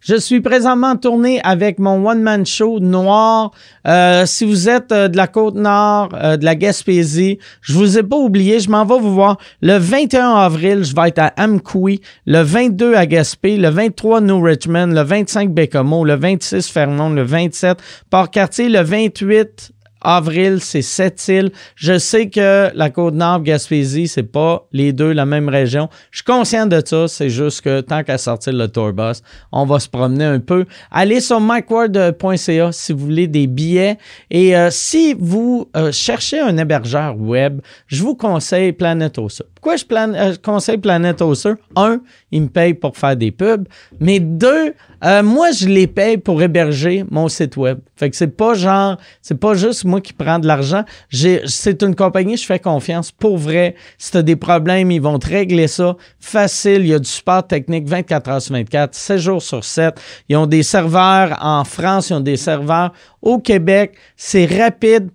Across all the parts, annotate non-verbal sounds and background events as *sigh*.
Je suis présentement en tournée avec mon one-man show noir. Euh, si vous êtes euh, de la Côte-Nord, euh, de la Gaspésie, je vous ai pas oublié. Je m'en vais vous voir. Le 21 avril, je vais être à Amqui. Le 22 à Gaspé. Le 23, New Richmond. Le 25, Bécomo. Le 26, Fernand. Le 27, Port-Cartier. Le 28, avril, c'est sept îles. Je sais que la Côte-Nord, Gaspésie, c'est pas les deux la même région. Je suis conscient de ça, c'est juste que tant qu'à sortir le tour bus, on va se promener un peu. Allez sur micward.ca si vous voulez des billets. Et euh, si vous euh, cherchez un hébergeur web, je vous conseille Planet Osa. Pourquoi je plan- euh, je conseille Planet Osa? Un, ils me payent pour faire des pubs. Mais deux, euh, moi, je les paye pour héberger mon site web. Fait que c'est pas genre, c'est pas juste moi qui prends de l'argent. J'ai, c'est une compagnie, je fais confiance pour vrai. Si t'as des problèmes, ils vont te régler ça. Facile. Il y a du support technique 24 heures sur 24, 7 jours sur 7. Ils ont des serveurs en France, ils ont des serveurs au Québec. C'est rapide.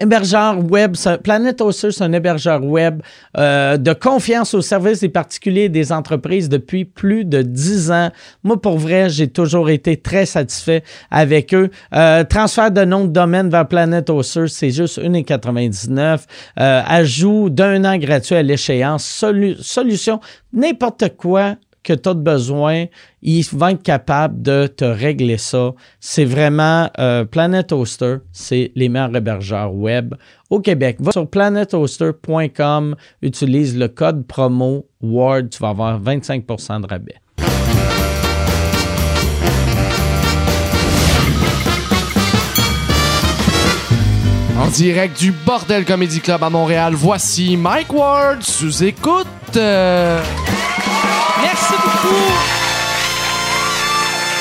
Hébergeur web, c'est un- Planet Oster, c'est un hébergeur web euh, de confiance au service des particuliers et des entreprises depuis plus de 10 ans. Moi, pour vrai, j'ai toujours été très satisfait avec eux. Euh, transfert de nom de domaine vers Planet Oster, c'est juste 1,99. Euh, ajout d'un an gratuit à l'échéance. Solu- solution, n'importe quoi que tu as de besoin, ils vont être capables de te régler ça. C'est vraiment euh, Planet Hoster, c'est les meilleurs hébergeurs web au Québec. Va sur planethoster.com, utilise le code promo WARD, tu vas avoir 25 de rabais. En direct du Bordel Comedy Club à Montréal, voici Mike Ward sous écoute. Euh, Merci beaucoup.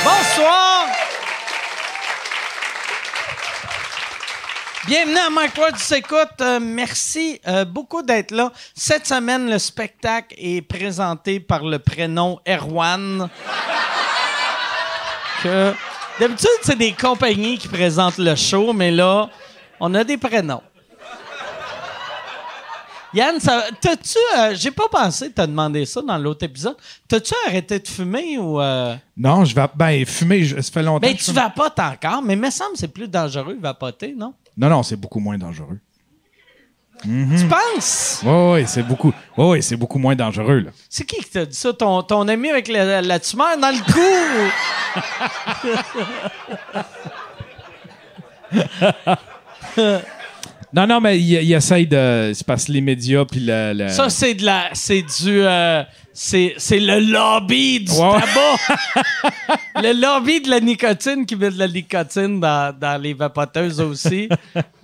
Bonsoir. Bienvenue à Mike Ward du Écoute. Euh, merci euh, beaucoup d'être là. Cette semaine, le spectacle est présenté par le prénom Erwan. Que- D'habitude, c'est des compagnies qui présentent le show, mais là, on a des prénoms. Yann, ça- t'as-tu. euh, J'ai pas pensé de te demander ça dans l'autre épisode. T'as-tu arrêté de fumer ou. euh, Non, je vais. Ben, fumer, je- ça fait longtemps. Ben, que je tu fume. vapotes encore, mais me semble que c'est plus dangereux de vapoter, non? Non, non, c'est beaucoup moins dangereux. Hmm. Tu penses? Oui, oui, c'est beaucoup. ouais, ouais, c'est beaucoup moins dangereux, là. C'est qui qui t'a dit ça? Ton, ton ami avec la, la tumeur dans le Euh. cou? Non, non, mais il, il essaye de. C'est parce que les médias, puis la. la- Ça, c'est de la. C'est du. euh, c'est c'est le lobby du Ouais. tabac. *laughs* le lobby de la nicotine qui met de la nicotine dans, dans les vapoteuses aussi.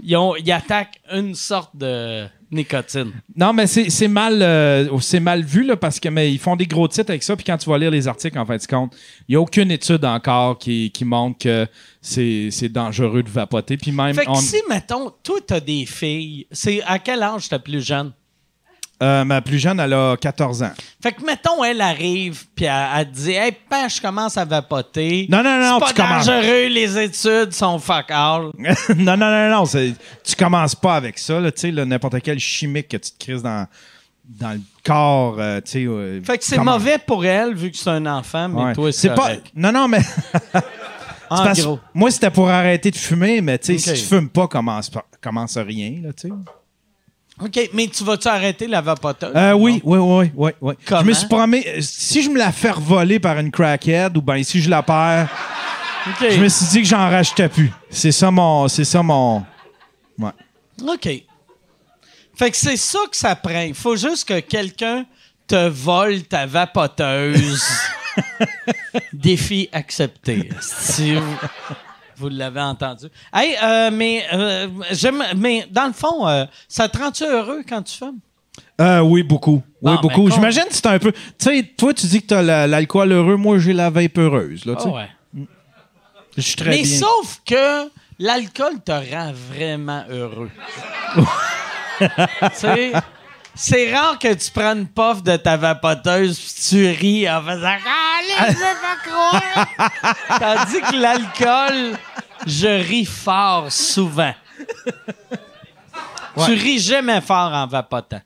Ils, ont, ils attaquent une sorte de nicotine. Non, mais c'est c'est mal, euh, c'est mal vu, là, parce que mais ils font des gros titres avec ça, puis quand tu vas lire les articles, en fin de compte, il n'y a aucune étude encore qui, qui montre que c'est c'est dangereux de vapoter. Puis même. Fait que on- si, mettons, toi, t'as des filles, c'est à quel âge t'es plus jeune? Euh, ma plus jeune, elle a 14 ans. Fait que, mettons, elle arrive, puis elle, elle dit, Hey, papa, je commence à vapoter. Non, non, non, C'est tu pas commences. dangereux, les études sont fuck all. *laughs* non, non, non, non. c'est- Tu commences pas avec ça. Là, tu sais, là, n'importe quel chimique que tu te crises dans, dans le corps. euh, tu sais, euh, Fait que c'est comment- mauvais pour elle, vu que c'est un enfant, mais Ouais. toi, c'est pas. correct. Non, non, mais. En c'est parce- gros. Moi, c'était pour arrêter de fumer, mais tu sais, Ok. si tu fumes pas, commence, pas- commence rien. Là, tu sais. OK, mais tu vas-tu arrêter la vapoteuse? Euh, oui, oui, oui, oui, oui. Comment? Je me suis promis, euh, si je me la fais voler par une crackhead ou ben si je la perds, OK. je me suis dit que j'en rachetais plus. C'est ça mon, c'est ça mon. Ouais. OK. Fait que c'est ça que ça prend. Il faut juste que quelqu'un te vole ta *laughs* vapoteuse. Défi accepté. Si vous, vous l'avez entendu. Hey, euh, mais, euh, j'aime, mais dans le fond, euh, ça te rend-tu heureux quand tu fumes? Euh, oui, beaucoup. Bon, oui, ben, beaucoup. cool. J'imagine que c'est un peu. Tu sais, toi, tu dis que t'as la- l'alcool heureux, moi, j'ai la vape heureuse. Là, tu Ah sais. Je suis très Oh, Mais bien. sauf que l'alcool te rend vraiment *laughs* heureux. Tu sais, c'est rare que tu prennes une puff de ta vapoteuse puis tu ris en faisant Ah, laisse-moi pas croire! Tandis que l'alcool, je ris fort souvent. Tu ris jamais fort en vapotant.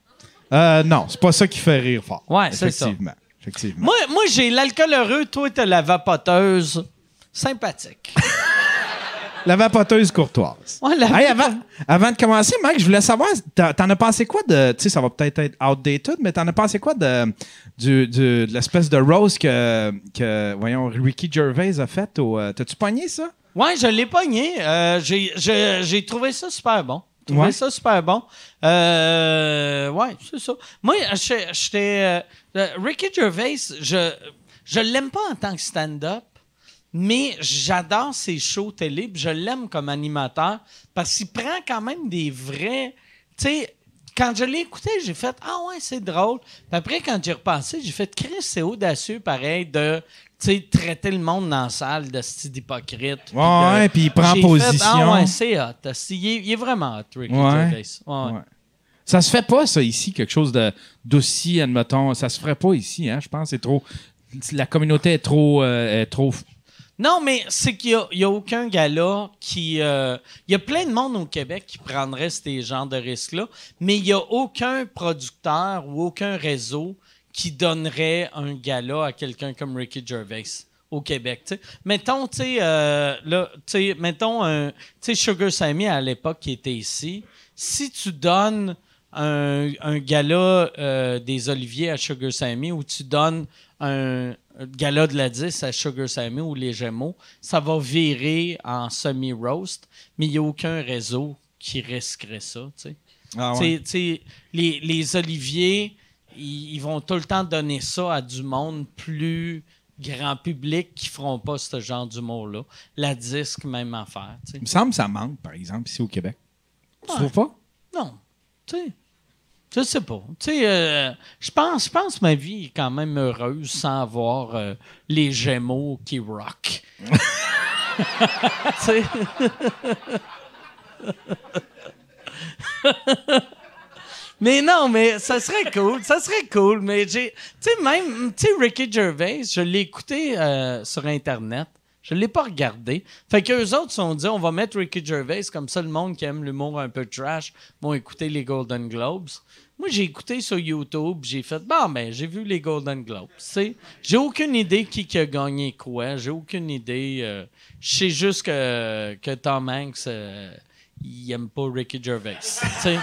Euh, non, c'est pas ça qui fait rire fort. Ouais, c'est ça. Effectivement. Effectivement. Moi, moi j'ai l'alcool heureux, toi, t'as la vapoteuse. Sympathique. La vapoteuse courtoise. Ouais, la vape- Hey, avant, avant de commencer, Mike, je voulais savoir, t'en t'en as pensé quoi de. Tu sais, ça va peut-être être outdated, mais t'en as pensé quoi de, du- du- de l'espèce de rose que, que, voyons, Ricky Gervais a faite? au, euh, T'as-tu pogné ça? Ouais, je l'ai pogné. Euh, j'ai- je- J'ai trouvé ça super bon. J'ai trouvé Ouais. ça super bon. Euh, ouais, c'est ça. Moi, je- j'étais. euh, Ricky Gervais, je, je l'aime pas en tant que stand-up, mais j'adore ses shows télé, puis je l'aime comme animateur, parce qu'il prend quand même des vrais. Tu sais, quand je l'ai écouté, j'ai fait Ah ouais, c'est drôle. Puis après, quand j'ai repassé, j'ai fait Chris, c'est audacieux, pareil, de tu sais, traiter le monde dans la salle de style d'hypocrite. puis Ouais, de- ouais, puis il prend J'ai position. ah ouais, c'est hot. asti. Il est, il est vraiment hot, Ricky Ouais. Gervais. Ah Ouais. Ouais. Ça se fait pas, ça, ici, quelque chose de d'aussi, admettons. Ça se ferait pas ici, hein, je pense. C'est trop. La communauté est trop. euh, est trop Non, mais c'est qu'il n'y a, aucun gars-là qui. euh, il y a plein de monde au Québec qui prendrait ces genres de risques-là, mais il n'y a aucun producteur ou aucun réseau qui donnerait un gala à quelqu'un comme Ricky Gervais au Québec. tu sais. Mettons, tu sais, euh, là, tu sais, mettons, un- tu sais, Sugar Sammy à l'époque qui était ici, si tu donnes un, un gala euh, des Oliviers à Sugar Sammy ou tu donnes un un gala de la 10 à Sugar Sammy ou les Gémeaux, ça va virer en semi-roast, mais il n'y a aucun réseau qui risquerait ça. tu sais. Ah Tu sais- tu sais, les, les Oliviers, ils, ils vont tout le temps donner ça à du monde plus grand public qui feront pas ce genre d'humour-là. La disque, même affaire. tu sais. Il me semble que ça manque, par exemple, ici au Québec. Tu Ouais. trouves pas? Non. Tu sais. Je sais pas. Tu sais, euh, je pense, je pense que ma vie est quand même heureuse sans avoir euh, les Gémeaux qui rock. *laughs* tu sais. mais non, mais ça serait cool, ça serait cool. Mais j'ai, tu sais, même, tu sais, Ricky Gervais, je l'ai écouté euh, sur Internet. Je l'ai pas regardé. Fait qu'eux autres se sont dit, on va mettre Ricky Gervais, comme ça, le monde qui aime l'humour un peu trash vont écouter les Golden Globes. Moi, j'ai écouté sur YouTube, j'ai fait, bon, ben, j'ai vu les Golden Globes. tu sais. J'ai aucune idée qui, qui a gagné quoi. J'ai aucune idée. euh, je sais juste que, que Tom Hanks, euh, il aime pas Ricky Gervais. tu sais.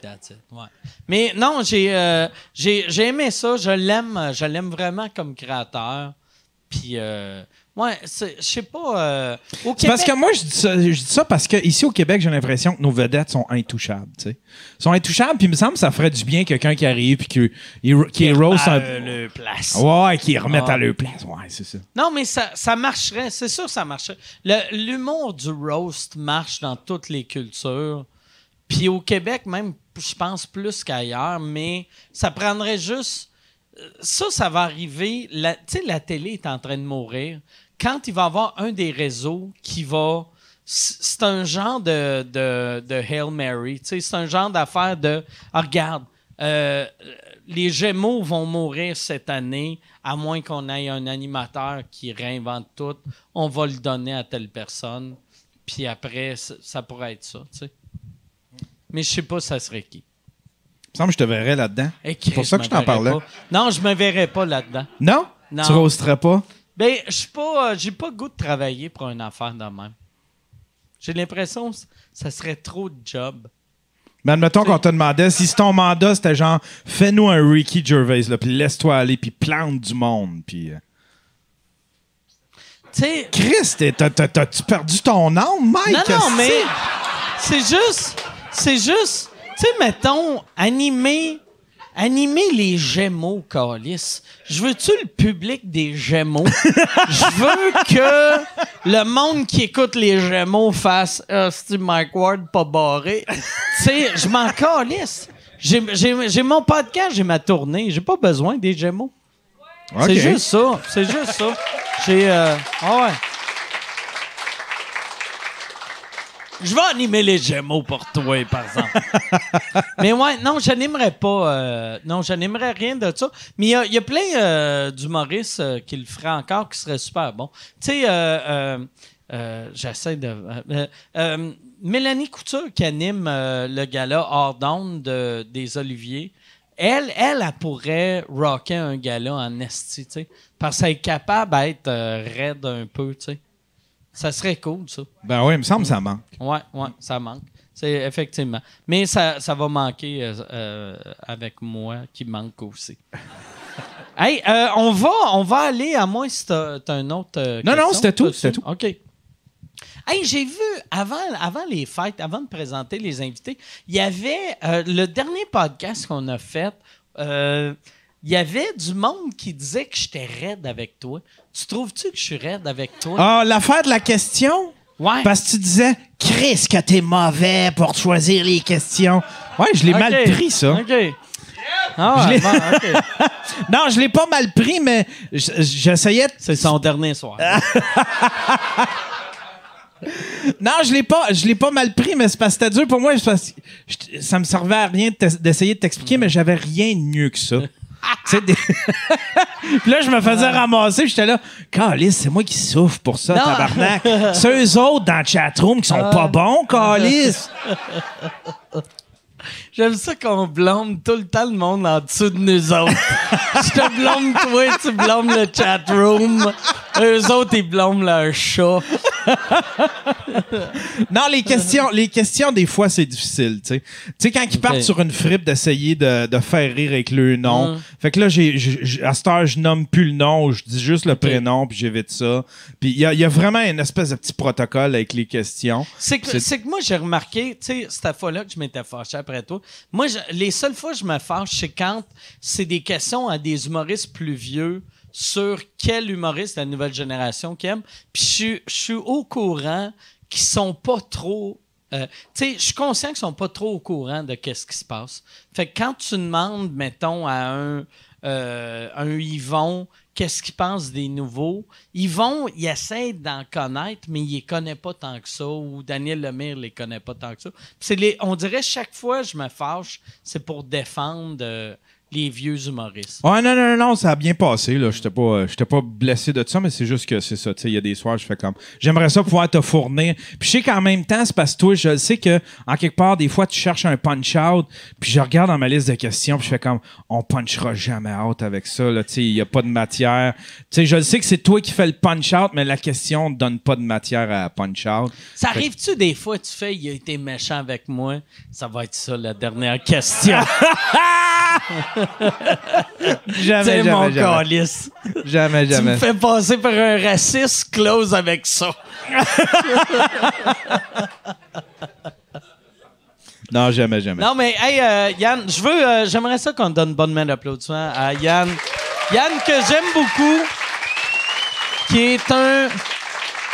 That's it, ouais. Mais non, j'ai euh, j'ai- j'ai aimé ça. Je l'aime. euh, Je l'aime vraiment comme créateur. Puis, euh, ouais, c'est- je sais pas. euh, au C'est Québec, parce que moi, je dis ça, je dis ça parce que ici au Québec, j'ai l'impression que nos vedettes sont intouchables. tu sais. Ils sont intouchables, puis il me semble que ça ferait du bien quelqu'un qui arrive puis qui, il- qui roast un. euh, le place. Ouais, ouais, qui remette Ah. à leur place. Ouais, c'est ça. Non, mais ça, ça marcherait. C'est sûr que ça marcherait. Le- L'humour du roast marche dans toutes les cultures. Puis au Québec, même, je pense plus qu'ailleurs, mais ça prendrait juste. euh, Ça, ça va arriver. La- Tu sais, la télé est en train de mourir. Quand il va y avoir un des réseaux qui va. c- C'est un genre de, de, de Hail Mary. Tu sais, c'est un genre d'affaire de. Ah, regarde, euh, les Gémeaux vont mourir cette année, à moins qu'on ait un animateur qui réinvente tout. On va le donner à telle personne. Puis après, c- ça pourrait être ça, tu sais. Mais je sais pas, ça serait qui. Il me semble que je te verrais là-dedans. Eh, C'est Chris, pour ça que je t'en me verrais parlais. pas. Non, je me verrais pas là-dedans. Non? Non. Tu roasterais pas? Ben, je suis pas, euh, j'ai pas le goût de travailler pour une affaire de même. J'ai l'impression que ça serait trop de job. Mais Ben, admettons qu'on te demandait si ton mandat c'était genre fais-nous un Ricky Gervais, là, puis laisse-toi aller, puis plante du monde. Puis. euh. Tu sais, Chris, t'es- t'as- t'as- t'as-tu perdu ton âme, Mike? Non, non, Qu'est-ce mais que c'est juste, c'est juste, tu sais, mettons, animer, animer les Gémeaux, Calis. Je veux-tu le public des Gémeaux? Je veux que le monde qui écoute les Gémeaux fasse Ah, c'est Mike Ward pas barré. tu sais, je m'en calisse. J'ai- J'ai j'ai mon podcast, j'ai ma tournée. J'ai pas besoin des Gémeaux. c'est? Ok. C'est juste ça. C'est juste ça. J'ai. euh, ah ouais. Je vais animer les Gémeaux pour toi, par exemple. mais ouais, non, je n'aimerais pas. euh, non, je n'aimerais rien de ça. Mais il y a- il y, a plein euh, d'humoristes euh, qui le feraient encore qui seraient super bons. Tu sais, euh, euh, euh, j'essaie de. euh, euh, euh, Mélanie Couture qui anime euh, le gala hors d'onde de- des Oliviers. Elle, elle, elle pourrait rocker un gala en esti, tu sais. Parce qu'elle est capable d'être euh, raide un peu, tu sais. Ça serait cool, ça. Ben oui, il me semble que ça manque. Ouais, ouais, ça manque. C'est effectivement. Mais ça, ça va manquer euh, euh, avec moi qui manque *laughs* aussi. hey, euh, on va, on va aller à moins si t'as, t'as un autre. euh, Non, question, non, c'était tout, t'as-tu? c'était tout. Ok. Hey, j'ai vu avant, avant les fêtes, avant de présenter les invités, il y avait euh, le dernier podcast qu'on a fait. euh, il y avait du monde qui disait que j'étais raide avec toi. Tu trouves-tu que je suis raide avec toi? Ah, l'affaire de la question? ouais. Parce que tu disais, Chris, que t'es mauvais pour choisir les questions. Ouais, je l'ai Ok. mal pris, ça. OK. Ah, ouais, Je l'ai- bon, ok. Non, je l'ai pas mal pris, mais j- j'essayais. de- C'est son dernier soir. Non, je l'ai pas, je l'ai pas mal pris, mais c'est parce que c'était dur pour moi. c'est parce que je- ça me servait à rien de t'es- d'essayer de t'expliquer, mais j'avais rien de mieux que ça. Tu sais, des- *laughs* Puis là, je me faisais ramasser, puis j'étais là, Calis, c'est moi qui souffre pour ça, Non. tabarnak. c'est eux autres dans le chatroom qui sont pas bons, Calis. J'aime ça qu'on blâme tout le temps le monde en dessous de nous autres. *laughs* Je te blâme toi, tu blâmes le chat room. Eux autres, ils blâment leur chat. Non, les questions, les questions, des fois, c'est difficile, tu sais. Tu sais, quand ils partent sur une frippe d'essayer de, de faire rire avec le nom. Mm. Fait que là, j'ai, j'ai- j'ai- à cette heure, je nomme plus le nom, je dis juste le prénom, puis j'évite ça. Puis il y a, il y a vraiment une espèce de petit protocole avec les questions. C'est que, C'est- c'est que moi, j'ai remarqué, tu sais, cette fois-là que je m'étais fâché après toi. Moi, je- les seules fois que je me fâche, c'est quand c'est des questions à des humoristes plus vieux sur quel humoriste la nouvelle génération qui aime. Puis je suis- je suis au courant qu'ils sont pas trop. euh, tu sais, je suis conscient qu'ils sont pas trop au courant de qu'est-ce qui se passe. Fait que quand tu demandes, mettons, à un, euh, un Yvon qu'est-ce qu'il pense des nouveaux. Ils vont, ils essaient d'en connaître, mais ils les connaissent pas tant que ça, ou Daniel Lemire les connaît pas tant que ça. Puis c'est les, on dirait chaque fois je me fâche, c'est pour défendre euh, les vieux humoristes. Ouais, non, non, non, non, ça a bien passé, là. J'étais pas, euh, j'étais pas blessé de ça, mais c'est juste que c'est ça, tu sais. Il y a des soirs, je fais comme, j'aimerais ça pouvoir te fournir. Puis je sais qu'en même temps, c'est parce que toi, je le sais que, en quelque part, des fois, tu cherches un punch-out, puis je regarde dans ma liste de questions, puis je fais comme, on punchera jamais out avec ça, là, tu sais. Il y a pas de matière. Tu sais, je le sais que c'est toi qui fais le punch-out, mais la question ne donne pas de matière à punch-out. Ça arrive-tu des fois, tu fais, il a été méchant avec moi? Ça va être ça, la dernière *laughs* question. *laughs* Ah, *laughs* Jamais, C'est mon jamais, jamais, calice. jamais, Tu me jamais. fais passer par un raciste, close avec ça. Non, jamais, jamais. Non, mais hey, euh, Yann, je veux, euh, j'aimerais ça qu'on donne bonne main d'applaudissement à Yann. Yann, que j'aime beaucoup, qui est un,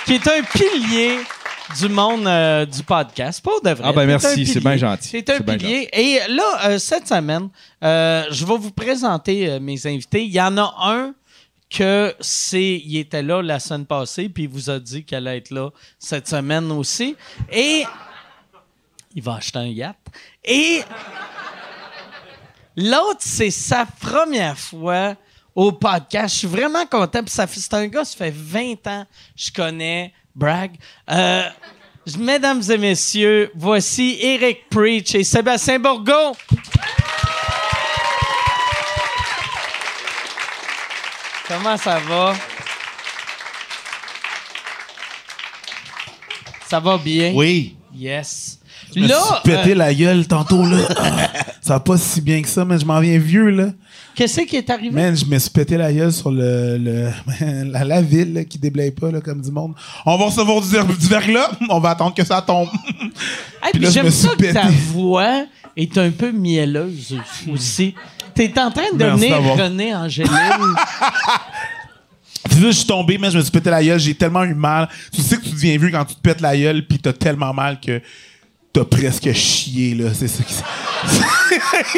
qui est un pilier du monde euh, du podcast. Pas de vrai. Ah ben T'es merci, un pilier. c'est bien gentil. C'est un C'est bien pilier. Et là, euh, cette semaine, euh, je vais vous présenter euh, mes invités. Il y en a un que c'est il était là la semaine passée puis il vous a dit qu'elle allait être là cette semaine aussi et il va acheter un yacht et l'autre c'est sa première fois au podcast je suis vraiment content puis ça fait- c'est un gars ça fait 20 ans que je connais brag Euh, je- mesdames et messieurs voici Eric Preach et Sébastien Bourgon Comment ça va? Ça va bien? Oui. Yes. Je me Là, suis pété euh, la gueule tantôt, *laughs* là. Ah, ça va pas si bien que ça, mais je m'en viens vieux, là. qu'est-ce qui est arrivé? Man, je me suis pété la gueule sur le, le- *laughs* man, la, la ville là, qui déblaye pas, là, comme du monde. On va recevoir du, ver- du verglas, *laughs* on va attendre que ça tombe. *laughs* Hey, puis puis là, je J'aime me suis ça que ta pété. voix est un peu mielleuse aussi. T'es en train de Merci devenir d'avoir- René *laughs* Angéline. Puis là, je suis tombé, mais je me suis pété la gueule, j'ai tellement eu mal. Tu sais que tu deviens vieux quand tu te pètes la gueule, puis t'as tellement mal que t'as presque chié, là. C'est ça qui.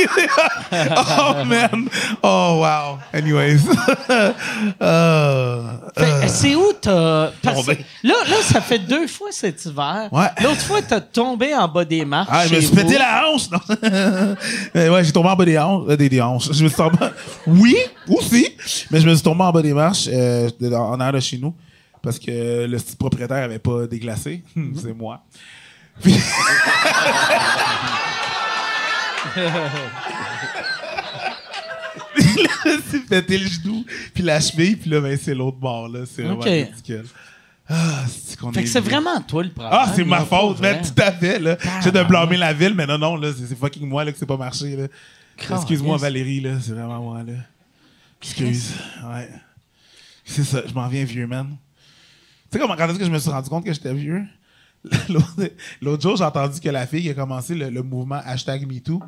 *laughs* oh, man. Oh, wow. Anyways. *laughs* Euh, Fait- C'est où t'as. parce- Tombé. Là, là, ça fait deux fois cet hiver. Ouais. L'autre fois, t'as tombé en bas des marches. Ah, je me Hein? chez suis pété vous. la hanche, non? *laughs* Mais ouais, j'ai tombé en bas des hanches. euh, des, des hanches. Je me suis tombé. Oui, aussi. Mais je me suis tombé en bas des marches euh, de- en arrière de chez nous parce que le petit propriétaire avait pas déglacé. *laughs* C'est moi. Puis- Puis là, *laughs* il s'est pété le genou, puis la cheville, puis là, ben, c'est l'autre bord, là. C'est vraiment Ok. ridicule. Ah, c'est qu'on Fait est que c'est vieux. vraiment toi le problème. Ah, c'est ma là, faute, pour mais vrai. tout à fait, là. J'ai de blâmer la ville, mais non, non, là, c'est c'est fucking moi, là, que c'est pas marché, là. Excuse-moi, Christ. Valérie, là, c'est vraiment moi, là. Excuse. Ouais. C'est ça, je m'en viens vieux, man. Tu sais comment, quand est-ce que je me suis rendu compte que j'étais vieux? *laughs* L'autre- L'autre jour, j'ai entendu que la fille qui a commencé le, le mouvement hashtag MeToo,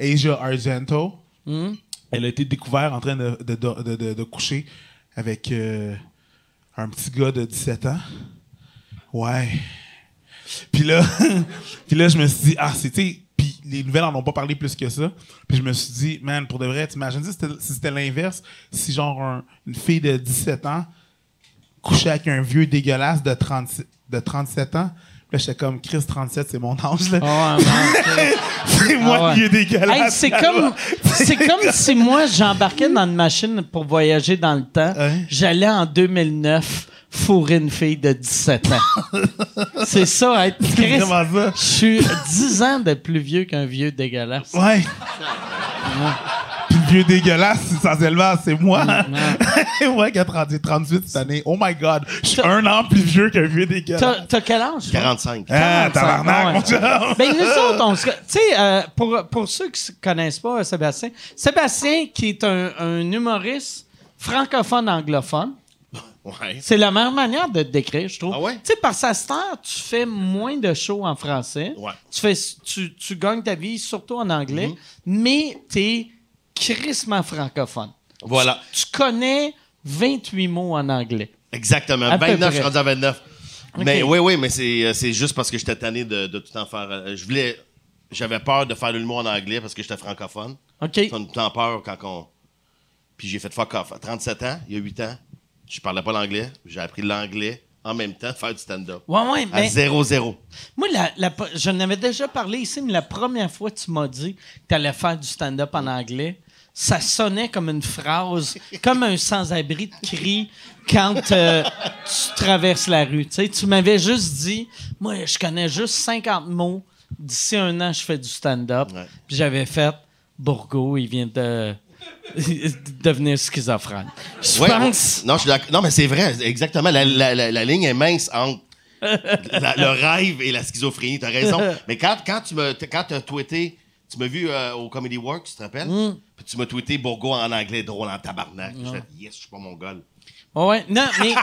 Asia Argento, Hmm? elle a été découverte en train de, de- de- de- de- de coucher avec euh, un petit gars de 17 ans. Ouais. Puis là, *laughs* puis là, je me suis dit, ah, c'était. Puis les nouvelles en ont pas parlé plus que ça. Puis je me suis dit, man, pour de vrai, t'imagines si c'était- si c'était l'inverse, si genre un- une fille de 17 ans couchait avec un vieux dégueulasse de, 36 de 37 ans. Puis là, j'étais comme, Chris, 37, c'est mon âge, là. Ah ouais, ouais, ok. *laughs* c'est moi Ah ouais. le vieux dégueulasse. Hey, c'est comme, *laughs* c'est comme si moi, j'embarquais dans une machine pour voyager dans le temps. Ouais. J'allais en 2009 fourrer une fille de 17 ans. *laughs* c'est ça, être C'est Chris. vraiment ça. Je suis 10 ans de plus vieux qu'un vieux dégueulasse. Ouais. Puis le vieux dégueulasse, essentiellement, c'est moi. *laughs* ouais, qui a 30 38 cette année. Oh my God. Je suis un an plus vieux qu'un vieux dégueulasse. T'as, t'as quel âge? toi? 45. Ah, tabarnak, mon Ouais. chum. Ben, nous autres, on se. Tu sais, euh, pour, pour ceux qui ne connaissent pas euh, Sébastien, Sébastien, qui est un, un humoriste francophone anglophone, Ouais. c'est la meilleure manière de te décrire, je trouve. Ah ouais? Tu sais, par sa star, tu fais moins de shows en français. Ouais. Mm-hmm. Tu, fais, tu, tu gagnes ta vie surtout en anglais, mais tu es crissement francophone. Voilà. Tu connais 28 mots en anglais. Exactement. À peu 29, je suis près. rendu à 29. Mais Ok. oui, oui, mais c'est, euh, c'est juste parce que j'étais tanné de, de tout en faire. euh, Je voulais. J'avais peur de faire le mot en anglais parce que j'étais francophone. OK? Ça nous tend peur quand on. Puis j'ai fait fuck off. À 37 ans, il y a 8 ans, je parlais pas l'anglais. J'ai appris l'anglais en même temps de faire du stand-up. Ouais, ouais, À mais 0-0. moi, la, la, je n'avais déjà parlé ici, mais la première fois que tu m'as dit que tu allais faire du stand-up en anglais, ça sonnait comme une phrase, comme un sans-abri de cri quand euh, tu traverses la rue. Tu sais, tu m'avais juste dit, moi, je connais juste 50 mots. D'ici un an, je fais du stand-up. Ouais. Puis j'avais fait, Bourgo, il vient de, *laughs* de devenir schizophrène. Je Ouais, pense. on- Non, je suis d'accord. Non, mais c'est vrai, exactement. La, la- la- la ligne est mince entre la- le rêve et la schizophrénie. T'as raison. Mais quand, quand tu me, quand t'as tweeté, tu m'as vu euh, au Comedy Work, tu te rappelles? Puis tu m'as tweeté Bourgo en anglais drôle en tabarnak. Je fais, yes, je suis pas mongol. Ouais, ouais, non, *laughs* mais.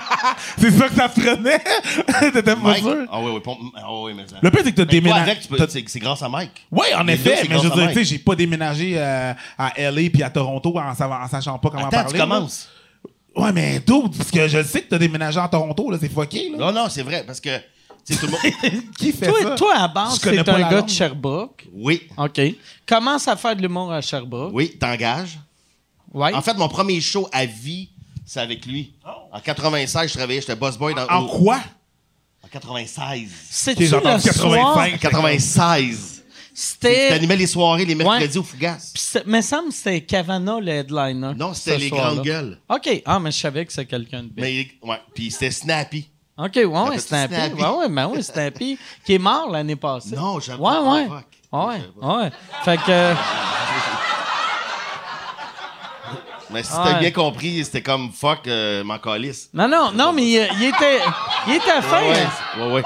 C'est ça que ça prenait. *laughs* T'étais pas Mike. sûr. Ah oui, oui. pom- Ah oui, mais ça. Le pire, c'est que t'as Mais toi, déménagé. avec, tu peux- t'as- c'est, c'est grâce à Mike. Oui, en Les deux, effet, c'est mais je veux grâce à dire, Mike. tu sais, j'ai pas déménagé euh, à LA puis à Toronto en, savant- en sachant pas comment Attends, parler. tu là. commences. Ouais, mais d'où? Parce que je sais que t'as déménagé à Toronto, là, c'est fucké, là. Non, non, c'est vrai, parce que, tu sais, tout le monde. *laughs* Qui fait ça? Toi, toi, à base, Je connais t'es pas un la gars langue. de Sherbrooke. Oui, OK. Commence à faire de l'humour à Sherbrooke. oui, t'engages. Ouais. En fait, mon premier show à vie, c'est avec lui. Oh. En 96, je travaillais, j'étais boss boy dans. En au- quoi? En 96. C'est-tu j'entends le 85. soir? En 96. C'était... T'animais les soirées, les Ouais. mercredis au Fougas. Pis c'est- me semble que c'était Cavana, le headliner. Non, c'était ce les soir-là. grandes gueules. OK. Ah, mais je savais que c'est quelqu'un de bien. Mais, ouais. Puis c'était Snappy. OK, ouais, ouais, fait Stampy. Snappy. Ouais, ben ouais, mais ouais, Stampy, qui est mort l'année passée. Non, j'avais Ouais, pas- ouais. oh, fuck. Ouais, J'avais pas. ouais. Fait que... Mais si Ah t'as ouais. bien compris, c'était comme fuck, euh, m'en calisse. Non, non, non, mais il, il était... Il était fin. Ouais, ouais, ouais.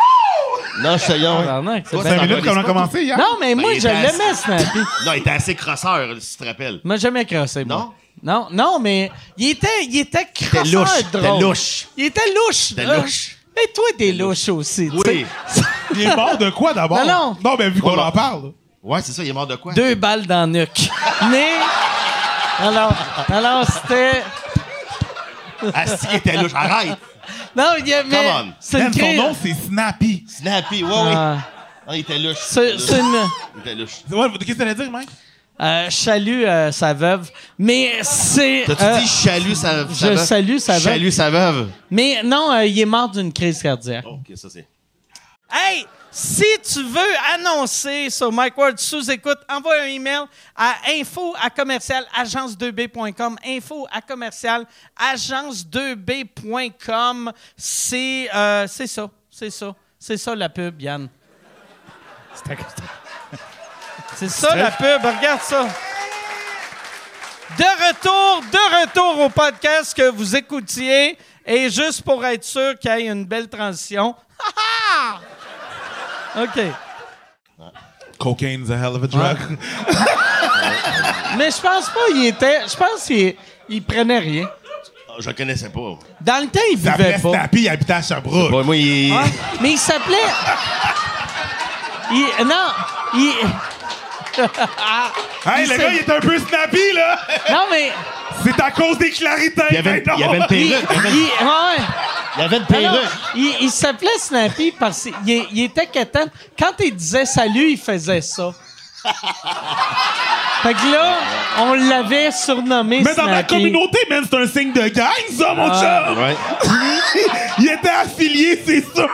Non, je te dis, ouais. Tabarnak, c'est Toi, bien- ça Cinq minutes qu'on m'en a calisse pas, commencé hier? Non, mais Ben, moi, il je était l'aimais, assez- Snappy. Non, il était assez crosseur, si tu te rappelles. Il m'a jamais crossé, Non? moi. Non? Non, mais il était, il était crosseur T'es louche, t'es drôle. louche. Il était louche. T'es là. louche. Mais toi, t'es louche aussi. tu Oui. sais. Il est mort de quoi d'abord? Non, non. Non, mais vu qu'on Oh, en non. parle. Ouais, c'est ça, il est mort de quoi? Deux balles dans le nuque. mais... Alors, alors c'était... Ah, si, il était louche. Arrête! Non, il y avait... Come on. C'est Man, une son crise. nom, c'est Snappy. Snappy, ouais, Ah. oui. Non, il était louche. C'est- c'est une- Il était louche. Ouais, Qu'est-ce que t'allais dire, Mike? Euh, je salue euh, sa veuve. Mais c'est... T'as-tu euh, dit chalut sa, sa je veuve? salue sa veuve. Chalut sa veuve. Mais non, euh, il est mort d'une crise cardiaque. Oh, Ok, ça c'est. Hey, si tu veux annoncer sur Mike Ward sous écoute, envoie un email à info à commercial agence2b.com. Info à commercial agence2b.com. C'est euh, c'est ça, c'est ça. C'est ça la pub, Yann. C'est ça la pub, regarde ça. De retour, de retour au podcast que vous écoutiez. Et juste pour être sûr qu'il y ait une belle transition. Ha, ha! OK. Cocaine's a hell of a drug. Mais je pense pas qu'il était. Je pense qu'il il prenait rien. Ah, Je le connaissais pas. Dans le temps, il Il buvait s'appelait pas. Snappy, il habitait à Sherbrooke. Bon, moi, il... Hein? Mais il s'appelait. Il- Non, il. Hey, Il le s'est- gars, il est un peu snappy, là! Non, mais. C'est à cause des clarités, il y avait, ben non. il y avait une Il, Ah, perruque. il- ouais. Il y avait une Alors, perruque. il il s'appelait Snappy parce qu'il est- il était quétaine. Quand il disait salut, il faisait ça. fait que là, on l'avait surnommé *laughs* Mais dans Snappy. la communauté, man, c'est un signe de gang, ça, mon chum! Ah, Ouais. Il était affilié, c'est sûr!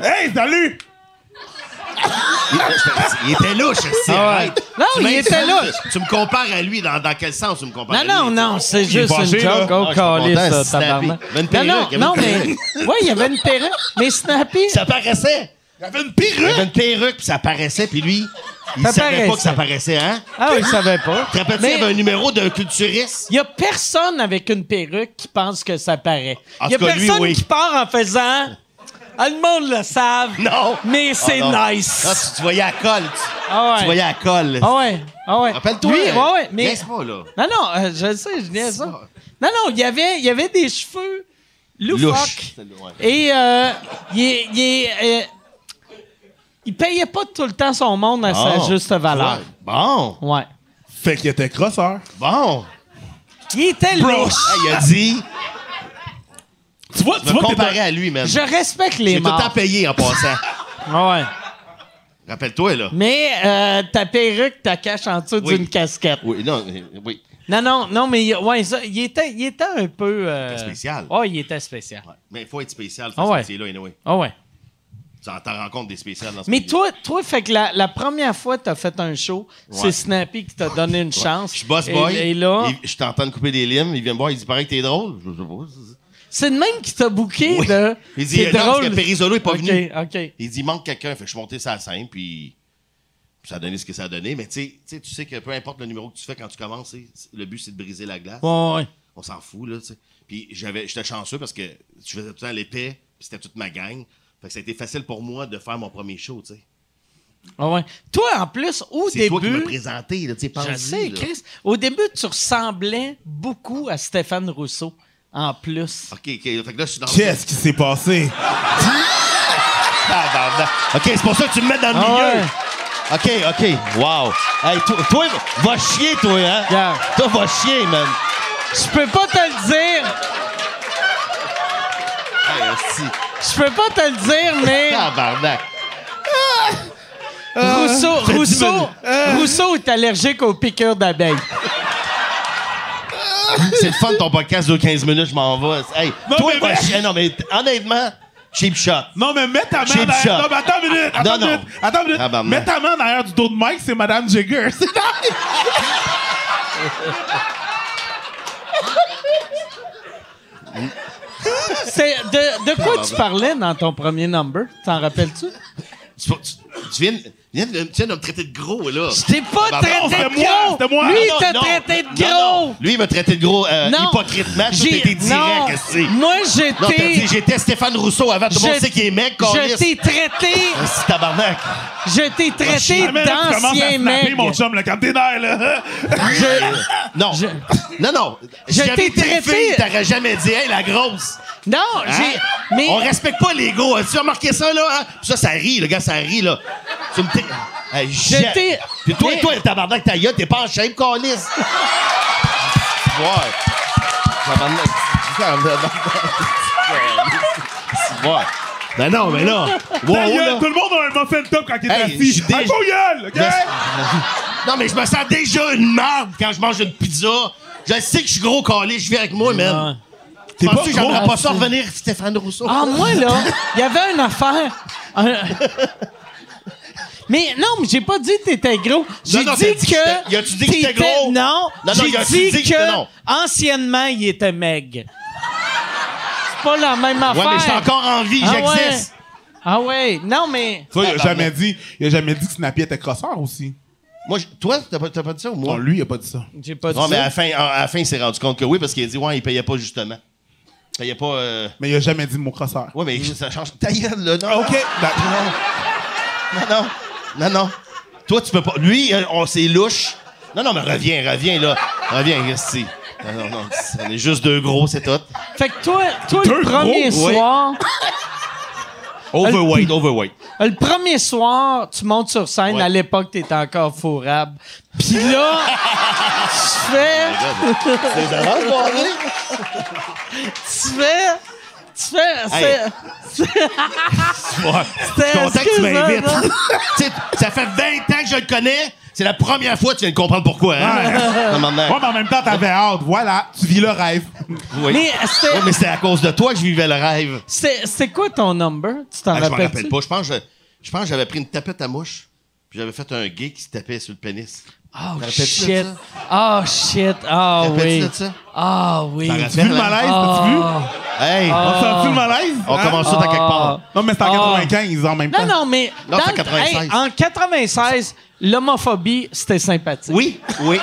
Hey, salut! Il, il était louche, c'est Ah, Non, il était louche. Tu me compares à lui, dans, dans quel sens tu me compares Non, à lui? non, non, c'est est juste fâché, une joke. là. Oh, Ah, je suis calé, content, ça, Snappy. tabarnak. Il y avait une Non, perruque, non, il y avait non, une mais... perruque. Ouais, il y avait une perruque. Mais Snappy... Ça paraissait. Il avait une Il y perruque! avait une perruque, puis ça paraissait, puis lui, il Ça savait pas paraissait. que ça paraissait, hein? Ah oui, il savait *laughs* pas. Te rappelles-tu, il y Mais avait un numéro d'un culturiste? il y a personne avec une perruque qui pense que ça paraît. En Il y a tout cas, lui, personne oui. qui part en faisant... Ah, le monde le savent. Non! Mais c'est Ah, non. nice. Ah, tu, tu voyais à colle. Tu, Ah ouais. tu voyais à colle. Ah ouais, ah ouais. Rappelle-toi. Lui, ouais, ouais, mais... Laisse pas, là. Non, non, euh, je le sais, je niaise ça. Non, non, il y avait, il y avait des cheveux loufoques. Louche. Ouais. Et euh, il, est- il, est, euh, il payait pas tout le temps son monde à sa Bon. juste valeur. Ah. Ouais. Bon, Ouais. Fait qu'il était crosseur. bon. Il était louche. Ah, il a dit, Tu vois, je tu me vois, que t'es comparais à lui, même. Je respecte J'ai les tout le temps morts. payé *laughs* en passant. Ouais. Rappelle-toi, là. Mais euh, ta perruque, ta cache en dessous Oui. d'une casquette. Oui, non, euh, oui. Non, non, non, mais il- ouais, ça, il, était, il était un peu. euh, était spécial. Ouais, il était spécial. Ouais. Mais il faut être spécial, Ah faire ouais. ce métier-là, anyway. Ah ouais. T'en t'en rends compte des spéciales dans ce Mais milieu. toi, toi, fait que la, la première fois que t'as fait un show, c'est Snappy qui t'a donné une chance. Je suis boss Et- boy. Et, là, il- je t'entends de couper des limes. Il vient me voir. Il dit pareil que t'es drôle. Je sais pas. c'est le même qui t'a booké Oui. de. Il dit C'est euh, non, parce que Périsolo est pas Ok, venu. ok. Il dit il manque quelqu'un. Fait que je suis monté sur la scène. Puis puis ça a donné ce que ça a donné. Mais tu sais- tu sais, tu sais que peu importe le numéro que tu fais quand tu commences, c'est- c'est- le but c'est de briser la glace. Ouais, ouais. On s'en fout, là. tu sais. Puis j'avais- j'étais chanceux parce que je faisais tout le temps l'épée. Puis c'était toute ma gang. Fait que ça a été facile pour moi de faire mon premier show, tu sais. Ah ouais. Toi, en plus, au C'est toi qui me début. présenté, là, tu sais, Je pense-y, sais, là. Chris. Au début, tu ressemblais beaucoup à Stéphane Rousseau, en plus. OK, OK. Fait que là, je suis dans Qu'est-ce qui s'est passé? Tabarnak. OK, c'est pour ça que tu me mets dans le Ah milieu. ouais. OK, OK. Wow. Hey, toi, toi, va chier, toi, hein? Regarde. Toi, va chier, man. Je peux pas te le dire. Hey, hostie. Je peux pas te le dire, mais. Tabarnak. Rousseau, Ah, c'est Ah. Rousseau, diminué. Rousseau est allergique aux piqûres d'abeilles. C'est le fun, ton podcast de 15 minutes, je m'en vais. Hey, Non, toi, mais- va chier. Non, mais t- honnêtement, cheap shot. Non, mais mets ta main Cheap derrière. shot. Non, mais attends une minute. Attends Non, une non. minute. Attends une minute. Ah, ben, mets ta main derrière du dos de Mike, c'est Madame Jagger. *laughs* C'est C'est de, de Ah, quoi ben. tu parlais dans ton premier number? T'en rappelles-tu? Tu, tu- tu viens, tu viens de, tu viens de me traiter de gros, là. Je t'ai pas Bah, bah, traité non, de c'était moi, gros! c'était moi. Lui, Non, il t'a Ah, non, traité non, de gros! non. Lui, il m'a traité de gros euh, Non. hypocritement. Toi, J'ai- t'étais non. direct, esti. Moi, Non, t'as dit, j'étais... j'étais Stéphane Rousseau avant. Tout le monde je- sait qu'il est mec, Ah, qu'on Je t'ai traité... tabarnak. Je t'ai traité Ah, mais là, tu commences à d'ancien snapper, mec. mon chum, le quand t'es nerf, là. Non. Non, non. Je J'avais t'ai été une traité- fille, t'aurais jamais dit, hey, la grosse. Non, Hein? j'ai... Mais... On respecte pas les gros. As-tu remarqué ça, là? hein? Ça, ça rit, le gars, ça rit, là. Tu me tra- Hey, j'ai- t'ai- Puis toi, Mais- toi, tabarnak, ta gueule, t'es pas en shape, calice. Ouais. Tabarnak. Tabarnak. Ouais. Ben non, mais là. Wow, Ta gueule, là. tout le monde a un muffin top quand il est Hey, je assis. suis dé- Ah, ton gueule, hein? OK? Non, mais je me sens déjà une merde quand je mange une pizza. Je sais que je suis gros calé, je vis avec moi, man. T'es pas pas que j'aimerais gros, pas ça revenir, Stéphane Rousseau? Ah, moi, là, il y avait une affaire. Un- Mais non, mais j'ai pas dit que t'étais gros. J'ai non, dit t'as dit que que. j'étais- y a-tu dit que j'étais t'étais- gros? Non, Non, non, y a-tu j'ai dit dit que- non. que. Anciennement, il était meg. C'est pas la même ouais, affaire. mais je suis encore en vie, Ah ouais. j'existe. Ah ouais, non, mais. Ça, il a jamais dit, il a jamais dit que Snappy était crosseur aussi. Moi, je- toi, t'as pas, t'as pas dit ça ou moi? Non, lui, il a pas dit ça. J'ai pas dit non, mais à ça. la fin, à, à la fin, il s'est rendu compte que oui, parce qu'il a dit, ouais, il payait pas justement. Il payait pas. euh, Mais il a jamais dit le mot crosseur. Ouais, mais ça change. Ta gueule, là, non. OK. Non, non. Non, non. Toi, tu peux pas. Lui, euh, on c'est louche. Non, non, mais reviens, reviens, là. Reviens, Christy. Non, non, non. On est juste deux gros, c'est tout. Fait que toi, toi le Deux premier gros, ouais. soir, Overweight, overweight. le premier soir, tu montes sur scène. Ouais. À l'époque, t'étais encore fourrable. Puis là, tu fais. C'est drôle, bordel. tu fais. Tu fais. Hey. c'est- Je suis content que tu excuse-moi, m'invites. non. Tu sais, ça fait 20 ans que je le connais. C'est la première fois que tu viens de comprendre pourquoi. Hein? Ouais. Non, maintenant. Ouais, mais en même temps, t'avais hâte. Voilà, tu vis le rêve. Oui. Mais c'était- *laughs* Oui, mais c'était à cause de toi que je vivais le rêve. C'est c'est quoi ton number? Tu t'en Ah, je m'en rappelles? rappelle pas. Je pense que, je pense que j'avais pris une tapette à mouche. Puis j'avais fait un gay qui se tapait sur le pénis. Oh Te rappelles-tu de shit. ça? Oh shit. Ah Te rappelles-tu oui. de ça? Ah oui. T'en Tu vis le Ferme. malaise, t'as-tu vu? Ah. Hey, On sent-tu le malaise? on Hein? commence ça à quelque part. Non, mais c'est Ah. en 95 en même temps. Non, non, mais Non, dans c'est le- 96. hey, en 96, l'homophobie, c'était sympathique. Oui, oui.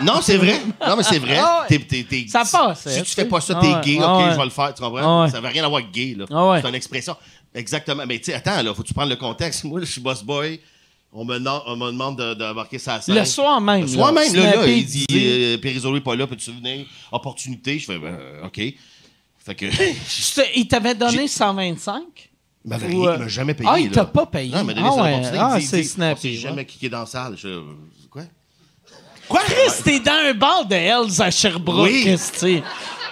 Non, c'est vrai. Non, mais c'est vrai. Ah ouais. T'es- t'es- t'es- Ça passe, Si hein, tu fais pas ça, tu t'es sais. Ah ouais, gay. OK, ah ouais. je vais le faire. Tu comprends? Ah ouais. Ça n'avait rien à voir avec gay. là. Ah ouais. C'est une expression. Exactement. Mais tu sais, attends, là, faut que tu prennes le contexte. Moi, je suis boss boy. On me, demande- on me demande de, de marquer ça à scène. Le soir même. Le soir même, là, là, Snappy il dit euh, Périsolo est pas là, peux-tu venir? Opportunité. Je fais, ben, euh, OK. Fait que. Tu *laughs* te- Il t'avait donné 125? Il m'avait Ou, rien, euh, il m'a jamais payé. ah, il là. t'a pas payé. Non, il m'a donné Ah ça ouais, l'opportunité. ah, Il dit- c'est il dit, snappy, hein. On s'est ouais. jamais kické dans la salle. Je, euh, quoi? Quoi? Chris, t'es dans un bar de Hells à Sherbrooke, Oui. Christy.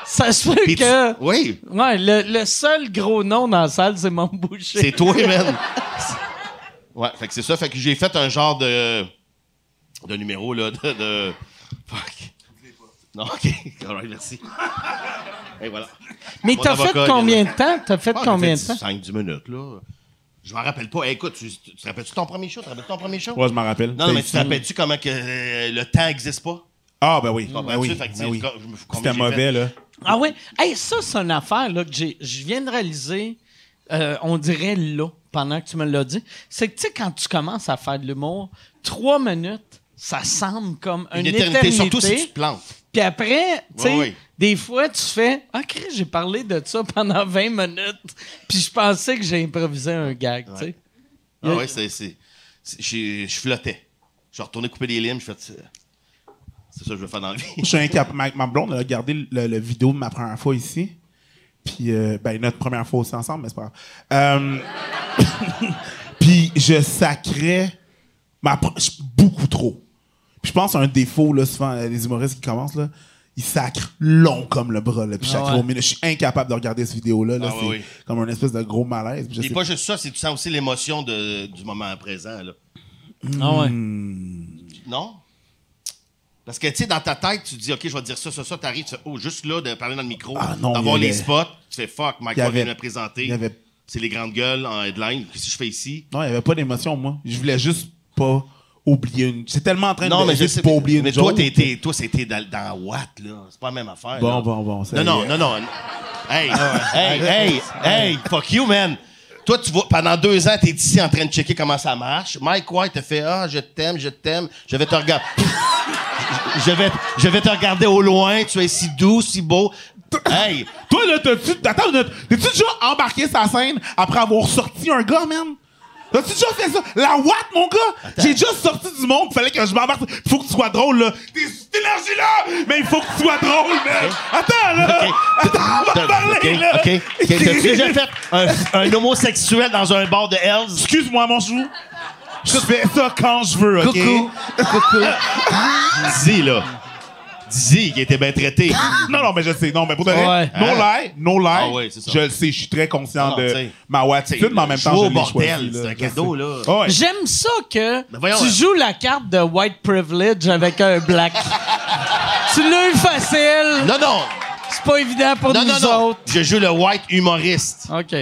Ça se peut Puis tu- que. Oui, Ouais, le, le seul gros nom dans la salle, c'est mon boucher. *laughs* c'est toi, man. Ouais, fait que c'est ça. Fait que j'ai fait un genre de. de numéro, là, de. de- Fuck. Non, OK. *laughs* All right, merci. Et voilà. Mais Mon t'as fait avocat, Ah, combien il- de temps? T'as fait combien de temps? 5-10 minutes, là. Je m'en rappelle pas. Hey, écoute, tu, tu te rappelles-tu ton premier show? Tu te rappelles ton premier show? Ouais, je m'en rappelle. Non, non, mais tu te rappelles-tu comment que euh, le temps n'existe pas? Ah, ben oui. Comprends-tu? Ben oui. Fait que ben tu- oui. quand- je me fous combien C'était j'ai mauvais, fait. là. Ah ouais? Hey, ça, c'est une affaire là, que j'ai- je viens de réaliser, euh, on dirait là, pendant que tu me l'as dit. C'est que, tu sais, quand tu commences à faire de l'humour, trois minutes, ça semble comme une, Une, éternité, surtout si tu te plantes. Puis après, tu sais, Ouais, ouais. des fois, tu fais « Ah, Chris, j'ai parlé de ça pendant *laughs* 20 minutes, puis je pensais que j'ai improvisé un gag, tu sais. Ah Il y a- ouais, c'est. c'est- c'est- j'ai- Je flottais. Je suis retourné couper des limes, je fais. C'est c'est ça que je veux faire dans la vie. Je suis incapable. Ma, ma blonde elle a regardé le, le- le vidéo de ma première fois ici. Puis, euh, ben, notre première fois aussi ensemble, mais c'est pas grave. Euh, *laughs* Puis, je sacrais ma pr- je- beaucoup trop. Puis, je pense à un défaut, là, souvent, euh, les humoristes qui commencent, là, ils sacrent long comme le bras, là. Puis, chaque ouais. minute, je suis incapable de regarder cette vidéo-là. Là, Ah, c'est oui, oui. comme un espèce de gros malaise. Puis je Et sais pas juste ça, c'est que tu sens aussi l'émotion de- du moment présent, là. Ah ouais. Hmm. Non? Parce que, tu sais, dans ta tête, tu te dis, OK, je vais te dire ça, ça, ça, t'arrives, tu fais, oh, juste là, de parler dans le micro, Ah non, d'avoir il y les avait- spots, tu fais fuck, Mike il y Ward vient avait- me le présenter. il y avait- C'est les grandes gueules en headline. Qu'est-ce que je fais ici? Non, il n'y avait pas d'émotion, moi. Je voulais juste pas oublier une. C'est tellement en train Non, de mais je juste sais. pas oublier une mais toi, joke. t'es- t'es- toi, c'était dans, dans Watt, là. C'est pas la même affaire. Bon, là. bon, bon, ça Non, y non, est. Ah non, non. Hey, *laughs* hey, hey, hey, fuck you, man. Toi, tu vois, pendant deux ans, t'es ici en train de checker comment ça marche. Mike White te fait Ah, je t'aime, je t'aime, je vais te regarder. je, vais, je vais te regarder au loin, tu es si doux, si beau. Hey! Toi, là, t'as-tu. Attends, une minute. t'es-tu déjà embarqué sa scène après avoir sorti un gars, man? T'as-tu déjà fait ça? La Watt, mon gars! J'ai déjà sorti du monde, fallait que je m'embarque. Faut que tu sois drôle, là. T'es cette énergie-là! Mais il faut que tu sois drôle, man! Attends, là! OK. *laughs* Attends, on va T'as- en parler, OK, là! OK. OK. T'as-tu déjà fait un, un homosexuel dans un bar de *laughs* Hells? Excuse-moi, mon chou. Je fais ça quand je veux, OK? Coucou. Coucou. Dis-y, là. Dis-y qu'il était *laughs* bien traité. Non, non, mais je sais. Non, mais pour de vrai, Ouais. no Hein? lie, no lie. Ah ouais, c'est ça. Je le sais, je suis très conscient Non, de t'sais. ma Wattitude, mais en même Jouer temps, au je l'ai bordel, choisi, c'est là. un Je cadeau, sais. là. Ah ouais. J'aime ça que Ben voyons, tu là. joues la carte de white privilege avec un *laughs* black. tu l'as eu facile. Non, non. C'est pas évident Oh, pour Non, nous non, non. autres. Je joue le white humoriste. OK.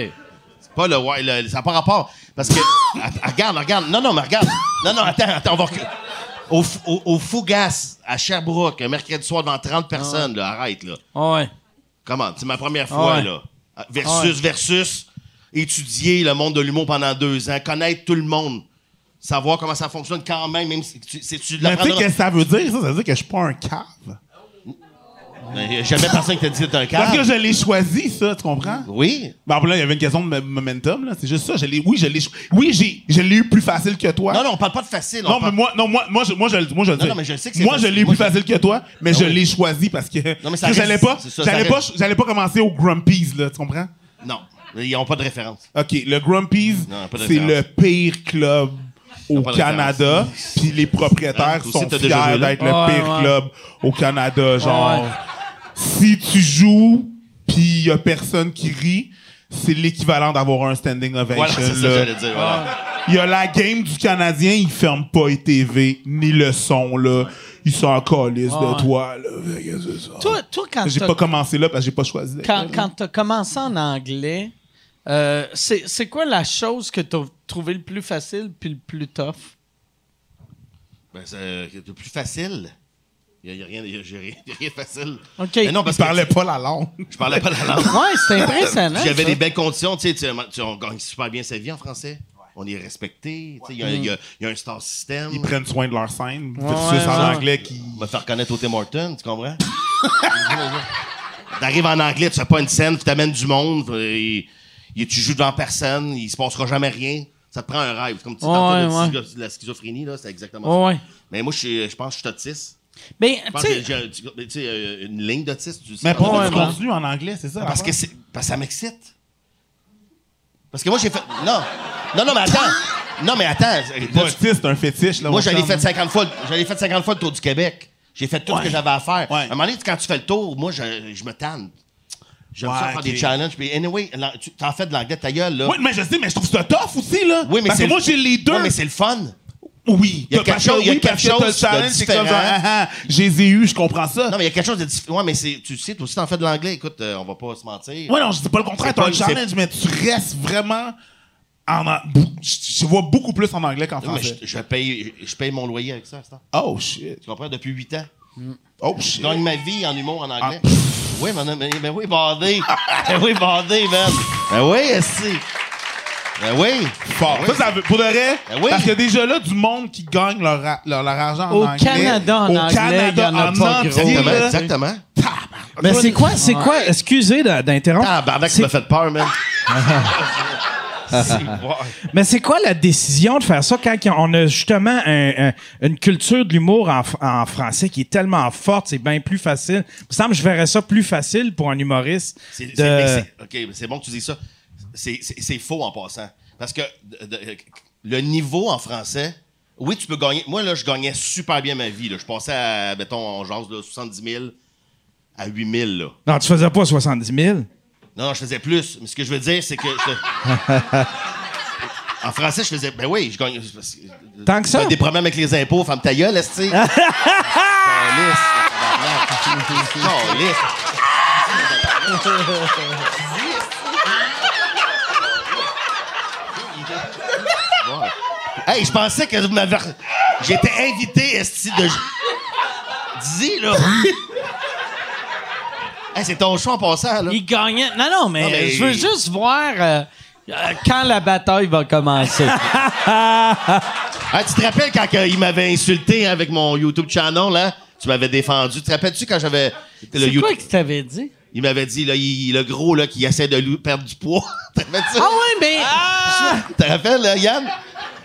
Pas le white. le- ça n'a pas rapport. *gasps* Parce que. Att- regarde, regarde. Non, non, mais regarde. Non, non, attends, attends, on va. recul- Au, F- au, au Fougas, à Sherbrooke, un mercredi soir devant 30 Ah. personnes, là. Arrête, là. Ah, Ouais. Comment? C'est ma première fois, Ouais. là. Versus, Ouais. versus. Étudier le monde de l'humour pendant deux ans, connaître tout le monde. savoir comment ça fonctionne quand même, même si tu, si tu Mais tu sais, l'apprendras- qu'est-ce que ça veut dire, ça? Ça veut dire que je suis pas un cave. Mais y a jamais personne qui t'a dit que t'es un Parce que cadre. je l'ai choisi, ça, tu comprends? Oui. Ben, après, là, il y avait une question de mo- momentum, là. C'est juste ça. Je l'ai, oui, je l'ai, cho- oui, j'ai, je l'ai eu plus facile que toi. Non, non, on parle pas de facile. Non, on parle- mais moi, non, moi, moi, je, moi, je, le- moi, je le Non, dis. non, mais je sais que c'est Moi, je facile. l'ai eu Moi, plus je- facile que toi, mais Ben je oui. l'ai choisi parce que, Non, mais ça parce que j'allais reste- pas, c'est ça, ça j'allais pas, reste- j'allais pas commencer au Grumpies, là, tu comprends? Non, ils n'ont pas de référence. OK, le Grumpies, Non, pas de c'est le référence. pire club au pas de Canada, puis les Hein, propriétaires toi aussi, sont t'as déjà fiers joué là? d'être le Ouais, pire ouais. club au Canada, genre Ouais. si tu joues puis y a personne qui rit, c'est l'équivalent d'avoir un standing Voilà, c'est ovation ça que là. j'allais dire. Voilà. Il y a la game du Canadien, ils ferment pas les TV ni le son là, ils sont en calice Ouais. de toi là. Qu'est-ce que c'est ça? Toi, toi quand j'ai t'as- pas commencé là parce que j'ai pas choisi. d'être quand, là. quand tu as commencé en anglais, euh, c'est c'est quoi la chose que tu as trouvé le plus facile puis le plus tough? Ben, c'est euh, c'est plus facile. Il n'y a, rien, y a- j'ai rien, *laughs* y a rien de facile. OK. Mais non, parce Ils parlaient que pas la langue. je parlais pas la langue. Ouais, c'est *laughs* impressionnant. J'avais ça. des belles conditions. Tu sais, tu- tu- on gagne super bien sa vie en français. On est respecté. tu sais, Il y, a- il y a- il y a un star system. Ils prennent soin de leur scène. Ouais, versus ouais, en ouais. anglais qui. me faire connaître au Tim Hortons, tu comprends? *laughs* T'arrives en anglais, tu fais pas une scène, tu t'amènes du monde, et, et tu joues devant personne, il se passera jamais rien. Ça te prend un rêve. Comme tu dis, Ouais, tantôt, ouais. le schizo- la schizophrénie, là, c'est exactement Ouais, ça. ouais. Mais moi, je suis- je pense que je suis autiste. Mais Je tu pense que sais, j'ai un- tu tu sais, euh, une ligne d'autiste. tu sais. Mais pourquoi pourquoi Ouais, tu tu ouais. continues en anglais, c'est ça? Ah, Parce que, c'est- parce que ça m'excite. Parce que moi, j'ai fait. Non! Non, non, mais attends! Non, mais attends! Là, tu- c'est un fétiche. Là, Moi, mon j'allais chum. fait 50 fois, j'allais fait 50 fois le tour du Québec. J'ai fait tout ce que j'avais à faire. Ouais. À un moment donné, quand tu fais le tour, moi, je, je me tanne. J'aime Ouais, ça faire ok. des challenges. Puis, anyway, l'an- tu t'en fais de l'anglais de ta gueule, là. Oui, mais je sais, mais je trouve ça tough aussi, là. Oui, mais parce c'est que moi, le- j'ai les deux. Ouais, mais c'est le fun. Oui, Il y a quelque parce que chose- il y a oui, quelque parce que t'as chose le de challenge, c'est comme genre, différent. ah, ah, je les ai eus, je comprends ça. Non, mais il y a quelque chose de différent. Ouais, mais c'est, tu sais, toi aussi, t'en fais de l'anglais. Écoute, euh, on va pas se mentir. Ouais, non, je dis pas le contraire, C'est t'as pas- un challenge, mais tu restes vraiment en. an- bou- Je je vois beaucoup plus en anglais qu'en Non, mais français. je, je paye, je paye mon loyer avec ça, à ce temps. Oh shit. Tu comprends? Depuis 8 ans. Oh Je shit. gagne ma vie en humour en anglais. Ah. Oui, mais, mais, mais oui, bandé. ben oui, bandé, man. Ben oui, esti. Ben oui. Fort. Ben oui. Ça, ça veut, pour de vrai, Ben oui. parce qu'il y a déjà là du monde qui gagne leur, ra- leur, leur argent en Au anglais. Canada, en Au anglais, Canada, il y en a en pas entier, gros. Exactement, là. exactement. Mais c'est quoi, c'est quoi? Excusez d'a- d'interrompre. Ah, bardac, tu C'est- m'as fait peur, *laughs* man. *laughs* Mais c'est quoi la décision de faire ça quand on a justement un- un- une culture de l'humour en, f- en français qui est tellement forte, c'est bien plus facile. Il me semble que je verrais ça plus facile pour un humoriste. C'est- c'est- de- mais c'est- OK, mais c'est bon que tu dis ça. C'est c'est- c'est faux en passant. Parce que de- de- le niveau en français, oui, tu peux gagner. Moi, là, je gagnais super bien ma vie. là. Je passais à, mettons, on jase, là, 70 000 à 8 000. Là. Non, tu faisais pas 70 000. Non, non, je faisais plus. Mais ce que je veux dire, c'est que. je- en français, je faisais. Ben oui, je gagne. parce que- Tant que ça. T'as des problèmes avec les impôts, femme ta gueule, esti. Calisse, tabarnak. Calisse. Ouais. Hey, je pensais que vous m'avez. J'étais invité, esti, de. Dis, là. Hey, c'est ton choix en passant, là. il gagnait. Non, non, mais, Non, mais- je veux juste voir euh, euh, quand la bataille va commencer. Ah, tu te rappelles quand euh, il m'avait insulté hein, avec mon YouTube channel, là? Tu m'avais défendu. Tu te rappelles-tu quand j'avais. le c'est YouTube- quoi que tu t'avais dit? Il m'avait dit, là, il- le gros, là, qui essaie de lui perdre du poids. *laughs* Tu te rappelles-tu? Ah ouais, mais... Tu te rappelles, là, Yann?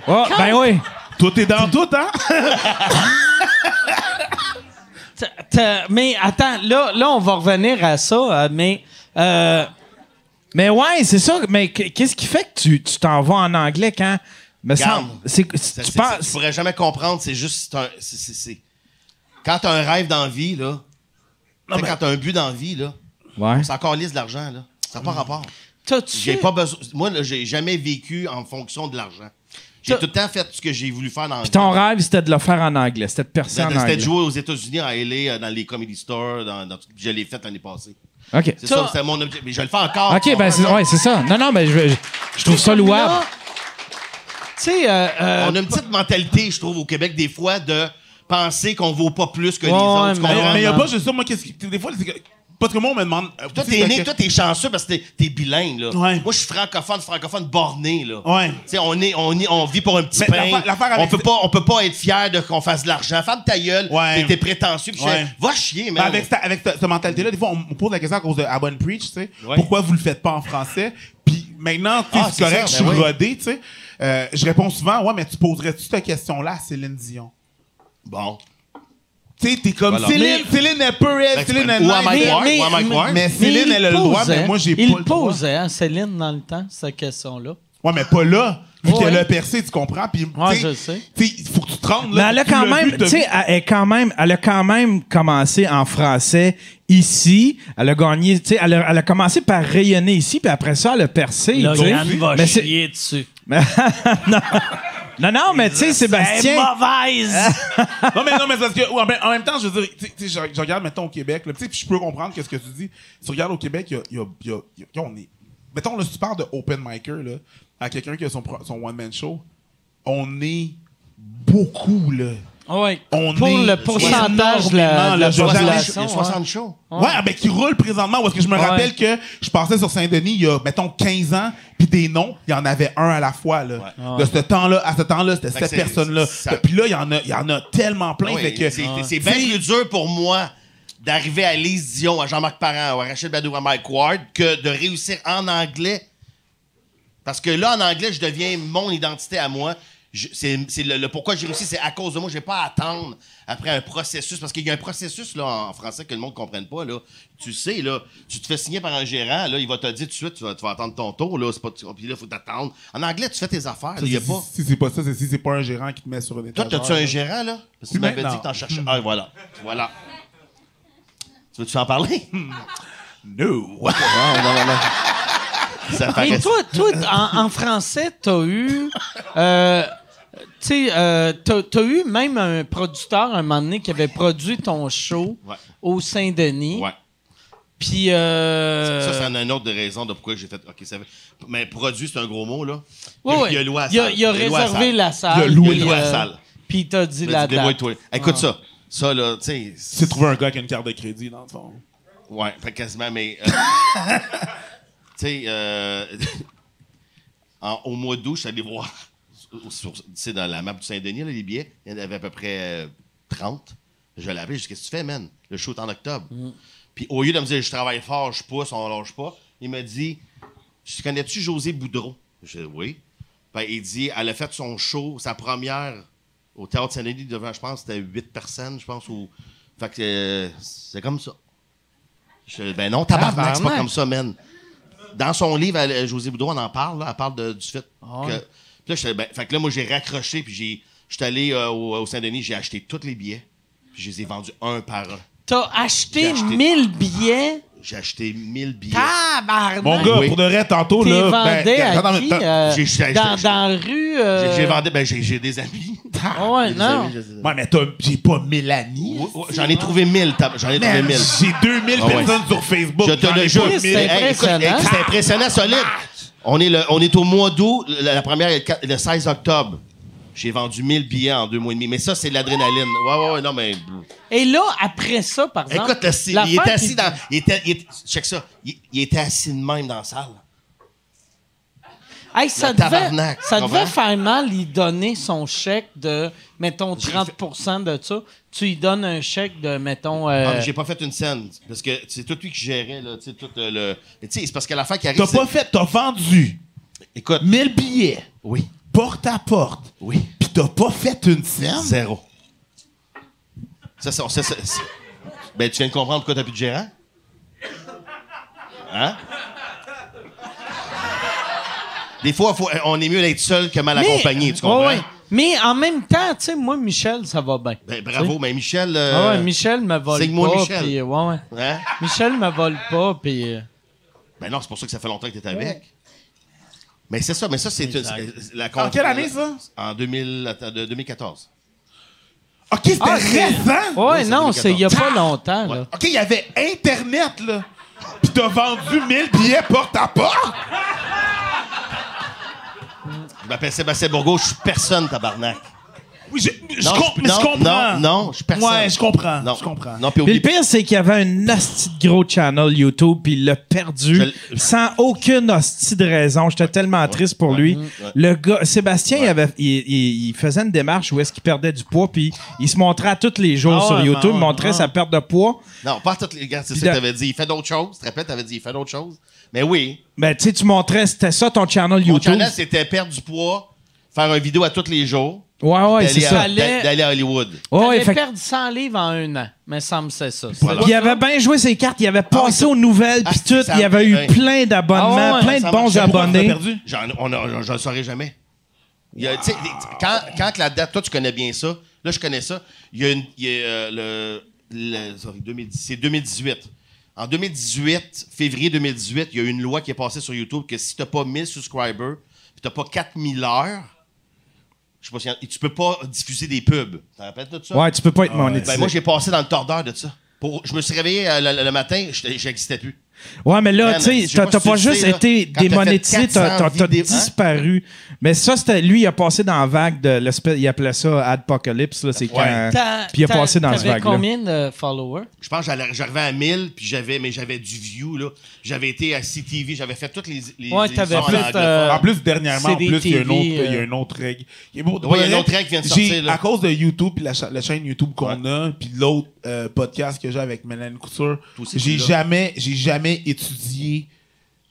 Oh, ben oui. Tout est dans tout, hein? T'as- t'as- mais attends, là, là, on va revenir à ça, euh, mais... euh, Mais ouais, c'est ça. Mais qu- qu'est-ce qui fait que tu tu t'en vas en anglais quand. Me Garde. semble. C'est, Ça, tu c'est- ça, tu penses. pourrais jamais comprendre. C'est juste. c'est un- c'est- c'est- c'est- Quand t'as un rêve dans la vie, là. tu sais, Quand t'as un but dans la vie, là. Ouais. C'est encore lisse de l'argent, là. Ça n'a Mm. pas rapport. T'as-tu... J'ai pas besoin. Moi, là, j'ai jamais vécu en fonction de l'argent. J'ai T'as- tout le temps fait ce que j'ai voulu faire dans la Puis vie. ton rêve, c'était de le faire en anglais. C'était de percer en C'était anglais. c'était de jouer aux États-Unis à LA, euh, dans les comedy stores. Dans, dans tout- je l'ai fait l'année passée. OK. C'est Ça- ça, c'était mon objectif. Mais je le fais encore. tu OK, ben comprends? c'est, ouais, c'est ça. Non, non, mais je, je- je trouve ça louable. Là, Tu sais, euh, euh, On a une petite mentalité, je trouve, au Québec, des fois, de penser qu'on vaut pas plus que les Ouais, autres. tu ouais, comprends? Mais il n'y a Vraiment. pas juste ça. Moi, qu'est-ce qui- Des fois, c'est que Parce que moi, on me demande. euh, Toi, tu t'es sais, né, que- toi, t'es chanceux parce que t'es, t'es bilingue, là. Ouais. Moi, je suis francophone, francophone borné, là. Ouais. Tu sais, on, est, on, est, on vit pour un petit Mais pain. l'affaire- l'affaire avec- on, peut pas, on peut pas être fier de qu'on fasse de l'argent. Femme ta gueule, Ouais. t'es, t'es prétentieux. Puis je fais, Ouais. va chier, Mais man. avec cette avec cette- cette mentalité-là, des fois, on me pose la question à cause de Abon Preach, tu sais. Ouais. Pourquoi vous le faites pas en français? Puis maintenant, tu sais, Ah, c'est c'est correct, ça, je suis ben oui. rodé, tu sais. Euh, je réponds souvent, ouais, mais tu poserais-tu cette question-là à Céline Dion? Bon. Tu sais, t'es comme Voilà. Céline, Céline est peu elle, Ben, Céline c'est- est ou à nice. Mike Ward, ou à Mike Ward. Mais Mais Céline, il elle a le droit, posait- mais moi, j'ai pas Il le droit. posait, hein, Céline, dans le temps, cette question-là. Ouais, mais pas là. Vu Oh, Ouais. qu'elle a percé, tu comprends? Puis, tu Ouais, je sais, sais. tu sais, il faut que tu te rendes Mais là. elle a puis tu quand l'as même, vu, t'as tu sais, vu. elle, est quand même, elle a quand même commencé en français ici. Elle a gagné, tu sais, elle a, elle a commencé par rayonner ici, puis après ça, elle a percé. tu sais. Yann va Mais c'est- chier dessus. Non, non, mais tu sais, Sébastien. mauvaise! non, mais non, mais c'est parce que, ou en, même, en même temps, je veux dire, tu sais, tu sais, je, je regarde, mettons, au Québec, là, tu sais, puis je peux comprendre que ce que tu dis. Si tu regardes au Québec, il y a, il y a- il y a- il y a- on est. Mettons, là, si tu parles de open micer, là, à quelqu'un qui a son, pro- son one-man show, on est beaucoup, là. Ah ouais. On Pour est le pourcentage de la, énormément, de là, la je veux dire, Il y population. a hein. 60 shows. Ouais, ben qui roule présentement. Parce que je me Ouais. rappelle que je passais sur Saint-Denis il y a, mettons, 15 ans, puis des noms, il y en avait un à la fois. Là. Ah, Ouais. De ce temps-là, à ce temps-là, c'était Fait que cette c'est- personne-là. ça- Puis là, il y, en a- il y en a tellement plein. Oui, fait que, Ah c'est, Ah. c'est bien plus dur pour moi d'arriver à Lise Dion, à Jean-Marc Parent, ou à Rachel Badou, à Mike Ward, que de réussir en anglais. Parce que là, en anglais, je deviens mon identité à moi. Je- c'est c'est le, le pourquoi j'ai réussi, c'est à cause de moi. Je vais pas à attendre après un processus. Parce qu'il y a un processus là, en français que le monde ne comprenne pas. Là. Tu sais, là, tu te fais signer par un gérant, là, il va te dire tout de suite, tu vas, tu vas attendre ton tour. Là, c'est pas, puis là, il faut t'attendre. En anglais, tu fais tes affaires. là, Il y a si- pas. Si c'est pas ça, c'est si c'est pas un gérant qui te met sur un Toi, étagère. t'as-tu là. un gérant, là? euh, Parce que tu Plus m'avais dit maintenant. que *laughs* t'en cherchais. Ah, voilà. Voilà. Tu veux-tu *laughs* en parler? No. *laughs* Ça hein. Mais paraît- toi, toi en, en français, t'as eu. Euh, tu sais, euh, t'as t'as eu même un producteur un moment donné qui avait produit ton show Ouais. au Saint-Denis. Ouais. Puis. euh, Ça, c'est une autre raison de pourquoi j'ai fait. OK, ça fait- Mais produit, c'est un gros mot, là. ouais, il, ouais. il a loué à la Il a, salle. il a loué à réservé la salle. Il a loué puis, la euh, salle. Puis il t'a dit Il m'a la dit, date. Ah. débrouille-toi. Écoute ça. Ça, là, tu sais. c'est- C'est trouver un gars qui a une carte de crédit, dans le fond. Ouais, fait quasiment, mais. euh, tu sais, euh, *laughs* en- au mois d'août, je suis allé voir. sur- sur- Tu sais, dans la map du Saint-Denis, là, les billets, il y en avait à peu près euh, 30. Je l'avais, je dis, qu'est-ce que tu fais, man? Le show est en octobre. Puis au lieu de me dire, je travaille fort, je pousse, on longe pas, il m'a dit, tu connais-tu José Boudreau? Je dis, oui. Ben, il dit, elle a fait son show, sa première au Théâtre Saint-Denis devant, je pense, c'était 8 personnes, je pense. Ou... Fait que euh, c'est comme ça. Je- ben non, tabarnak, c'est pas Tabarnak. comme ça, man. Dans son livre, elle- euh, José Boudreau, on en parle, là, elle parle de- du fait Ah que... Puis là, j'étais- ben, fait que là, moi, j'ai raccroché, puis j'ai... J'étais allé euh, au, au Saint-Denis, j'ai acheté tous les billets, puis je les ai vendus un par un. T'as J'ai acheté acheté- 1000 billets. J'ai acheté 1000 billets. Tabarnak! Mon gars, oui. pour de vrai, tantôt, T'es là. vendé ben, à attends, qui? attends, euh, j'ai- j'ai- dans, j'ai- dans la rue... euh, J'ai- J'ai vendu, ben j'ai j'ai des amis. Ah ouais, *laughs* J'ai des non. amis, j'ai des amis. Ouais, mais t'as- j'ai pas Mélanie. Ouais, ouais, Oh, J'en ai trouvé 1000, tab- j'en ai trouvé Man, 1000. J'ai 2000 Ah ouais. personnes sur Facebook. Je te J'en ai le pas jure. 1000. C'est Hey, écoute, impressionnant. hey, C'est impressionnant, solide. On est, le, on est au mois d'août, la, la première est le, 4 le 16 octobre. J'ai vendu 1000 billets en deux mois et demi. Mais ça, c'est de l'adrénaline. Ouais, ouais, ouais, non, mais. Et là, après ça, par exemple... Écoute, le- il l'affaire était qui- assis dans. Il était, il était- check ça. Il, il était assis de même dans la salle. Hey, ça Le devait, tabarnak, ça tu devait comprends? faire mal lui donner son chèque de, mettons, 30 de ça. Tu lui donnes un chèque de, mettons... euh, Ah, mais j'ai pas fait une scène. Parce que c'est tout lui qui gérait, là. Tu sais, tout euh, le. Mais tu sais, c'est parce que l'affaire qui arrive. T'as pas c'est- fait, t'as vendu Écoute. 1000 billets, Oui. porte à porte, Oui. pis t'as pas fait une scène. Zéro. Ça, c'est- on sait- c'est- c'est- Ben, tu viens de comprendre pourquoi t'as plus de gérant? Hein? Des fois, faut- euh, on est mieux d'être seul que mal mais- accompagné, tu comprends? Ouais, ouais. Mais en même temps, tu sais, moi, Michel, ça va bien. Ben, bravo, mais Michel. euh, Ah ouais, Michel me vole signe-moi pas. Michel. puis, ouais, ouais. hein? Michel me vole pas, puis... euh, Ben non, c'est pour ça que ça fait longtemps que t'es avec. Mais c'est ça, mais ça, c'est. une- c'est- la con- En quelle année, ça? En 2000, attends, de 2014. OK, c'était Ah, c'est- récent. Ouais, Oui, c'est non, c'est il y a pas longtemps, là. Ouais. OK, il y avait Internet, là. Pis t'as vendu 1000 billets porte à porte. Je m'appelle Sébastien Bourgault, je suis personne, tabarnak. Oui, je, je Non, com- mais je non, comprends. Non, non, je suis personne. Ouais, je comprends. Non. Ah, Je comprends. Non, Puis puis oublie le pire, c'est qu'il y avait un hostie de gros channel YouTube, puis il l'a perdu Je l- sans aucune hostie de raison. J'étais tellement triste pour lui. Le gars, Sébastien, il, avait, il, il- il faisait une démarche où est-ce qu'il perdait du poids, puis il se montrait à tous les jours Ah sur ouais, YouTube, ben ouais, montrait ah. sa perte de poids. Non, pas toutes les gars, c'est Puis ça que de- t'avais dit. Il fait d'autres choses. Tu te rappelles, t'avais dit, il fait d'autres choses. Mais oui, Ben, tu sais, tu montrais, c'était ça ton channel mon YouTube. channel, c'était perdre du poids, faire une vidéo à tous les jours, ouais, ouais, c'est d'aller ça. à, d'a- d'aller à Hollywood. Il Ouais, avait fait que- perdu 100 livres en un an. Mais ça me c'est ça. Voilà. il avait bien joué ses cartes, il avait oui, passé ça- aux nouvelles, Ah, puis c'est- tout, ça a il avait eu bien. plein d'abonnements, Ah ouais, plein de ça bons marchait. Pourquoi Pourquoi tu l'as abonnés. perdu? J'en, on a- je ne le saurais jamais. Il y a- tu sais, les- quand, quand la date, toi, tu connais bien ça. Là, je connais ça. Il y a, une, il y a, euh, le, le- sorry, 2010 c'est 2018. En 2018, février 2018, il y a eu une loi qui est passée sur YouTube que si tu n'as pas 1000 subscribers, puis tu n'as pas 4000 heures, je sais pas si y en- tu peux pas diffuser des pubs. Tu te rappelles de ça? Ouais, tu peux pas être monétisé. Ben, moi, j'ai passé dans le tordeur de ça. Pour, je me suis réveillé euh, le, le matin, je n'existais plus. Ouais, mais là, Man, tu je sais, sais pas t'as t'as si tu pas le juste sais, là. été Quand t'as fait démonétisé, t'as t'as- 400 t'as vidéos, hein? disparu. Mais ça, c'était lui, il a passé dans la vague de l'espèce, il appelait ça Adpocalypse, là, c'est quand. T'as- Puis il a t'as- passé dans ce t'avais vague-là. combien de followers? Je pense que j'allais- j'arrivais à 1000, puis j'avais, mais j'avais du view, là. J'avais été à CTV, j'avais fait toutes les. les Ouais, les t'avais émissions fait, en anglophone. euh, En plus, dernièrement, en CDTV, plus, il y a une autre, euh, il y a une autre règle. Il y a une autre- Ouais, il y a une autre règle qui vient de J'ai- sortir, là. À cause de YouTube, puis la, cha- la chaîne YouTube qu'on a, puis l'autre euh, podcast que j'ai avec Mélanie Couture, Toi aussi, j'ai tu l'as. jamais, j'ai jamais étudié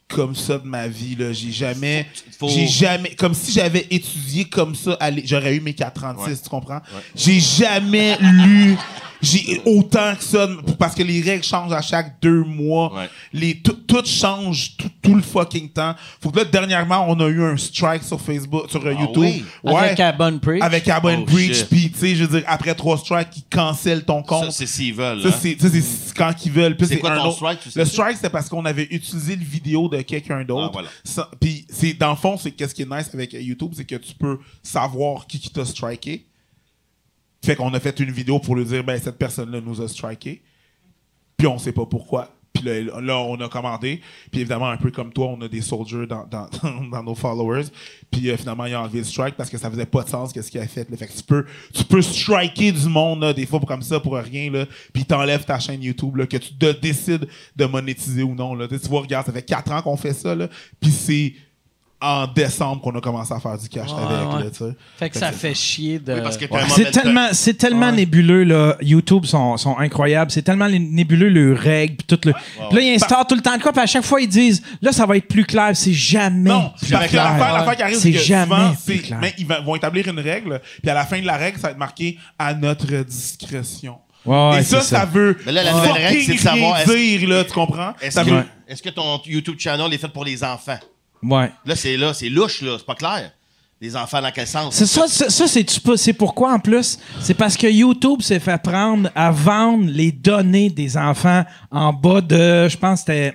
comme ça de ma vie. là. J'ai jamais, Faut- j'ai jamais, comme si j'avais étudié comme ça, à l'é- j'aurais eu mes 436, tu comprends? J'ai jamais *laughs* lu. J'ai autant que ça, parce que les règles changent à chaque deux mois. Ouais. Les, tout, tout change tout, tout le fucking temps. Faut que là, dernièrement, on a eu un strike sur Facebook, sur euh, Ah YouTube. oui? Ouais. Avec la bonne Preach. Avec Abon Oh, Preach. shit. Puis, tu sais, je veux dire, après trois strikes, ils cancellent ton Ça, compte. c'est s'ils veulent. Ça, hein. c'est ça, c'est quand ils veulent. Puis C'est quoi un ton autre- strike, tu sais? Le strike, c'est parce qu'on avait utilisé le vidéo de quelqu'un d'autre. Ah, voilà. Ça- Puis, c'est- dans le fond, c'est qu'est-ce qui est nice avec euh, YouTube, c'est que tu peux savoir qui, qui t'a striké. Fait qu'on a fait une vidéo pour lui dire, ben, cette personne-là nous a striké. Puis, on sait pas pourquoi. Puis là, là, on a commandé. Puis évidemment, un peu comme toi, on a des soldiers dans, dans, *laughs* dans nos followers. Puis euh, finalement, il a enlevé le strike parce que ça faisait pas de sens qu'est-ce qu'il a fait. là. Fait que tu peux, tu peux striker du monde, là, des fois, pour- comme ça, pour rien. Là. Puis t'enlèves ta chaîne YouTube, là, que tu te décides de monétiser ou non. Là. Tu sais, tu vois, regarde, ça fait quatre ans qu'on fait ça. Là. Puis c'est en décembre qu'on a commencé à faire du cash Ouais, avec. ouais. là, tu sais. Fait que ça fait chier de. Oui, parce que t'as Ouais. un Ah, C'est momentum. tellement, c'est tellement nébuleux, là. YouTube sont, sont incroyables. C'est tellement les- nébuleux, leurs règles, puis tout le. Puis là, ils Bah instaurent tout le temps de quoi, puis à chaque fois, ils disent, là, ça va être plus clair, c'est jamais. Non, plus parce que clair. l'affaire, l'affaire qui arrive, C'est c'est que jamais souvent, plus c'est- clair. mais ils va- vont établir une règle, puis à la fin de la règle, ça va être marqué à notre discrétion. Ouais, ouais, Et ça, c'est ça. ça veut Mais là, la nouvelle règle, fucking c'est de savoir, rien est-ce- dire, là, tu comprends? Est-ce Ça que, veut- est-ce que ton YouTube channel est fait pour les enfants? Ouais. Là, c'est là, c'est louche, là. C'est pas clair. Les enfants, dans quel sens? C'est ça, ça, ça, c'est c'est pourquoi en plus, c'est parce que YouTube s'est fait prendre à vendre les données des enfants en bas de, je pense que c'était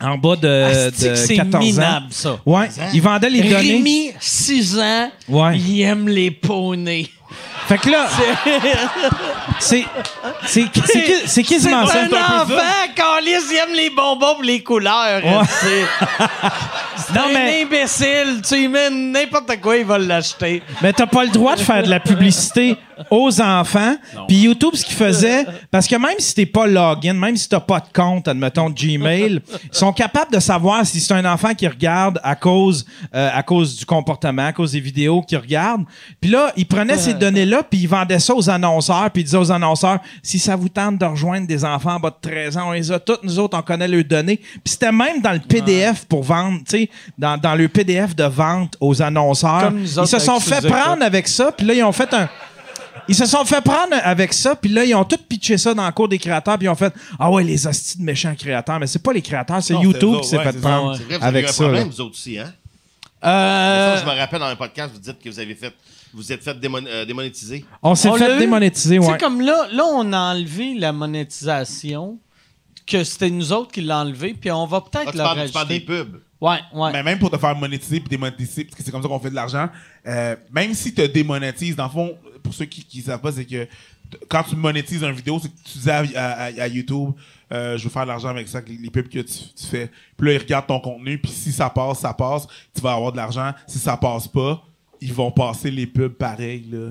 en bas de, Asti que de c'est 14 ans. minable, ça. Ouais, ils vendaient les données. Rémi, 6 ans, Ouais. il aime les poneys. Fait que là, c'est c'est c'est qui- c'est C'est quasiment ça. un enfant, Carlis, il aime les bonbons pour les couleurs. Ouais. tu sais. C'est *laughs* Non, un mais- imbécile. Tu lui mets n'importe quoi, il va l'acheter. Mais t'as pas le droit de faire de la publicité aux enfants. Puis YouTube, ce qu'ils faisait, parce que même si t'es pas login, même si t'as pas de compte, admettons Gmail, ils sont capables de savoir si c'est un enfant qui regarde à cause, euh, à cause du comportement, à cause des vidéos qu'il regarde. Puis là, ils prenaient ces données-là, puis ils vendaient ça aux annonceurs, puis ils disaient aux annonceurs, si ça vous tente de rejoindre des enfants en bas de 13 ans, on les a toutes, nous autres, on connaît leurs données. Puis c'était même dans le PDF pour vendre, tu sais, dans, dans le PDF de vente aux annonceurs. Comme nous ils autres se sont avec fait Suzette, prendre avec ça, puis là, ils ont fait un... Ils se sont fait prendre avec ça, puis là, ils ont tout pitché ça dans le cours des créateurs, puis ils ont fait « Ah ouais, les hosties de méchants créateurs. » Mais c'est pas les créateurs, c'est Non, c'est YouTube eux qui s'est autres, ouais, fait c'est prendre C'est vrai, vous avez eu avec un ça. problème, là. vous autres aussi, hein? Euh, Ça, je me rappelle dans un podcast, vous dites que vous avez fait. Vous êtes fait démon- euh, démonétiser. On s'est On l'a fait eu. démonétiser, Tu sais, ouais. comme là, là, on a enlevé la monétisation, que c'était nous autres qui l'a enlevé, puis on va Ah, peut-être tu, la parles, tu parles des rajouter. pubs. Ouais, ouais. Mais même pour te faire monétiser puis démonétiser, parce que c'est comme ça qu'on fait de l'argent, euh, même si tu démonétises, dans le fond, pour ceux qui ne savent pas, c'est que t- quand tu monétises une vidéo, c'est que tu dis à, à- à- à YouTube, euh, je veux faire de l'argent avec ça, avec les, les pubs que tu, tu fais. Puis là, ils regardent ton contenu, puis si ça passe, ça passe, tu vas avoir de l'argent. Si ça passe pas, ils vont passer les pubs pareil, là.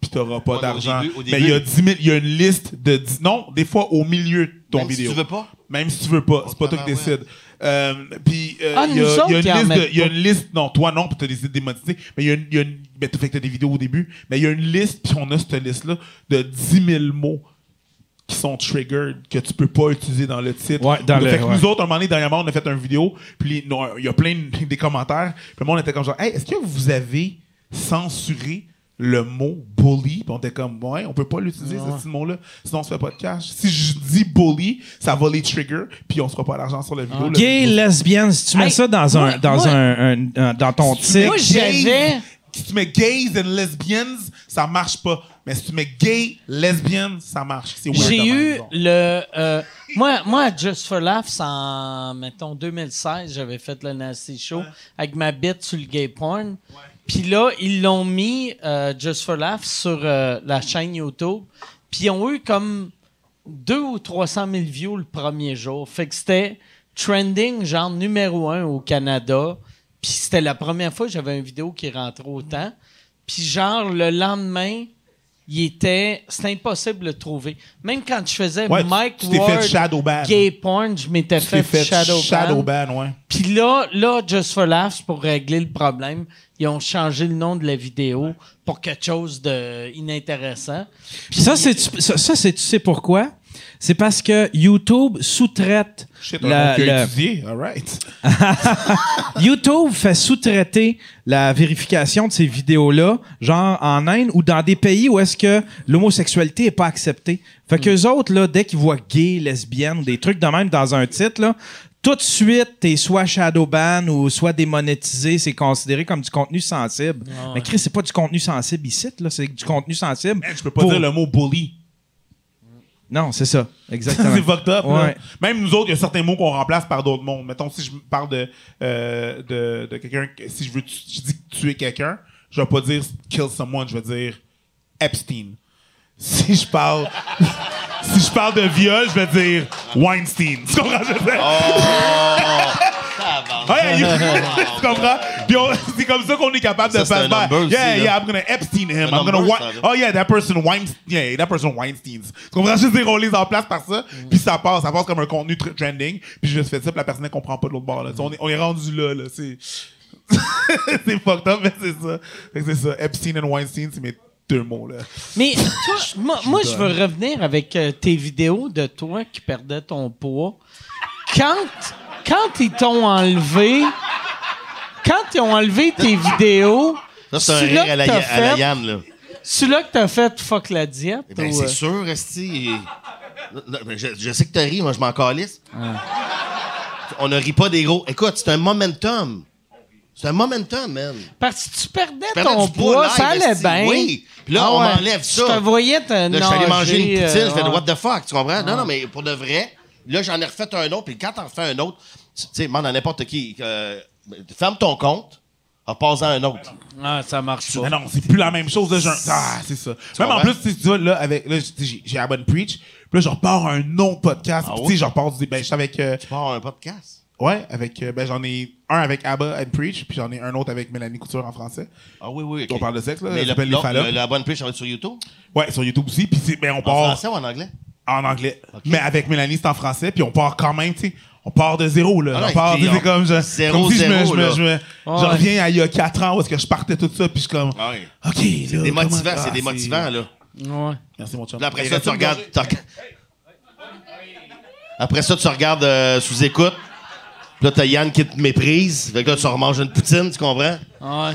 Puis t'auras pas Ouais, mais au d'argent. début- au Mais il y a début- 10 000 il y a une liste de 10 Non, des fois au milieu de ton Même si vidéo. tu veux pas? Même si tu veux pas, c'est pas toi qui Autrement, décides. Euh, puis euh, Ah, il y nous a- autres il y a une qui en liste de- mettent il y a une liste non toi non puis t'as décidé de démonétiser mais il y a une, il y a une ben, t'as fait que t'as des vidéos au début mais il y a une liste puis on a cette liste là de 10 000 mots qui sont triggered que tu peux pas utiliser dans le titre Ouais, dans fait le- que ouais. nous autres un moment donné dernièrement on a fait une vidéo puis non, il y a plein de, des commentaires puis le monde était comme genre hey est-ce que vous avez censuré le mot bully puis on était comme ouais on peut pas l'utiliser ce petit mot là sinon on se fait pas de cash si je dis bully ça va les trigger puis on se fera pas d'argent sur la vidéo Le- Gay, lesbienne, si tu mets Hey, ça dans un, moi- dans moi- un, un- un- dans ton titre. Moi, Gay. j'avais. Si tu mets gays and lesbians, ça marche pas. Mais si tu mets gay, lesbian, ça marche. C'est weird de J'ai même, eu bon. le. euh, moi, moi, à Just for Laughs, en, mettons, 2016, j'avais fait le Nasty Show avec ma bite sur le gay porn. Puis là, ils l'ont mis, euh, Just for Laughs, sur euh, la chaîne YouTube. Puis ils ont eu comme deux ou 300 000 views le premier jour. Fait que c'était trending, genre numéro un au Canada. Puis c'était la première fois que j'avais une vidéo qui rentrait autant. Puis genre, le lendemain, il était... C'était impossible de le trouver. Même quand je faisais Ouais, tu- Mike tu t'es fait Ward, shadow ban. gay porn, je m'étais Tu t'es fait, fait shadow, shadow, ban. ban, ouais. Puis là, là, Just for Laughs, pour régler le problème, ils ont changé le nom de la vidéo pour quelque chose d'inintéressant. Ça, c'est, tu- ça, ça, c'est, tu sais pourquoi? C'est parce que YouTube sous-traite. Shit, le- un mot qu'il a le- étudié, all right. YouTube fait sous-traiter la vérification de ces vidéos-là, genre en Inde ou dans des pays où est-ce que l'homosexualité est pas acceptée. Fait que qu'eux autres, là, dès qu'ils voient gay, lesbienne, des trucs de même dans un titre, là, tout de suite, t'es soit shadowban ou soit démonétisé, c'est considéré comme du contenu sensible. Mais Chris, c'est pas du contenu sensible ici, là, c'est du contenu sensible. Man, je peux pas pour- dire le mot bully. Non, c'est ça, exactement. *laughs* c'est fucked up. là. Ouais. Même nous autres, il y a certains mots qu'on remplace par d'autres mots. Mettons, si je parle de, euh, de, de quelqu'un, que- si je veux tu- je dis que tuer quelqu'un, je vais pas dire kill someone, je vais dire Epstein. Si je parle. *laughs* Si je parle de viol, je vais dire Weinstein. Tu comprends? ce que Je veux dire? Oh! *laughs* Ouais, you- *laughs* tu comprends? Puis on- c'est comme ça qu'on est capable de Ça, c'est faire un number aussi, Yeah, là. yeah, I'm gonna Epstein him. Un I'm gonna number, Wei- ça, là. Oh yeah, that person Weinstein. Yeah, that person Weinstein. Tu comprends? Je veux dire, on les emplace par ça, Mm. puis ça passe. Ça passe comme un contenu tr- trending, puis je fais ça, puis la personne ne comprend pas de l'autre bord. Là. Tu sais, On, est, on est rendu là, là. C'est *laughs* c'est fucked up, mais c'est ça. Fait que c'est ça. Epstein and Weinstein, c'est mes deux mots, là. Mais toi, moi, moi, je veux revenir avec euh, tes vidéos de toi qui perdais ton poids. Quand, quand ils t'ont enlevé, quand ils ont enlevé tes vidéos, Ça, c'est un celui-là rire à la, que t'as à la fait- Yann, là. celui-là que t'as fait fuck la diète. Eh ben, ou, euh, c'est sûr, Esti. Non, non, mais Je, je sais que t'as ri, moi, je m'en calisse. On ne rit pas des gros. Écoute, c'est un momentum. C'est un momentum, man. parce que tu perdais, Je perdais ton du poids poids, live, ça allait esti, bien. Ah oui. Puis là, on m'enlève ça. Je te voyais te Là, je suis allé manger une poutine, euh, je fais de ouais. what the fuck, tu comprends? Non, non, mais pour de vrai, là, j'en ai refait un autre, puis quand t'en refais un autre, tu sais, demande à n'importe qui, euh, ferme ton compte, repasse-en un autre. Ah, ça marche Mais pas. non, c'est plus la même chose. Là, j'ai un- Ah, c'est ça. Même en comprends? plus, tu sais, tu vois, là, avec, là, j'ai- j'ai- j'ai abonné Preach. Puis là, je repars un autre podcast. Ah puis ouais? tu sais, je repars du. Ben, j'étais avec. euh, Tu pars un podcast. ouais, avec. euh, ben, j'en ai un avec Abba and Preach. Puis j'en ai un autre avec Mélanie Couture en français. Ah oui, oui. On parle de sexe, là, Mais ça le, s'appelle les non, fallopes. le- la bonne pige, ça va être sur YouTube. Ouais, sur YouTube aussi. Puis c'est- ben, on En part français ou en anglais? en anglais. Mais avec Mélanie, c'est en français. Puis on part quand même, tu sais. On part de zéro, là. Ah non, on part, puis tu sais, on- comme, je, zéro, comme si je me, je zéro, me- là. je me- je ouais. reviens à il y a quatre ans où est-ce que je partais tout ça, puis je suis comme, Ah oui. OK, là. C'est comment- démotivant, ah, c'est démotivant, là. Ouais. Merci, mon chum. Puis après Il ça, reste tu une regardes. tu regardes- Après ça, tu regardes euh, sous écoute. Puis Là, t'as Yann qui te méprise. Fait que là, tu remanges une poutine, tu comprends? Ouais.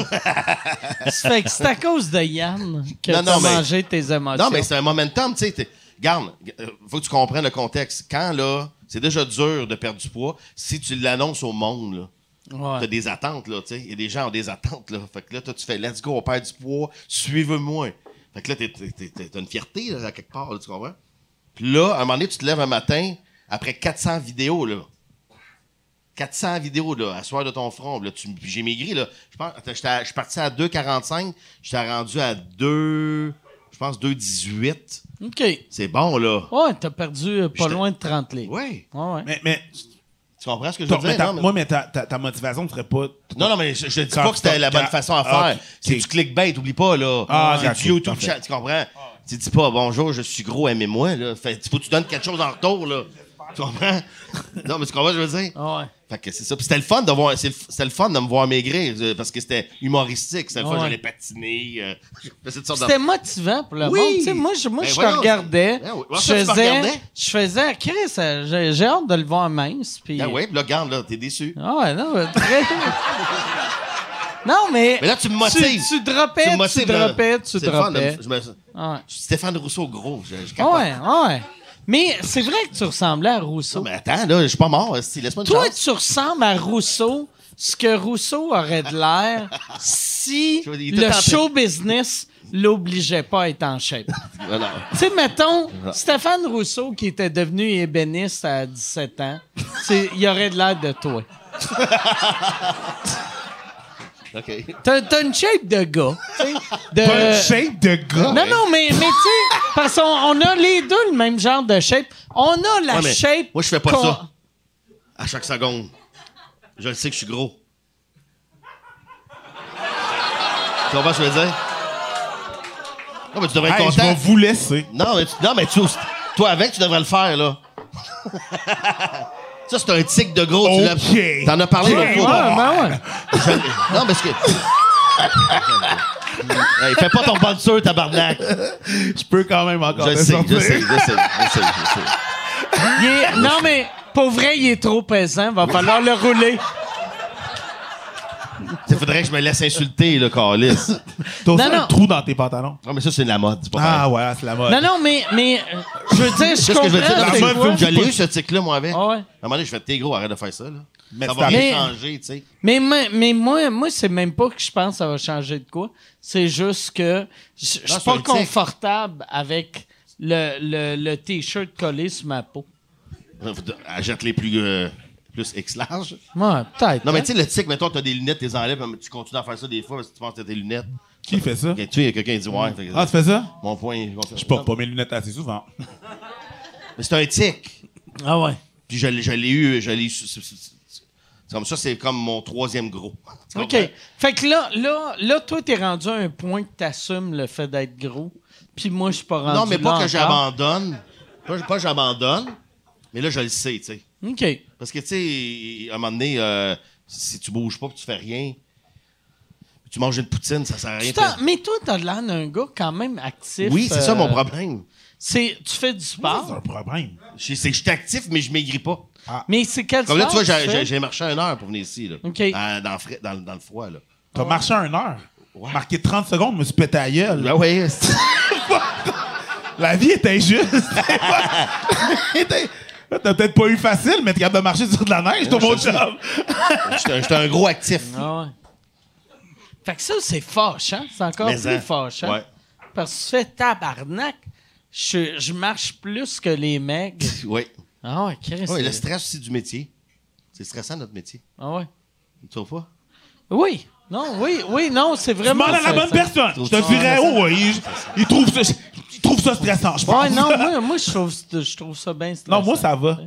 Ça fait que c'est à cause de Yann que Non, t'as non, mais- mangé tes émotions. Non, mais c'est un momentum, tu sais. t'es- Garde, euh, faut que tu comprennes le contexte. Quand, là, c'est déjà dur de perdre du poids, si tu l'annonces au monde, là. Ouais. T'as des attentes, là, tu sais. Il y a des gens qui ont des attentes, là. Fait que là, toi, tu fais, let's go, on perd du poids, suivez-moi. Fait que là, t'es- t'es- t'es- t'es- t'as une fierté, là, à quelque part, là, tu comprends? Puis là, à un moment donné, tu te lèves un matin, après 400 vidéos, là. 400 vidéos, là, à soir de ton front. Là, tu- j'ai maigri, là. Je pense, attends, j'étais à- je suis parti à 2,45, j'étais rendu à 2, je pense, 2,18. OK. C'est bon, là. Ouais, t'as perdu euh, pas J'étais- loin de 30 livres. Ouais. Ouais, ouais. Mais, mais Tu comprends ce que je T'as- veux mais dire? ta- Non, mais- Moi, mais ta, ta, ta motivation ne serait pas. Non, non, mais je, je dis Quand- pas que c'était la quand- bonne façon à ah, faire. ok. C'est du clickbait, oublie pas, là. Ah, c'est ok, du YouTube parfait. chat, tu comprends? Tu dis pas, bonjour, je suis gros, aimez-moi, là. Fait, faut que tu donnes quelque chose en retour, là. *laughs* Tu comprends? non, mais tu comprends ce que je veux dire? Ah ouais. Fait que c'est ça. Puis c'était le fun de voir, c'est le- c'était le fun de me voir maigrir, euh, parce que c'était humoristique. C'était le fun, Ouais. j'allais patiner. euh, *laughs* je faisais toutes sortes C'était de... motivant pour le Oui. monde. Tu sais, moi, je, moi, Ben je te voyons. regardais. Ben oui. Ah, Je ça, tu me faisais. regardais? Je faisais. Chris, euh, j'ai j'ai hâte de le voir mince. Puis... Ah ouais, puis là, regarde, là, t'es déçu. Ah ouais, non, mais très. *laughs* non, mais. Mais là, tu me motives. Tu, tu droppais, tu, motives, là. droppais, tu C'est le fun de- droppais. je me- Ah Stéphane Rousseau, gros, je, je Ouais, capote. ouais. ouais. Mais c'est vrai que tu ressemblais à Rousseau. Non, mais attends, là, je suis pas mort, hostie, laisse-moi une Toi, chance. tu ressembles à Rousseau, ce que Rousseau aurait de l'air si *laughs* Je veux dire, il était le en train- show business l'obligeait pas à être en shape. Voilà. Tu sais, mettons, Stéphane Rousseau, qui était devenu ébéniste à 17 ans, c'est- il aurait de l'air de toi. OK. T'as t'as une shape de gars. tu sais, de- Pas une shape Euh, de gars. Non, non, mais, mais tu sais, parce qu'on on a les deux le même genre de shape. On a la Ouais, mais shape. moi, je fais pas qu'on- ça. À chaque seconde. Je le sais que je suis gros. tu comprends ce que je veux dire? Non, mais tu devrais être Hey, je vais content. vous laisser. Non, mais, tu, non, mais tu- toi avec, tu devrais le faire, là. ça, c'est un tic de gros. tu l'as- Ok. T'en as parlé Ok, l'autre Ouais, fois. ben ouais. Je- Non, mais ce que. Hey, fais pas ton bonne tabarnak. Je peux quand même encore Je te sais, sortir. je sais, je sais, je sais, je sais. Il est- non, mais pour vrai, il est trop pesant. Va falloir le rouler. Il faudrait que je me laisse insulter, le Carlis. T'as aussi Non, non. un trou dans tes pantalons. Non, mais ça, c'est de la mode. c'est pas Ah ouais, c'est la mode. Non, non, mais, mais euh, je veux dire, je C'est ce que je veux dire. comprends. la c'est mode quoi. veut Je l'ai eu, ce tic-là, moi, avec. Ah ouais. À un moment donné, je fais, t'es gros, arrête de faire ça, là. ça c'est va arrivé. rien changer, tu sais. Mais, moi- mais moi, moi c'est même pas que je pense que ça va changer de quoi. C'est juste que je je Non, suis c'est pas un tic. confortable avec le, le, le T-shirt collé sur ma peau. Achète les plus, euh, plus X-large. Ouais, peut-être. Non, mais hein. tu sais, le tic, mettons, t'as des lunettes, t'es enlèves, mais tu continues à faire ça des fois parce que tu penses que t'as tes lunettes. Qui fait ça? Et tu sais, il y a quelqu'un qui dit, ouais. fait que- Ah, tu fais ça? Mon point. est- Je porte pas mes lunettes assez souvent. Mais c'est un tic. Ah ouais. Puis je, l'ai- je l'ai eu, je l'ai eu. c'est- c'est- c'est- c'est Comme ça, c'est comme mon troisième gros. Tu OK. comprends? Fait que là, là, là toi, t'es rendu à un point que t'assumes le fait d'être gros. Puis moi, je suis pas rendu Non, mais là pas encore. que j'abandonne. Pas, pas que j'abandonne, mais là, je le sais, tu sais. OK. Parce que, tu sais, à un moment donné, euh, si tu bouges pas, puis tu fais rien, tu manges une poutine, ça sert à rien. Tu t'en- mais toi, t'as l'air d'un gars quand même actif. Oui, c'est ça euh, mon problème. C'est, tu fais du Ça, C'est sport, un problème. Je- C'est que je suis actif, mais je maigris pas. mais c'est quel Comme là, tu sport vois, que j'ai- fais? j'ai j'ai marché une heure pour venir ici, là. OK. À- dans, le frais- dans le- dans le froid, là. T'as marché une heure. Ouais. Marqué 30 secondes, je me suis pété à gueule. Ah ouais, *laughs* c'est- La vie est *laughs* injuste. Était- Là, T'as peut-être pas eu facile, mais t'es capable de marcher sur de la neige, ton Non, mon je sais job. j'étais un- j'étais un gros actif. Ah ouais. Fait que ça, c'est fâchant. C'est encore Mais plus hein. en- fâchant. ouais. Parce que tu fais tabarnak. Je, je marche plus que les mecs. Oui. Ah ouais, Christ. Ouais, le c'est- stress aussi du métier. C'est stressant, notre métier. Ah ouais. Tu trouves pas? Oui. Non, oui, oui, non, c'est vraiment. Demande à la bonne stressant. personne. Je Ah, te dirais, oh, ouais, il, il trouve ça, il trouve ça stressant, je pense. Ouais, non, moi, moi je, trouve, je trouve ça bien stressant. *laughs* Non, moi, ça va.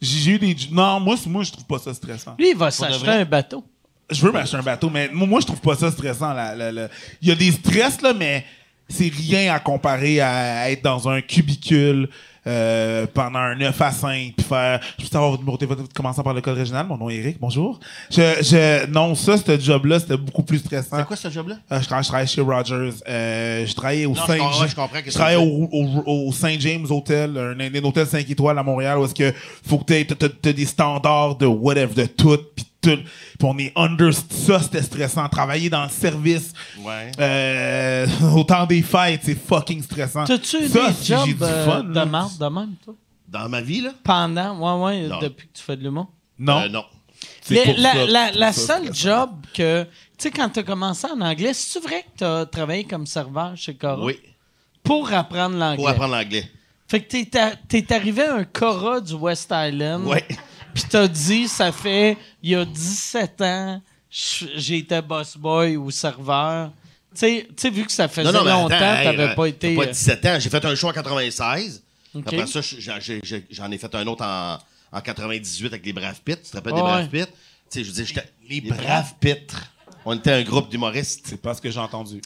J'ai eu des. Non, moi, c'est- moi je trouve pas ça stressant. Lui, il va de s'acheter vrai? un bateau. Je veux m'acheter un bateau, mais moi, moi, je trouve pas ça stressant. là, là, là. Il y a des stress, là, mais c'est rien à comparer à être dans un cubicule euh, pendant un 9 à 5, puis faire... Je peux savoir votre numéro de téléphone, commençant par le code régional. Mon nom est Eric, bonjour. Je, je, non, ça, ce job-là, c'était beaucoup plus stressant. C'est quoi ce job-là? Euh, je, tra- je travaillais chez Rogers. Euh, je travaillais au Non, je Saint comprends- ouais, je comprends qu'est-ce que travaillais tu au, au- au Saint James Hotel, un, un hôtel 5 étoiles à Montréal, où est-ce que faut que t'aies t'as- t'as- t'as des standards de whatever, de tout, puis tout. Puis on est under ça, c'était stressant. Travailler dans le service, Ouais. euh, *laughs* au temps des fêtes, c'est fucking stressant. T'as-tu Ça, des si j'ai jobs du euh, fun, de là. marde de même, toi? Dans ma vie, là? Pendant, ouais, ouais, Non. depuis que tu fais de l'humour. Non, Euh, non. c'est Le- pour la ça, la- pour la ça, seule stressant. job que. Tu sais, quand t'as commencé en anglais, c'est-tu vrai que t'as travaillé comme serveur chez Cora? Oui. Pour apprendre l'anglais. Pour apprendre l'anglais. Fait que t'es a- t'es arrivé à un Cora du West Island. Ouais. Puis t'as dit, ça fait, il y a 17 ans, je- j'étais boss boy ou serveur. Tu sais- tu sais, vu que ça faisait mais longtemps, attends, hey, t'avais euh, pas t'as été. pas euh, 17 ans. J'ai fait un show en 96. Ok. Après ça, je- j'ai- j'ai- j'en ai fait un autre en, en 98 avec les Braves Pitres. Tu te rappelles Ouais. des Braves Pitres? Tu sais, je veux dire, j'étais- Les Braves Pitres. On était un groupe d'humoristes. C'est pas ce que j'ai entendu.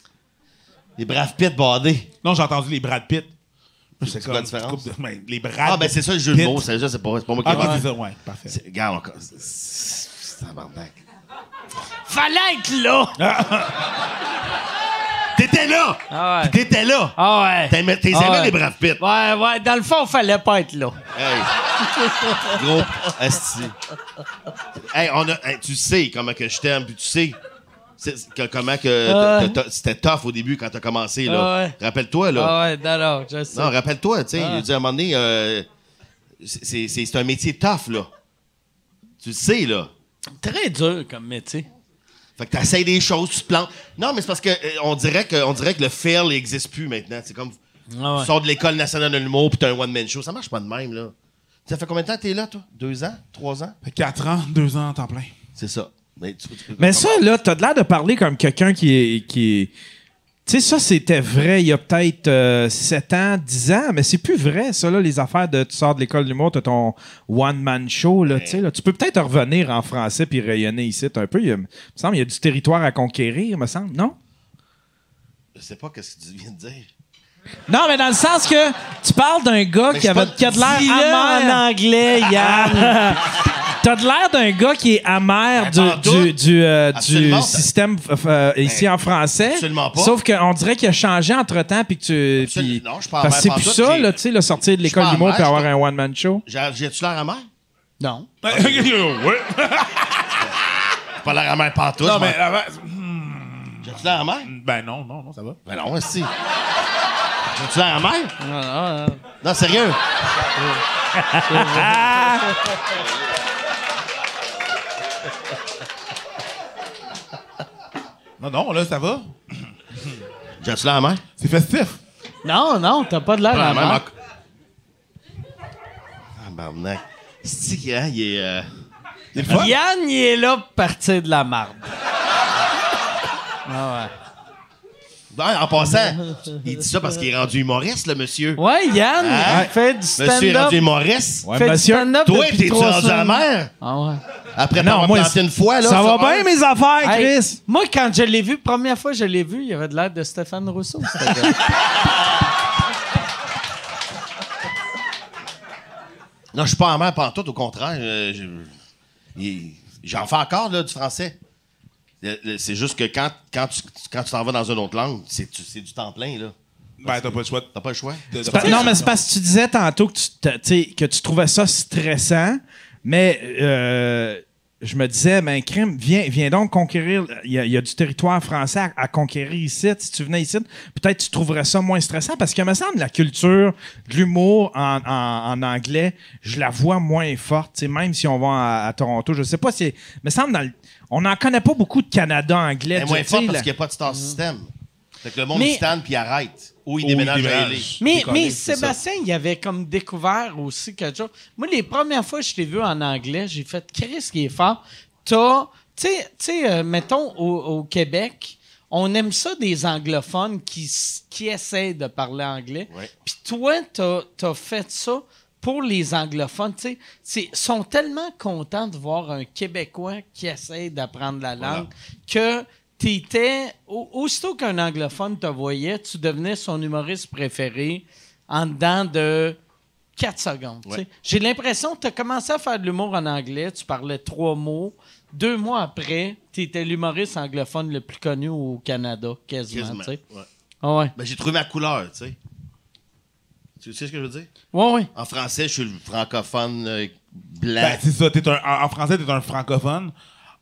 Les Braves Pitres badés. Non, j'ai entendu les Brad Pitt. C'est quoi la différence? ben, les Brad Ah, ben c'est ça le jeu de Pitt. mots. C'est ça, c'est pas, c'est pas moi qui Ah, ok, l'ai c'est fait. ça, ouais, parfait. C'est- Regarde encore. c'est- c'est- C'est un bardac. Fallait être là! T'étais là! Ah ouais. Puis T'étais là! Ah ouais. T'aimais- T'es Ah aimé, ouais. les Braves Pitres. Ouais, ouais, dans le fond, fallait pas être là. Hey. Gros asti. Hey, on a, hey, tu sais comment que je t'aime, puis tu sais c'est- que- comment que Ah ouais. t'as- t'as- c'était tough au début quand t'as commencé. là. Ah ouais. Rappelle-toi, là. Ah ouais, non, non, je sais. Non, rappelle-toi, tu sais, il a dit à un moment donné, euh, c'est- c'est c'est un métier tough, là. Tu le sais, là. Très dur comme métier. Fait que t'essayes des choses, tu te plantes. Non, mais c'est parce que euh, on dirait que, on dirait que le fail n'existe plus maintenant. C'est comme, Ah ouais. tu sors de l'école nationale de l'humour puis t'as un one-man show. Ça marche pas de même, là. Ça fait combien de temps que t'es là, toi? Deux ans? Trois ans? Fait 4 ans, 2 ans, temps plein. C'est ça. Mais, tu- tu- Mais ça, là, t'as de l'air de parler comme quelqu'un qui est. Qui est... Tu sais, ça, c'était vrai il y a peut-être 7 ans, 10 ans, mais c'est plus vrai, ça, là, les affaires de tu sors de l'école de l'humour, t'as ton one-man show, là, tu sais, là. Tu peux peut-être revenir en français puis rayonner ici un peu. Il y a- il me semble, il y a du territoire à conquérir, me semble, non? je sais pas qu'est-ce que tu viens de dire. Non, mais dans le sens que tu parles d'un gars Mais qui, c'est avait, pas- qui a de l'air amer. en anglais, Yann. *laughs* T'as de l'air d'un gars qui est amer Ben, pas en du, tout. du, du, euh, du Absolument. système euh, ici en français. absolument pas. Sauf qu'on dirait qu'il a changé entre temps puis que tu. Absolument. puis- Non, je suis pas Parce que c'est amer plus pantoute, ça, j'ai- là, tu sais, le sortir de suis pas l'école d'humour amer, puis je avoir suis- un one-man show. J'ai- J'ai-tu l'air amer? non. Ben, *laughs* J'ai pas l'air amer partout. Non, mais. ah, J'ai-tu l'air amer? ben, Ben non, non, non, ça va. Ben non, si. J'ai-tu l'air amer? Non, non, non. Non, sérieux. Non, non, là, ça va. J'ai-tu l'air amer? C'est festif. Non, non, t'as pas de l'air Pas la Ben, même amer. encore. Ah, barnac. C'est qui, hein, il est. euh, Il est le fun. Yann, il est là pour partir de la marde. Ah Ah, en passant, il dit ça parce qu'il est rendu humoriste, le monsieur. ouais. Ouais, Yann, Hein? il fait du Monsieur est rendu stand-up. humoriste. fait du stand-up Toi, depuis t'es-tu trois rendu semaines. amer? Ah ouais. Après Non, t'avoir moi, planté une fois, là. ça va bien, un? mes affaires, Hey, Chris! moi, quand je l'ai vu, première fois que je l'ai vu, il y avait de l'air de Stéphane Rousseau. ce gars. Non, je suis pas amer pantoute, au contraire. euh, je- il- J'en fais encore, là, du français. Le- le- C'est juste que quand, quand tu quand tu t'en vas dans une autre langue, c'est tu- c'est du temps plein, là. Ben, t'as pas le choix de. T'as pas le choix. de- Pa- non, mais c'est parce que tu disais tantôt que tu, te- tu sais, que tu trouvais ça stressant, mais euh, je me disais, ben, crime, viens, viens donc conquérir. Il y, a- il y a du territoire français à, à conquérir ici. Si tu venais ici, peut-être tu trouverais ça moins stressant parce que, me semble, la culture de l'humour en, en- en anglais, je la vois moins forte. tu sais, Même si on va à, à Toronto, je sais pas si. Me semble, dans le- on n'en connaît pas beaucoup de Canada anglais. Mais tu moins sais, fort parce là. qu'il n'y a pas de star system. Fait que le monde Mais- il stand puis il arrête. Ou il Ou il déménage à déménage. LA. Mais, Décoller, mais c'est ça. Sébastien, il avait comme découvert aussi quelque chose. Moi, les premières fois que je t'ai vu en anglais, j'ai fait Chris qui est fort. T'as, tu sais- tu sais, euh, mettons au, au Québec, on aime ça des anglophones qui, s- qui essaient de parler anglais. Ouais. Puis toi, t'as as fait ça pour les anglophones. Tu sais, C'est- sont tellement contents de voir un Québécois qui essaie d'apprendre la langue que t'étais au- aussitôt qu'un anglophone te voyait, tu devenais son humoriste préféré en dedans de 4 secondes. tu sais. Ouais. J'ai l'impression que tu as commencé à faire de l'humour en anglais, tu parlais trois mots. Deux mois après, tu étais l'humoriste anglophone le plus connu au Canada, quasiment. Quasiment, tu sais. ouais. Ah ouais. Ben, j'ai trouvé ma couleur, tu sais. Tu sais ce que je veux dire? Ouais, ouais. En français, je suis le francophone euh, blanc. Ben, c'est ça. T'es un, en, en français, t'es un francophone.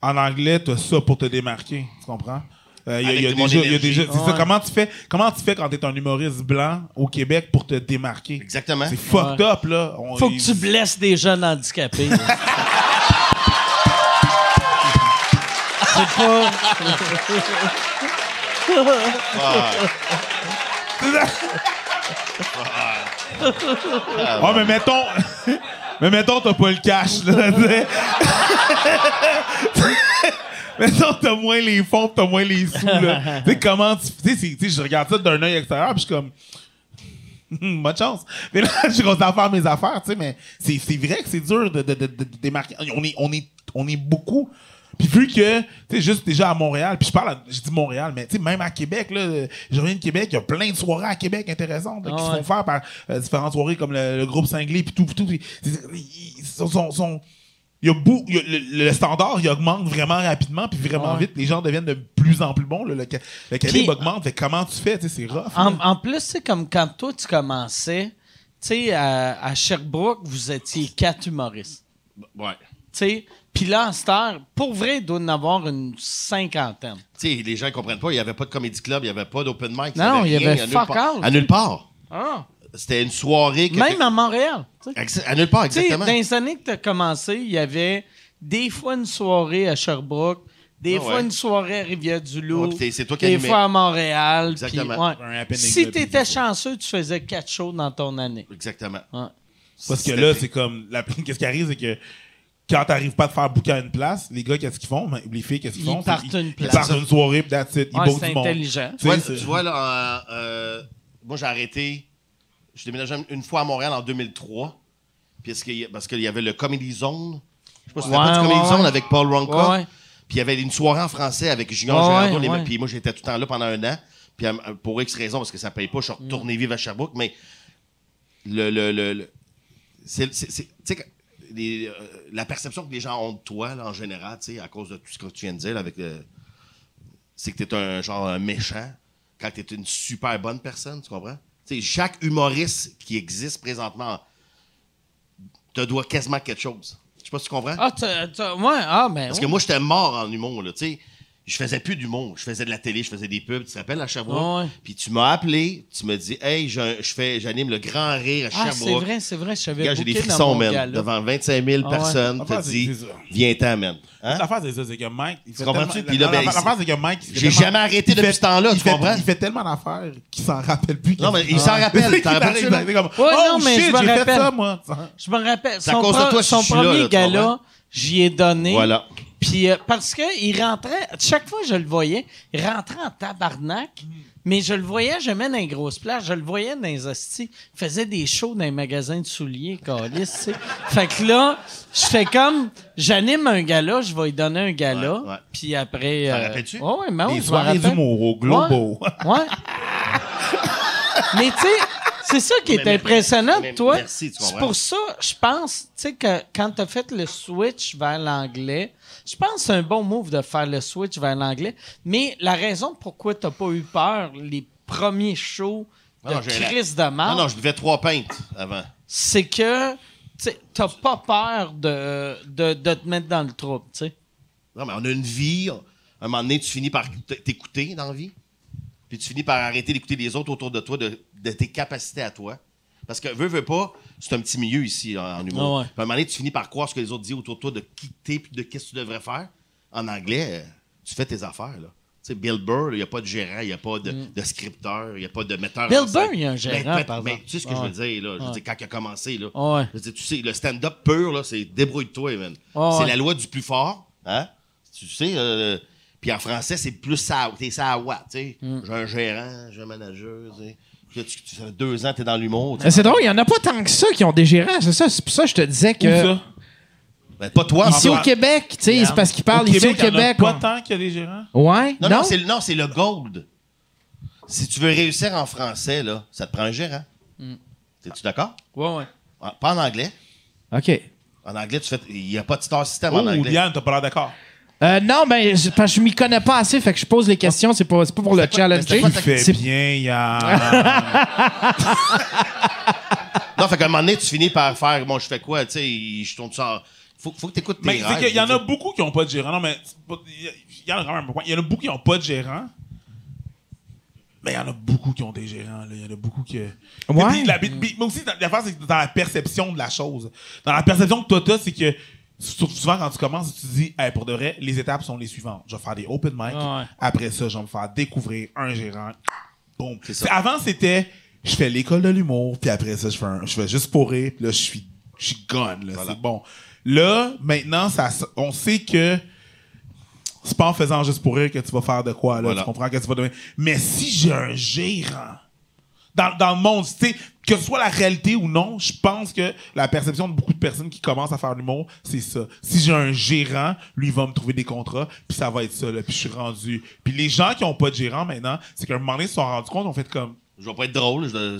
En anglais, t'as ça pour te démarquer. Tu comprends? Euh, y a- y a Avec des mon jeux- y a énergie. des jeux- c'est Ouais. ça. Comment tu fais? Comment tu fais quand t'es un humoriste blanc au Québec pour te démarquer? Exactement. C'est fucked Ouais. up là. On- Faut que ils- tu blesses des jeunes handicapés. C'est pas. Ah, mais mettons, *laughs* mais mettons, t'as pas le cash, là, tu sais. *laughs* mettons, t'as moins les fonds, pis *laughs* t'as moins les sous, là. Tu sais, comment tu. Tu sais, c'est- tu sais, je regarde ça d'un œil extérieur, pis je suis comme. *laughs* Hum, Bonne chance. Mais là, je continue à faire mes affaires, tu sais, mais c'est, c'est vrai que c'est dur de, de, de, de- de démarquer. On est, on, est, on est beaucoup. Puis vu que, tu sais, juste déjà à Montréal, puis je parle, à- je dis Montréal, mais tu sais, même à Québec, là, je reviens de Québec, il y a plein de soirées à Québec intéressantes là, qui Ah se ouais. font faire par euh, différentes soirées comme le, le groupe Cinglé, puis tout, puis tout. puis c'est- ils sont- sont- sont- il y a beau- il y a le, le standard, il augmente vraiment rapidement, puis vraiment vite, les gens deviennent de plus en plus bons, là, le, ca- le calibre Puis- augmente, fait que comment tu fais, tu sais, c'est rough. En, en plus, c'est comme quand toi, tu commençais, tu sais, à, à Sherbrooke, vous étiez quatre humoristes. Ouais. Tu sais, puis là, en star, pour vrai, il doit en avoir une cinquantaine. Tu sais, les gens ne comprennent pas, il n'y avait pas de comédie club, il n'y avait pas d'open mic. Non, il y rien, avait à nulle fuck part- all. À nulle part. Ah. C'était une soirée. que Même t'es- à Montréal. tu sais. Exa- À nulle part, Tu sais, exactement. dans les années que tu as commencé, il y avait des fois une soirée à Sherbrooke, des Ah fois ouais. une soirée à Rivière-du-Loup, Ouais, puis t'es- c'est toi qui des animais. fois à Montréal. puis Exactement. ouais. Un happening, Si là, tu étais chanceux, tu faisais quatre shows dans ton année. Exactement. Ouais. Parce que C'était là, fait. c'est comme. la- *laughs* Qu'est-ce qui arrive, c'est que quand t'arrives pas à te faire bouquer à une place, les gars, qu'est-ce qu'ils font? Ben, les filles, qu'est-ce Ils qu'ils font? C'est- partent ils- une place. Ils partent une soirée, puis that's it. Ils Ouais, bookent c'est du monde. intelligent. Tu Tu vois, sais, tu c'est- vois, là, euh, euh, moi, j'ai arrêté. Je déménageais une fois à Montréal en 2003. Puisque, y- parce qu'il y avait le Comedy Zone. Je sais pas si tu te Ouais, rappelles du Comedy ouais, Zone ouais. avec Paul Ronca. Ouais, ouais. Puis il y avait une soirée en français avec Julien Ouais, Girardot, ouais, les- ouais. Puis moi, j'étais tout le temps là pendant un an. Puis euh, pour X raison, parce que ça paye pas, je suis retourné vivre à Sherbrooke. Mais le. le, le, le- c'est- c'est- c'est- tu sais, que les, euh, la perception que les gens ont de toi, là, en général, tu sais, à cause de tout ce que tu viens de dire, là, avec euh, le- c'est que t'es un genre un méchant quand t'es une super bonne personne, tu comprends? Tu sais, chaque humoriste qui existe présentement te doit quasiment quelque chose. Je sais pas si tu comprends. Ah, t'as- t'as- ouais, ah, ben. Parce ouais. que moi, j'étais mort en humour, là, tu sais. Je faisais plus d'humour. Je faisais de la télé, je faisais des pubs, tu te rappelles, à Sherbrooke? Ouais, ouais. Puis tu m'as appelé, tu me dis, hey, je, je fais, j'anime le grand rire à Ah, c'est Sherbrooke. vrai, c'est vrai, je savais Regarde, j'ai des booké frissons, dans mon man. gala. Devant 25 000 Ah ouais. personnes, Enfin, t'as c'est- dit, c'est ça. viens-t'en, man. Hein? L'affaire, c'est ça, c'est que Mike. Il fait comprends-tu? tellement- Puis là, ben, l'affaire- l'affaire, c'est que Mike. il fait J'ai tellement- jamais arrêté il depuis fait- ce temps-là, il tu fait- comprends? Il fait tellement d'affares qu'il s'en rappelle plus. Ah. Non, mais il s'en rappelle, t'en rappelles-tu, *laughs* Il là? est comme. Ouais, non, oh, mais je shit, me j'ai fait rappelle. ça, moi. Je me rappelle, C'est son, à cause de pre- toi que je son suis là, premier là, tu gala, comprends? j'y ai donné. Voilà. Puis euh, parce que il rentrait, chaque fois que je le voyais, il rentrait en tabarnak, mais je le voyais jamais dans les grosses places, je le voyais dans les hosties. Il faisait des shows dans les magasins de souliers, câlisse, tu *laughs* sais. Fait que là, je fais comme, j'anime un gala, je vais lui donner un gala, Ouais, ouais. puis après... T'en euh, rappelles-tu? Ouais, ouais, mais Des oui, je me soirées rappelle. d'humour au Globo. *laughs* Ouais. ouais. mais tu sais, c'est ça qui est Mais- mais- impressionnant de mais- toi. merci, tu C'est comprends. pour ça, je pense, tu sais, que quand tu as fait le switch vers l'anglais, je pense que c'est un bon move de faire le switch vers l'anglais. Mais la raison pourquoi tu pas eu peur les premiers shows de Non, non, j'ai la- crise de Non, marde, non, je buvais trois pintes avant. c'est que tu n'as pas peur de, de, de te mettre dans le trouble, tu sais. Non, mais on a une vie. À un moment donné, tu finis par t- t'écouter dans la vie. Puis tu finis par arrêter d'écouter les autres autour de toi, de, de tes capacités à toi. Parce que, veux, veux pas, c'est un petit milieu ici en, en humour. Ah ouais. Puis à un moment donné, tu finis par croire ce que les autres disent autour de toi, de quitter, puis de qu'est-ce que tu devrais faire. En anglais, euh, tu fais tes affaires, là. Tu sais, Bill Burr, il n'y a pas de gérant, il n'y a pas de, de scripteur, il n'y a pas de metteur Mm. Bill en scène. Burr, il y a un gérant, Mais, mais- par mais exemple. tu sais ce que Ah je ouais. veux dire, là. Je Ah veux dire, quand il a commencé, là. Ah ouais. Je veux dire, tu sais, le stand-up pur, là, c'est débrouille-toi, man. Ah c'est ouais. la loi du plus fort, hein? Tu sais, euh, puis en français, c'est plus ça, t'es ça à what, tu sais. Mm. J'ai un gérant, j'ai un manager, tu sais. Puis là, tu, tu- ça fait deux ans, t'es dans l'humour, tu sais. C'est drôle, il n'y en a pas tant que ça qui ont des gérants. C'est ça, c'est pour ça que je te disais que. Ben, pas toi, Ici en au fait. Québec, tu sais, c'est parce qu'ils parlent ici au Québec. Pas on- tant qu'il y a des gérants. Ouais, Non, non, c'est le- non, c'est le gold. Si tu veux réussir en français, là, ça te prend un gérant. Mm. T'es-tu d'accord? Ouais, ouais. En- Pas en anglais. OK. En anglais, tu fais. Il n'y a pas de star system en Oh, anglais. Diane, t'as pas l'air d'accord. Euh, non, ben, je- parce que je m'y connais pas assez, fait que je pose les questions, c'est pas, c'est pas pour le C'est quoi- c'est challenger. quoi Tu fais C'est- bien, Yann. Non, fait qu'à un moment donné, tu finis par faire, bon, je fais quoi, tu sais, je tourne ça. en- Faut, faut que t'écoutes tes Mais c'est rêves, qu'il y en tu sais. a beaucoup qui n'ont pas de gérant. Non, mais c'est pas- il y- il y en a quand même un point. Il y en a beaucoup qui n'ont pas de gérant. Mais il y en a beaucoup qui ont des gérants. là. Il y en a beaucoup qui. Mais, puis la- puis- mais aussi, l'affaire, c'est que dans la perception de la chose. Dans la perception que toi, t'as, c'est que. Surtout souvent, quand tu commences, tu te dis, Hey, pour de vrai, les étapes sont les suivantes. Je vais faire des open mic. Ouais. Après ça, je vais me faire découvrir un gérant. Boum. ça. C'est- Avant, c'était, je fais l'école de l'humour, puis après ça, je fais, un- je fais juste pour rire, puis là, je suis, je suis gone, là. C'est bon. Là, maintenant, ça, s- on sait que c'est pas en faisant juste pour rire que tu vas faire de quoi, là. Voilà. Tu comprends que tu vas devenir. Mais si j'ai un gérant dans, dans le monde, tu sais, que ce soit la réalité ou non, je pense que la perception de beaucoup de personnes qui commencent à faire de l'humour, c'est ça. Si j'ai un gérant, lui il va me trouver des contrats, puis ça va être ça, là, puis je suis rendu. Puis les gens qui ont pas de gérant maintenant, c'est qu'à un moment donné, ils se sont rendus compte, on fait comme Je vais pas être drôle. Je...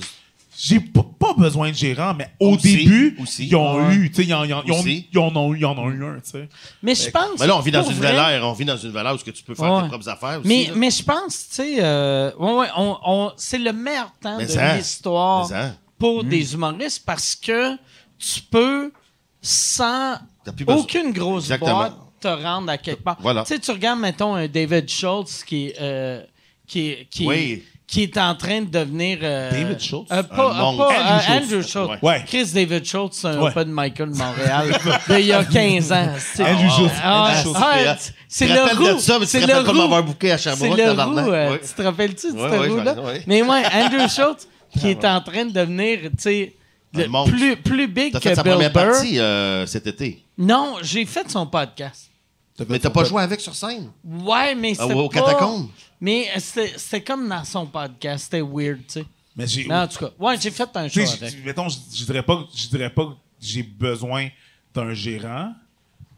j'ai pas, pas besoin de gérant, mais au Aussi, début, aussi. ils ont Ouais. eu, tu sais, ils en ils en- ils en- Aussi. ils en ont eu, ils en ont eu un, tu sais. Mais je pense. *laughs* Mais là, on vit dans pour une vrai, valeur. On vit dans une valeur où est-ce que tu peux faire Ouais. tes propres affaires aussi. Mais, là. mais je pense, tu sais, euh, ouais, ouais, on, on- c'est le meilleur temps Mais de ça, l'histoire mais ça. Hmm. pour des humoristes parce que tu peux, sans T'as plus besoin- aucune grosse Exactement. boîte, te rendre à quelque part. Voilà. Tu sais, tu regardes, mettons, un David Schultz qui est. euh, qui, est- qui, est- Oui. qui est en train de devenir. euh, David Schultz? euh, pas, Un euh, monstre. pas, euh, Andrew Schultz. Andrew Schultz. Ouais. Ouais. Chris David Schultz, c'est un Ouais. open Michael de Montréal *laughs* d'il y a 15 ans. tu sais. Andrew Schultz. Ah, Andrew ah, Schultz. ah, C'est Tu te le rappelles de roux. ça, mais tu C'est te le rappelles comment roux. avoir bouqué à C'est Sherbrooke, le roux, tabarnak. euh, Ouais. tu te rappelles-tu de Ouais, ce ouais, je roux-là? me rappelle, ouais. Mais ouais, *laughs* Andrew Schultz, qui est en train de devenir, tu sais, Un le monstre. plus, plus big T'as que fait sa Bill première Burr. partie euh, cet été. Non, j'ai fait son podcast. Mais t'as pas joué avec sur scène? Ouais, mais Ah, c'était ouais, au pas- Catacombe? Mais euh, c'était c'était comme dans son podcast, c'était weird, tu sais. Mais j'ai. Mais en tout cas, ouais, j'ai fait un show Tu sais, avec. je- mettons, je, je dirais pas, je dirais pas que j'ai besoin d'un gérant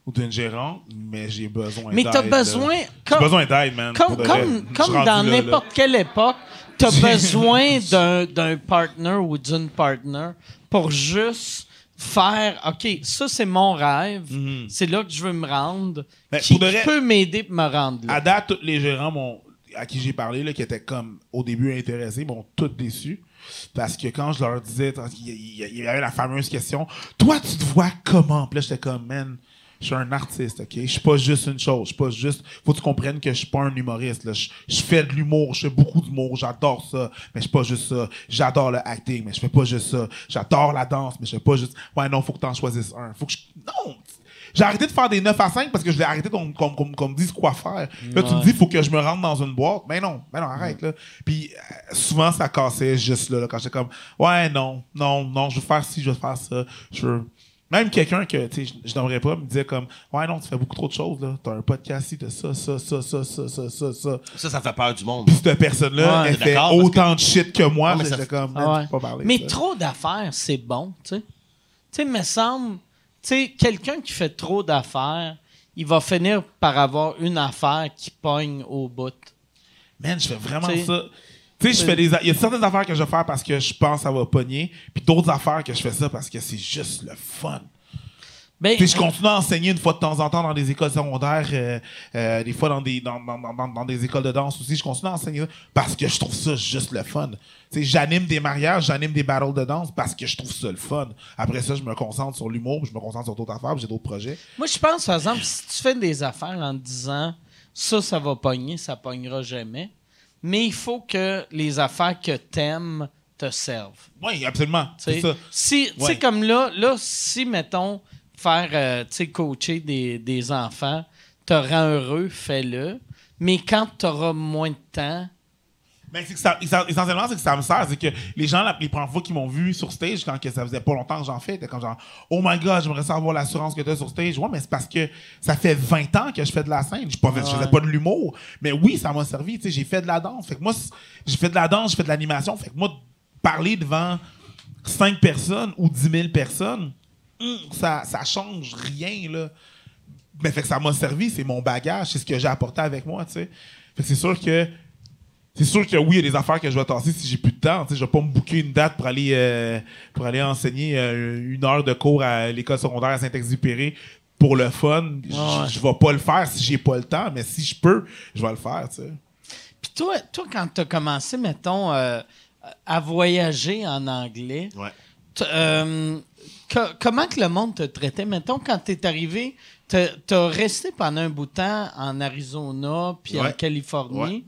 ou d'une gérante, mais j'ai besoin Mais d'aide. t'as là. besoin- J'ai comme- besoin d'aide, man. Comme, pour de vrai. comme, Je suis comme rendu dans là, là. n'importe quelle époque, tu *laughs* as besoin d'un, d'un partner ou d'une partner pour juste faire OK, ça c'est mon rêve, c'est là que je veux me rendre. Mhm. Ben, qui pour de vrai- peut m'aider pour me rendre là? À date, tous les gérants m'ont- à qui j'ai parlé, là, qui étaient comme au début intéressés, m'ont tous déçus. Parce que quand je leur disais, parce qu'il y- il y, il y avait la fameuse question Toi, tu te vois comment Puis là, j'étais comme, man, je suis un artiste, OK Je suis pas juste une chose. Je suis pas juste. Faut que tu comprennes que je suis pas un humoriste. Là. Je, je fais de l'humour, je fais beaucoup d'humour, j'adore ça, mais je suis pas juste ça. J'adore le acting, mais je fais pas juste ça. J'adore la danse, mais je fais pas juste. Ouais, non, faut que t'en choisisses un. Faut que je. Non j'ai arrêté de faire des 9 à 5 parce que je voulais arrêter qu'on qu'on- qu'on- qu'on me dise quoi faire. Là, tu me dis, faut que je me rentre dans une boîte. Mais non, mais non, arrête, là. Puis euh, souvent, ça cassait juste là, là, quand j'étais comme, ouais, non, non, non, je veux faire ci, je veux faire ça. Je veux. Même quelqu'un que, tu sais, je- je n'aimerais pas, me disait comme, ouais, non, tu fais beaucoup trop de choses, là. T'as un podcast ci, t'as ça, ça, ça, ça, ça, ça, ça, ça. Ça, ça fait peur du monde. Puis cette personne-là, Ouais, elle fait d'accord, parce autant de shit que moi, Non, mais mais ça- j'étais comme, Ah Man, ouais. tu peux pas parler. Mais de ça. trop d'affaires, c'est bon, tu sais. Tu sais, me semble, tu sais, quelqu'un qui fait trop d'affaires, il va finir par avoir une affaire qui pogne au bout. Man, je fais vraiment T'sais. ça. Tu sais, je fais des. a- Il y a certaines affaires que je vais faire parce que je pense que ça va pogner, puis d'autres affaires que je fais ça parce que c'est juste le fun. Ben, Tu sais, je continue à enseigner une fois de temps en temps dans des écoles secondaires, euh, euh, des fois dans des, dans, dans, dans, dans- dans des écoles de danse aussi. Je continue à enseigner ça parce que je trouve ça juste le fun. Tu sais, j'anime des mariages, j'anime des battles de danse parce que je trouve ça le fun. Après ça, je me concentre sur l'humour, puis je me concentre sur d'autres affaires, puis j'ai d'autres projets. Moi, je pense, par exemple, si tu fais des affaires en te disant ça, ça va pogner, ça pognera jamais, mais il faut que les affaires que t'aimes te servent. Oui, absolument. tu sais. C'est ça. Si, tu sais, Ouais. comme là, là, si, mettons, faire, euh, tu sais, coacher des, des enfants te rend heureux, fais-le. Mais quand tu auras moins de temps, Mais c'est que ça, ça- essentiellement, c'est que ça me sert. C'est que les gens, la- les premières fois qu'ils m'ont vu sur stage, quand que ça faisait pas longtemps que j'en fais, étaient comme genre, oh my god, j'aimerais savoir l'assurance que t'as sur stage. Ouais, mais c'est parce que ça fait 20 ans que je fais de la scène. Je, pas, je faisais pas de l'humour. Mais oui, ça m'a servi. Tu sais, j'ai fait de la danse. Fait que moi, c'est- j'ai fait de la danse, j'ai fait de l'animation. Fait que moi, parler devant 5 personnes ou 10 000 personnes, hum, ça, ça change rien, là. Mais fait que ça m'a servi, c'est mon bagage, c'est ce que j'ai apporté avec moi, tu sais. Fait que c'est sûr que c'est sûr que oui, il y a des affaires que je vais tasser si j'ai plus de temps. Tu sais, Je vais pas me booker une date pour aller, euh, pour aller enseigner euh, une heure de cours à l'école secondaire à Saint-Exupéry pour le fun. Je- Je vais pas le faire si j'ai pas le temps, mais si je peux, je vais le faire. tu sais. puis toi, toi quand tu as commencé, mettons, euh, à voyager en anglais, Ouais. T- euh, co- comment que le monde te traitait? Mettons, quand tu es arrivé, tu as resté pendant un bout de temps en Arizona puis en Ouais. Californie.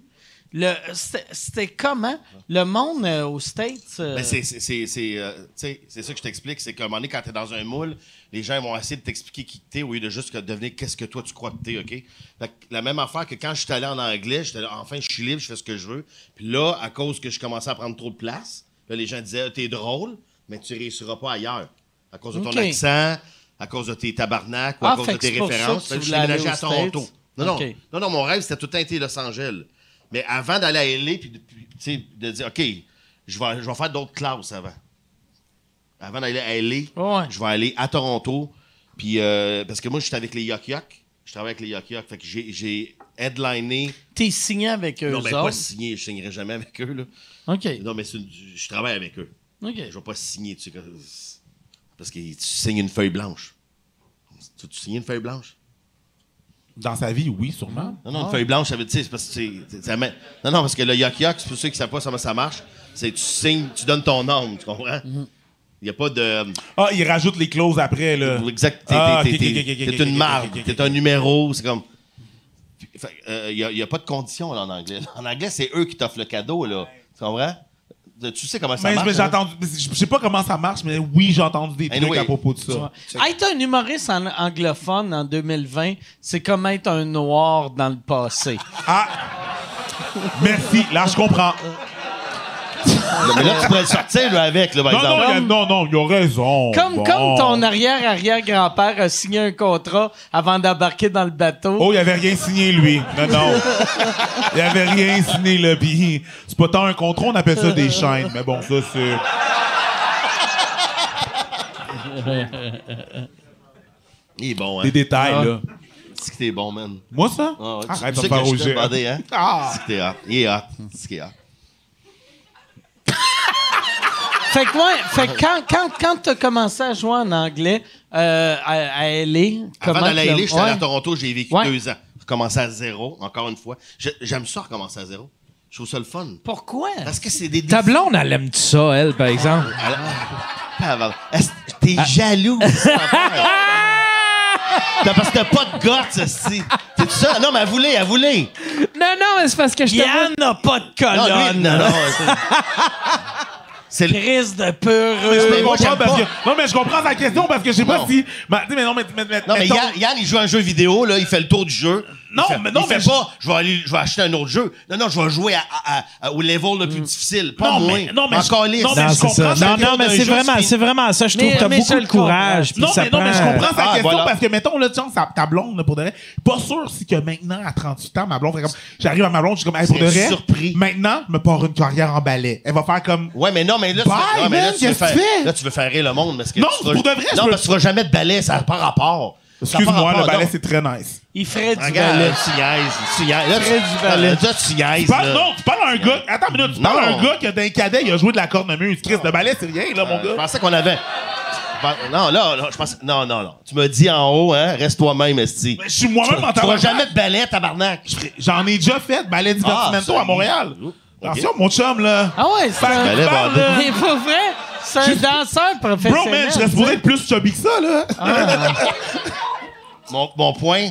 Le- C'était c'était comment? Le monde euh, aux States. euh, Mais Ben, c'est- c'est- c'est c'est, euh, tu sais, c'est ça que je t'explique. C'est qu'à un moment donné, quand t'es dans un moule, les gens ils vont essayer de t'expliquer qui que t'es au lieu de juste que devenir qu'est-ce que toi tu crois que t'es, OK? Fait que la même affaire que quand je suis allé en anglais, j'étais là, enfin, je suis libre, je fais ce que je veux. Puis là, à cause que je commençais à prendre trop de place, là, les gens disaient, Ah, t'es drôle, mais tu réussiras pas ailleurs. À cause de ton OK. accent, à cause de tes tabarnak ou Ah, à cause fait de que tes c'est pour ça que références. tu Fait que je suis voulais aller déménagé à aux States. Toronto. Non, non. OK. Non, non, mon rêve, c'était tout le temps été Los Angeles. Mais avant d'aller à LA, puis de, puis, tu sais, de dire, OK, je vais, je vais faire d'autres classes avant. avant d'aller à LA, Ouais. je vais aller à Toronto. Puis, euh, parce que moi, je suis avec les Yuck Yuck. Je travaille avec les Yuck Yuck. Fait que j'ai- j'ai headliné. T'es signé avec eux non, mais autres. pas signé. Je signerai jamais avec eux. Là. OK. Non, mais c'est une- je travaille avec eux. OK. Je vais pas signer. Tu sais, que- parce que tu signes une feuille blanche. Tu, tu signes une feuille blanche? Dans sa vie, oui, sûrement. Non, non, une feuille blanche, ça veut dire, c'est parce que c'est- c'est- ça met- Non, non, parce que le yuck yuck, c'est pour ceux qui savent pas comment ça marche, c'est tu signes, tu donnes ton nom, tu comprends? Il Mhm. n'y a pas de. Ah, il rajoute les clauses après, là. Pour exact, t'es, Ah, t'es- ok, t'es- ok, ok, t'es ok, ok, une ok, marde, ok, ok, t'es un numéro, c'est comme. Il n'y a, y a pas de condition là, en anglais. *laughs* En anglais, c'est eux qui t'offrent le cadeau, là. Tu comprends? Tu sais comment ça Mais marche. mais j'ai hein? entendu, mais je je sais pas comment ça marche, mais oui, j'ai entendu des trucs Anyway. à propos de ça. Ouais. Être un humoriste en- anglophone en 2020, c'est comme être un noir dans le passé. Ah! Merci, là, je comprends. Non, mais là, tu pourrais le sortir, là, avec, là, par Non, exemple. non, il y a- non, non, il a raison. Comme, Bon. comme ton arrière-arrière-grand-père a signé un contrat avant d'embarquer dans le bateau. Oh, il avait rien signé, lui. Non, non. Il avait rien signé, là. Puis, c'est pas tant un contrat, on appelle ça des chaînes. Mais bon, ça, c'est. Il est bon, hein. Des détails, là. C'est que t'es bon, man. Moi, ça? Ah, ouais. Arrête de Tu- tu me sais faire que je t'ai rougir. demandé, hein? Ah! C'est que t'es hot. Il est hot. C'est qu'il est hot. Fait que, ouais, fait que quand, quand, quand t'as commencé à jouer en anglais euh, à, à LA, Avant d'aller à tu l'as- LA, j'étais allé à Ouais. Toronto, j'ai vécu Ouais. deux ans. Recommencer à zéro, encore une fois. Je- J'aime ça, recommencer à zéro. Je trouve ça le fun. Pourquoi? Parce que c'est des Ta défis. blonde, elle aime ça, elle, par *laughs* exemple? Elle- Ah, pardon. Est-ce- T'es Ah. jaloux. *laughs* cette affaire. T'as- Parce que t'as pas de guts, si. T'es tout ça? Non, mais elle voulait, elle voulait. Non, non, mais c'est parce que je te vois- Yann n'a pas de Non, colonne. lui, non, non. C'est le. Crise de Je peureux. Mais moi, comprends j'aime parce pas. que- Non, mais je comprends ta question parce que je sais pas Non. si. Ma- tu sais, Mais non, mais. mais- mais- Non, mais mettons- Yann, Yann, il joue à un jeu vidéo, là, il fait le tour du jeu. Il Non, fait- mais non, il fait mais je- pas, je vais, aller, je vais acheter un autre jeu. Non, non, je vais jouer à- à- à- au level le plus difficile. Pas Mm. Non, moins. mais- non, mais je- Encore lisse. non, mais je c'est comprends ça. ta Non, non, question mais d'un c'est jeu, vraiment, c'est vraiment ça. Je trouve Mais- que t'as mais je beaucoup le de courage. puis Non, ça mais, non, mais je prend- comprends sa Ah, question voilà. parce que, mettons, là, tu sais, ta, ta blonde, là, pour de vrai, pas sûr si que maintenant, à 38 ans, ma blonde, fait comme, j'arrive à ma blonde, je suis comme, hey, pour de Serais vrai, surpris. maintenant, je me pars une carrière en ballet. Elle va faire comme, Ouais, mais non, mais là, Bye, tu, veux- non, mais là, man, tu veux qu'est-ce que faire, tu fais? là, tu veux faire rire le monde. Parce que Non, tu feras- pour de vrai, je Non, veux- parce que tu feras jamais de balai, ça n'a pas rapport. Ça n'a pas excuse-moi, le rapport, ballet, non. c'est très nice. Il ferait du Regarde, ballet. là, tu niaises, tu niaises. Là, Fais tu- du ballet. là, toi, tu niaises, Tu parles, là. non, tu parles à un gars, attends une minute, tu Non. parles à un gars qui a d'un cadet, il a joué de la cornemuse. Chris, le ballet, c'est rien, là, mon Euh, Je gars. pensais qu'on avait. Non, là, là, je pensais. Non, non, non. Tu me dis en haut, hein, reste toi-même, Esti. Je suis moi-même en Tu feras tabarnak. jamais de balai, tabarnak. Ah, J'en ai déjà fait, ballet divertimento ça- à Montréal. Ouh, ok. Attention, mon chum, là. Ah ouais, c'est Parle- un... ballet, parle, bandé. là. *laughs* Mais pour vrai, c'est un danseur professionnel. Bro, man, je serais supposé être plus chubby que ça, là. Mon, mon point,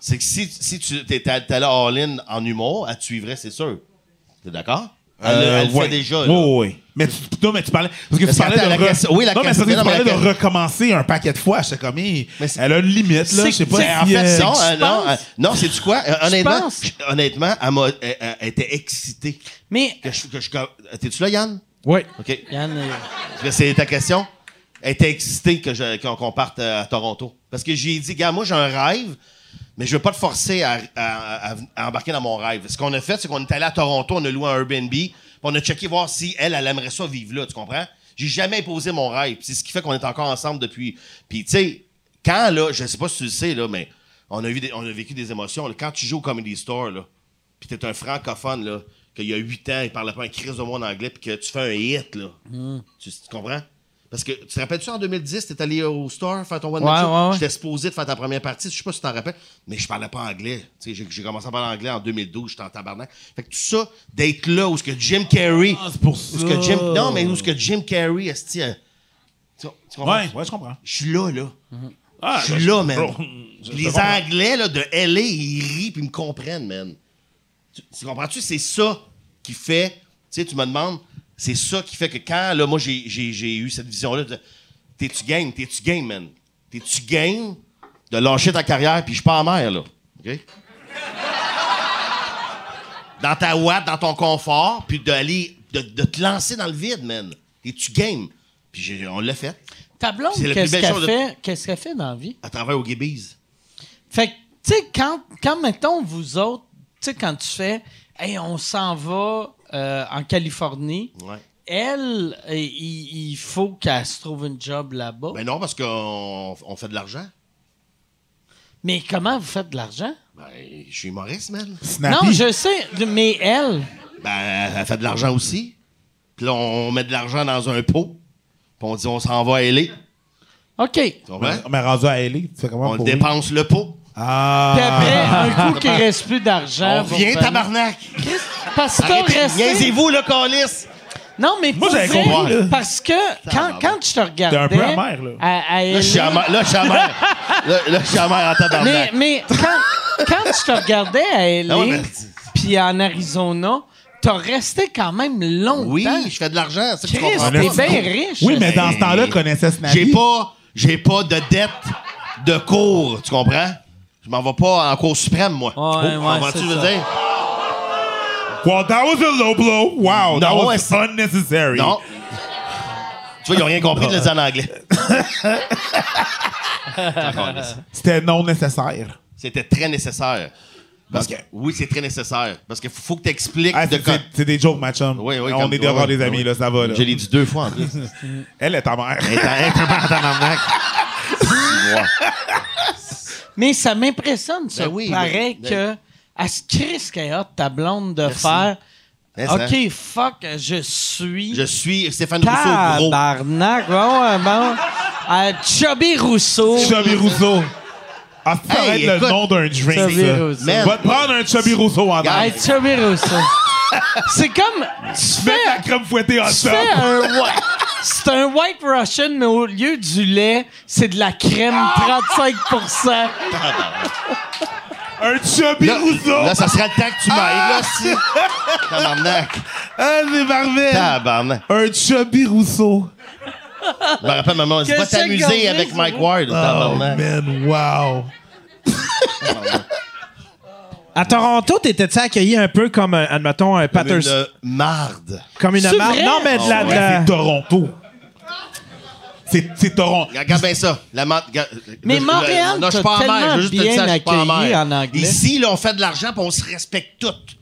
c'est que si, si tu étais allé all-in en humour, elle te suivrait, c'est sûr. T'es d'accord? Elle, le- Euh, elle le ouais. fait déjà. là. Oui, oui. Mais tu, non, mais tu parlais. Parce que Parce tu parlais de. qu'attends, la re- question- oui, la non, mais question- c'est parce que non, tu mais parlais la de recommencer un paquet de fois. Je sais comme, hey, Mais c'est- elle a une limite, là. Je sais pas C'est- si. en fait, euh, non, tu euh, non, penses? euh, non, c'est-tu quoi? Euh, honnêtement, penses? j- honnêtement, elle, m'a- elle- elle- elle était excitée. Mais... Que je, que je, que- T'es-tu là, Yann? Oui. OK. Yann, euh, Parce que C'est ta question. Elle était excitée que je- qu'on qu'on parte euh, à Toronto. Parce que j'ai dit, gars, moi, j'ai un rêve, mais je veux pas te forcer à, à- à- à embarquer dans mon rêve. Ce qu'on a fait, c'est qu'on est allé à Toronto, on a loué un Airbnb, puis on a checké voir si elle, elle aimerait ça vivre là, tu comprends? J'ai jamais posé mon rêve. C'est ce qui fait qu'on est encore ensemble depuis. Puis, tu sais, quand, là, je sais pas si tu le sais, là, mais on a, eu des- on a vécu des émotions. là. Quand tu joues au Comedy Store, là, puis t'es un francophone, là, qu'il y a 8 ans, il parlait pas un crise de monde anglais, puis que tu fais un hit, là. Tu, tu comprends? Parce que tu te rappelles-tu en 2010, t'es allé au Star faire ton one Ouais, man show? ouais, ouais. J'étais supposé de faire ta première partie, je sais pas si tu t'en rappelles, mais je parlais pas anglais. Tu sais, j'ai- j'ai commencé à parler anglais en 2012, j'étais en tabarnak. Fait que tout ça, d'être là où ce que Jim Carrey. Ah, c'est pour où ça. ce que Jim, non, mais où ce que Jim Carrey, esti, euh, tu, tu comprends? Ouais, ouais, je comprends. Je suis là, là. Ah, Je suis là, man. Bro, *laughs* je- je Les comprends. Anglais là, de LA, ils rient puis ils me comprennent, man. Tu, tu comprends-tu? C'est ça qui fait. Tu sais, tu me demandes, c'est ça qui fait que quand là, moi, j'ai, j'ai- j'ai eu cette vision-là de T'es-tu game? T'es-tu game, man? T'es-tu game de lâcher ta carrière puis je pars en mer, là? OK? dans ta ouate, dans ton confort, puis d'aller, de, de te lancer dans le vide, man. T'es-tu game? Puis j'ai- on l'a fait. ta blonde, C'est la plus qu'est-ce belle qu'elle chose de- fait? Qu'est-ce qu'elle fait dans la vie? À travers au Gibbies. Fait que, tu sais, quand, quand, mettons, vous autres, tu sais, quand tu fais, hey, on s'en va euh, en Californie, Ouais. elle, euh, il, il faut qu'elle se trouve une job là-bas. Ben non, parce qu'on on fait de l'argent. Mais comment vous faites de l'argent? Ben, je suis humoriste, man. Snappy. Non, je sais, mais elle, Ben, elle fait de l'argent aussi. Puis là, on met de l'argent dans un pot. Puis on dit, on s'en va à LA. Tu OK. Puis comprends? Mais, mais rendu à LA, tu fais comment On pour dépense le pot. Ah. après, un coup qu'il reste plus d'argent. On pour revient, faire- tabarnak. Parce que t'as Arrêtez, resté- Niaisez-vous, le calice. Non, mais Moi, pour j'avais vrai, compris, là. Parce que quand, va. quand je te regardais. T'es un peu amer, là. à- à Là, je suis LA, amer. Là, je suis amer. Là, là, je suis amer en Mais, tabarnak. E. mais quand, quand je te regardais à LA, Non, mais- E, puis en Arizona, t'as resté quand même longtemps. Oui, je fais de l'argent. c'est ça que tu Chris, comprends t'es pas. bien riche. Oui, mais dans ce Hey. temps-là, je connaissais Snappy. J'ai pas, j'ai pas de dette de cours, tu comprends? Je m'en vais pas en cours suprême, moi. Ouais, Oh, ouais, comprends-tu, c'est je veux ça. dire? Well, that was a low blow. Wow, that Non, was c'est- unnecessary. Non. Tu vois, ils ont rien compris de le dire en anglais. C'était non nécessaire. C'était très nécessaire. Parce que, Ok. oui, c'est très nécessaire. Parce qu'il faut que tu expliques Ah, de c'est- c'est- c'est des jokes, ma chum. Oui, oui, On comme- est dehors oui, des oui, amis, oui. là, ça va. Là. Je l'ai dit deux *laughs* fois en plus. Elle est ta mère. Hey, t'as- hey, t'as pas en tabarnak. Ouais. Mais ça m'impressionne, ça. Ben oui, pareil mais- que. À ce Chris qu'elle a, ta blonde, de Merci. faire. Hein, ça? OK, fuck, je suis. Je suis Stéphane Rousseau, gros. Tabarnak, bon, ouais, bon. Euh, Chubby Rousseau. *laughs* Chubby Rousseau. Ah, ça Hey, arrête le écoute. nom d'un drink, Chubby ça. Rousseau. Man. Va te prendre un Chubby Rousseau en Hey, date. Chubby Rousseau. C'est comme. Tu Fais fais ta crème fouettée en Tu fais top. un whi- C'est un White Russian, mais au lieu du lait, c'est de la crème 35%. Un Chubby Là, là, Rousseau. ça serait le temps que tu m'ailles, là, si. Tabarnak. Ah, c'est parfait. Tabarnak. Un Chubby Rousseau. Je me rappelle, maman, je Que vais c'est t'amuser gagné, avec ça. hein? Mike Ward. Oh, Tabarnak. man, wow. À Toronto, t'étais-tu accueilli un peu comme, un, admettons, un Comme Patterson? Une marde. Comme une C'est marde? vrai? Non, mais de la. Ah de ouais, la- C'est Toronto. C'est c'est Toronto. Regarde bien ça. La mar- regarde- Mais le- le- Montréal, non, je t'as suis pas en mer, tellement je veux juste te bien dire, je suis pas en accueilli mer. en anglais. Ici, là, on fait de l'argent puis on se respecte toutes.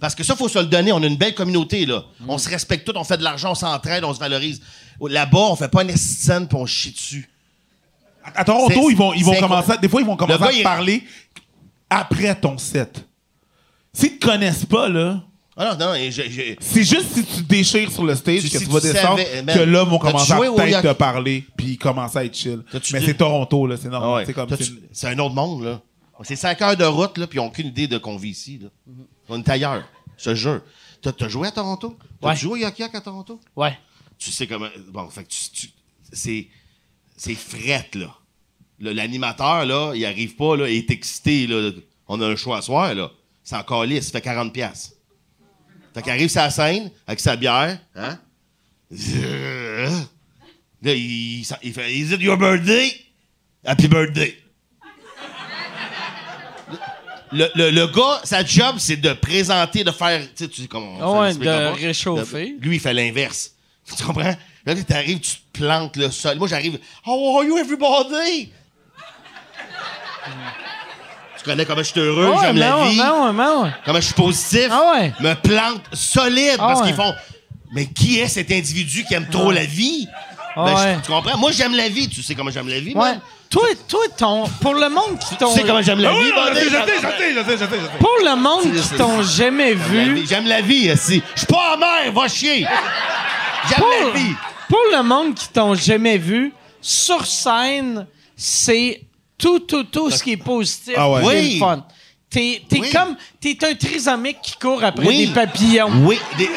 Parce que ça, faut se le donner. On a une belle communauté, là. Mm. On se respecte toutes, on fait de l'argent, on s'entraide, on se valorise. Là-bas, on fait pas une scène puis on chie dessus. À Toronto, C'est- ils vont, ils vont c'est commencer. à- Des fois, ils vont commencer Le gars, à il- te parler après ton set. S'ils te connaissent pas, là, Ah non, non, et je- je- c'est juste si tu déchires sur le stage Si- que si tu vas tu descendre savais, man. que là, ils vont T'as-tu commencer à joué au peut-être Yak- te parler puis commencer à être chill. T'as-tu Mais dit- c'est Toronto, là, c'est normal. Ah ouais. C'est comme Toi, tu- c'est- C'est un autre monde, là. C'est 5 heures de route, là, puis ils n'ont aucune idée de qu'on vit ici. Là. Mm-hmm. On est ailleurs, ce jeu. T'as t'as joué à Toronto? T'as Ouais. joué au Yak Yak à Toronto? Ouais. Tu sais comment. Bon, fait que tu. tu- c'est. C'est frette, là. Le- L'animateur, là, il arrive pas, là, il est excité, là. On a un choix à soir, là. C'est encore lisse, ça fait 40$. piastres. Fait qu'il arrive sur la scène, avec sa bière, hein? Là, il, il, il fait Is it your birthday? Happy birthday. Le, le, le gars, sa job, c'est de présenter, de faire. Tu sais, tu sais, comme on Ah ouais, fait un petit peu de comme ça. réchauffer. Lui, il fait l'inverse. Tu comprends? Là, tu arrives, tu te plantes le sol. Moi, j'arrive. How are you, everybody? Tu connais comment je suis heureux, Ah ouais, j'aime la mais ouais, vie, mais ouais, mais ouais. comment je suis positif. Ah ouais. Me plante solide Ah parce ouais. qu'ils font. Mais qui est cet individu qui aime trop la vie? Ah Ben, je- ouais. tu comprends? Moi, j'aime la vie. Tu sais comment j'aime la vie, Ouais. man? Toi, toi, ton. Pour le monde qui t'ont. Tu sais comment j'aime la Ah oui, vie, non, je sais, bordel? je sais, je sais, je sais, je sais, je sais. Pour le monde C'est- qui c'est- t'ont jamais J'aime la vu. vie- Ben, J'aime la vie, aussi. Je suis pas en mer, va chier. J'aime Pour, la vie. pour le monde qui t'ont jamais vu, sur scène, c'est tout, tout, tout ce qui est positif Ah ouais. et Oui. le fun. T'es t'es Oui. comme. T'es un trisomique qui court après Oui. des papillons. Oui, des, euh,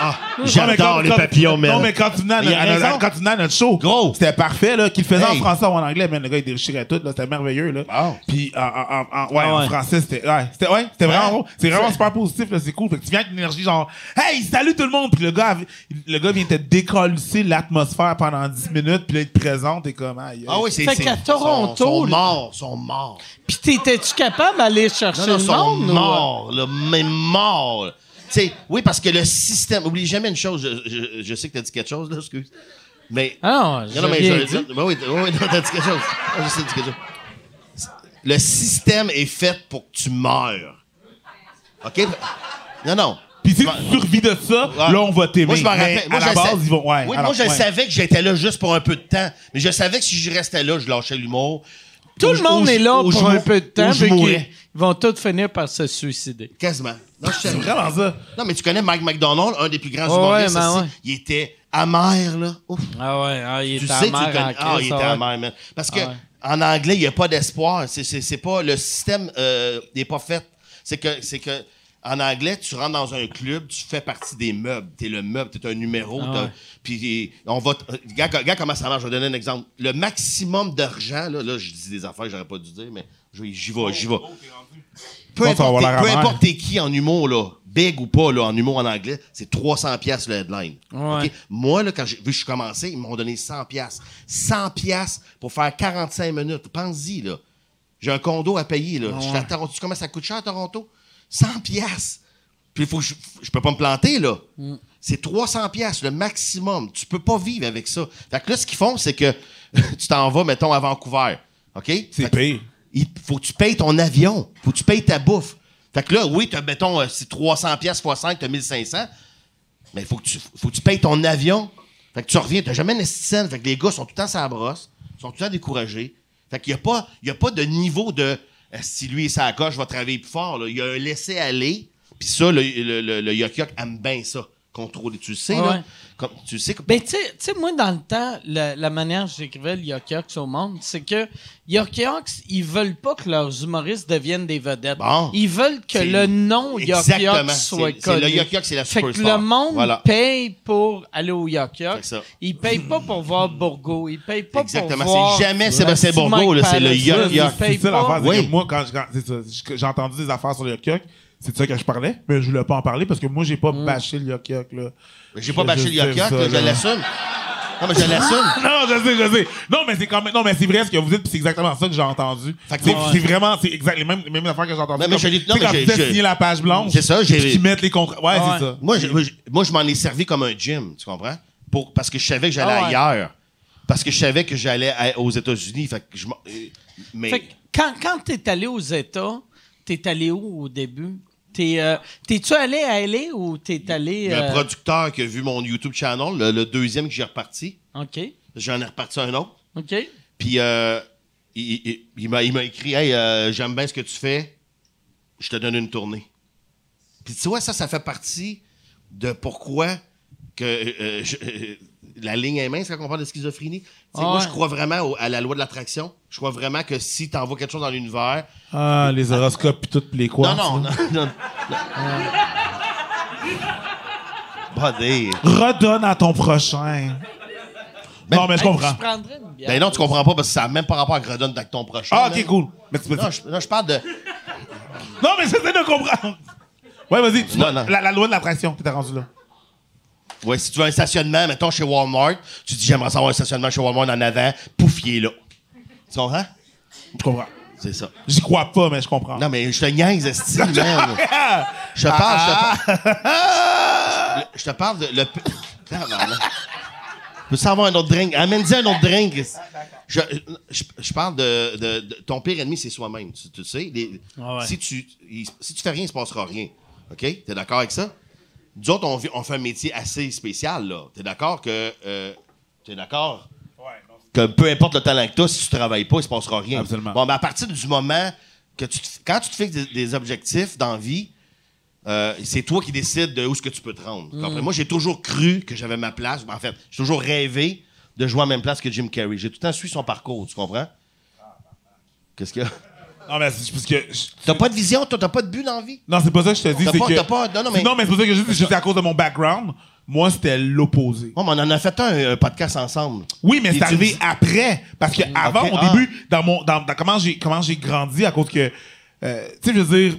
ah, Non, Oh, mais j'adore quand- les quand- papillons, man. Non, mais quand tu venais à, Il a à- à- raison. quand tu venais à notre show, Gros. c'était parfait, là, qu'il le faisait en Hey. français ou en anglais, man. Le gars, il déchirait tout, là. C'était merveilleux, là. Wow. Puis, en, en- en- en- ouais, Ah ouais. en français, c'était, ouais, c'était, ouais, c'était vraiment, Ouais. drôle. c'est vraiment super positif, là. C'est cool. Fait que tu viens avec une énergie genre, hey, salut tout le monde. Puis le gars, avait- le gars vient te décoller l'atmosphère pendant 10 minutes, puis là, il te présente, t'es comme, aïe. aïe. Ah oui, c'est Fait c'est- qu'à sont- Toronto, sont là- morts, sont morts. Puis t'étais-tu capable d'aller chercher Non, non, le sont monde? ou- euh? morts, là, mais morts. là. Tu sais, oui, parce que le système. Oublie jamais une chose. Je, je- je sais que t'as dit quelque chose, là, excuse. Mais. Ah non, Non, non, mais j'ai je- rien dit. je- ben oui, t- oui, non, t'as dit quelque chose. Ah, je sais, dit quelque chose. Le système est fait pour que tu meurs. OK? Non, non. Puis si Je m'en- tu survis de ça, Ouais. là, on va t'aimer. Moi, je m'en Mais rappelle. Moi, à la je base, sais- ils vont. Ouais, Oui, alors, moi, je ouais. savais que j'étais là juste pour un peu de temps. Mais je savais que si je restais là, je lâchais l'humour. Tout Ou le je- monde ou je- est là ou je pour un mou- peu de ou temps, je puis qu'ils- mourrais. ils vont tous finir par se suicider. Quasiment. Non, je C'est savais. vraiment ça. Non, mais tu connais Mike McDonald, un des plus grands Ouais, humoristes. ben aussi. ouais. Il était amer, là. Ouf. Ah ouais, ah, il Tu est sais, tu amer le en connais. Ah, crise, il était ah ouais. amer, man. Parce que Ah ouais. en anglais, il n'y a pas d'espoir. C'est, c'est, c'est pas le système euh, n'est pas fait. C'est que c'est que en anglais, tu rentres dans un club, tu fais partie des meubles. T'es le meuble, t'es un numéro. Ah t'as- ouais. Puis on va. t- Regarde, regarde comment ça marche. Je vais donner un exemple. Le maximum d'argent, là, là, je dis des affaires que j'aurais pas dû dire, mais je- j'y vais, j'y vais. Peu Je pense qu'on importe, va la peu ramère. importe t'es qui en humour, là, big ou pas, là, en humour en anglais, c'est 300 pièces le headline. Ouais. OK? Moi, là, quand j'ai vu que je suis commencé, ils m'ont donné 100 pièces 100 pièces pour faire 45 minutes. Pense-y, là. J'ai un condo à payer, là. Je suis à Toronto. Tu sais comment ça coûte cher à Toronto? 100 pièces Puis il faut que je, je peux pas me planter, là. C'est 300 pièces le maximum. Tu peux pas vivre avec ça. Fait que là, ce qu'ils font, c'est que *laughs* tu t'en vas, mettons, à Vancouver. OK? Fait C'est que- pire. il faut que tu payes ton avion, faut que tu payes ta bouffe. Fait que là, oui, t'as, mettons, euh, c'est 300 pièces fois 5, t'as 1500, mais faut que tu, faut que tu payes ton avion. Fait que tu reviens, t'as jamais une scène. Fait que les gars sont tout le temps sur la brosse, sont tout le temps découragés. Fait qu'il y a pas, il y a pas de niveau de euh, si lui et sa coche va travailler plus fort. là. Il y a un laisser aller. Puis ça, le, le, le, le Yok Yok aime bien ça. Contrôler, tu le sais, Ouais. là. Comme, tu le sais que- Ben, tu sais- tu sais, moi, dans le temps, la, la manière que j'écrivais le Yokiyox au monde, c'est que Yokiyox, ils veulent pas que leurs humoristes deviennent des vedettes. Bon. Ils veulent que C'est- le nom Exactement. Yokiyox soit C'est- c'est connu. le Yokiyox, c'est la Fait que superstar. le monde Voilà. paye pour aller au Fait que Yokiyox. ça. Ils payent pas pour voir Bourgo. Ils payent pas Exactement. pour voir... C'est jamais Sébastien Simon Bourgault, là, c'est le Paris. Yok Yok. Ils C'est payent ça pas. l'affaire. c'est Oui. que Moi, quand, je- quand- c'est ça, je- j'ai entendu des affaires sur le yok c'est de ça que je parlais, mais je voulais pas en parler parce que moi, j'ai pas Mm. bâché le yok là. Mais J'ai pas Je- bâché je le Yok sais Yok, ça, là, je là. l'assume. Non, mais je l'assume. Non, je sais, je sais. Non, mais c'est quand même, non, mais c'est vrai ce que vous dites, puis c'est exactement ça que j'ai entendu. Fait que C'est moi, c'est vraiment, c'est exact les mêmes, les mêmes affaires que j'ai entendues. Mais- mais Comme, je l'ai- tu non, sais, mais quand j'ai- vous faites j'ai- signer la page blanche. C'est ça, j'ai- puis qu'ils mettent les contrats. Ouais, Ah ouais. c'est ça. Moi, je, moi, je- moi, je m'en ai servi comme un gym, tu comprends? Pour, parce que je savais que j'allais Ah ouais. ailleurs. Parce que je savais que j'allais à- aux États-Unis. Fait que je m'en- euh, Mais. Fait que quand, quand t'es allé aux États, t'es allé où au début? T'es, euh, t'es-tu allé à LA ou t'es allé... Il y a euh, un producteur qui a vu mon YouTube channel, le, le deuxième que j'ai reparti. OK, J'en ai reparti un autre. OK. Puis euh, il, il- il m'a, il m'a écrit Hey, euh, j'aime bien ce que tu fais, je te donne une tournée. Puis tu vois, ça, ça fait partie de pourquoi que euh, je- euh, la ligne est mince quand on parle de schizophrénie. Tu sais, Ah Moi, ouais. je crois vraiment au- à la loi de l'attraction. Je crois vraiment que si tu envoies quelque chose dans l'univers. Ah, les horoscopes puis tout, puis les quoi. non, non, non, non. Pas dire. Redonne à ton prochain. non, mais Hey, je comprends. Ben, Je prendrais une bière. Ben non, tu comprends pas parce que ça n'a même pas rapport à Gredon avec ton prochain. Ah, là. ok, cool. Mais tu peux Non, je, non, je parle de. Non, mais j'essaie de comprendre. Ouais, vas-y. tu- Non, non. La, la loi de l'attraction, t'es rendu là. Ouais, si tu veux un stationnement, mettons chez Walmart, tu dis j'aimerais savoir un stationnement chez Walmart en avant, pouf, il est là. Tu comprends? Je comprends. C'est ça. J'y crois pas, mais je comprends. Non, mais je te niaise, esti, man. Je te parle, je te parle. Je te parle de. Le... *coughs* Tabarnak. Peux-tu avoir un autre drink? Amène-y un autre drink. esti. Je, je, je parle de, de- de- Ton pire ennemi, c'est soi-même. Tu, tu sais? les- si, tu, il- si tu fais rien, il se passera rien. OK? T'es d'accord avec ça? Nous autres, on, vit- on fait un métier assez spécial, là. T'es d'accord que. euh, T'es d'accord? que peu importe le talent que tu si tu travailles pas, il se passera rien. Absolument. Bon, mais à partir du moment que tu te- quand tu te fixes des, des objectifs dans la vie, euh, c'est toi qui décides de où est-ce que tu peux te rendre. Après, moi, j'ai toujours cru que j'avais ma place. En fait, j'ai toujours rêvé de jouer à la même place que Jim Carrey. J'ai tout le temps suivi son parcours, tu comprends? Qu'est-ce qu'il y a? Non, mais c'est parce que. je- T'as pas de vision, toi, t'as pas de but dans la vie? Non, c'est pas ça que je te dis. T'as c'est pas- que... t'as pas- non, non, mais- c'est pour ça que je dis, c'est à cause de mon background. Moi, c'était l'opposé. Bon, mais on en a fait un, un podcast ensemble. Oui, mais Et c'est tu arrivé dis- après. Parce que avant, ok, au ah. début, dans mon. Dans, dans comment j'ai comment j'ai grandi à cause que. euh, tu sais, je veux dire.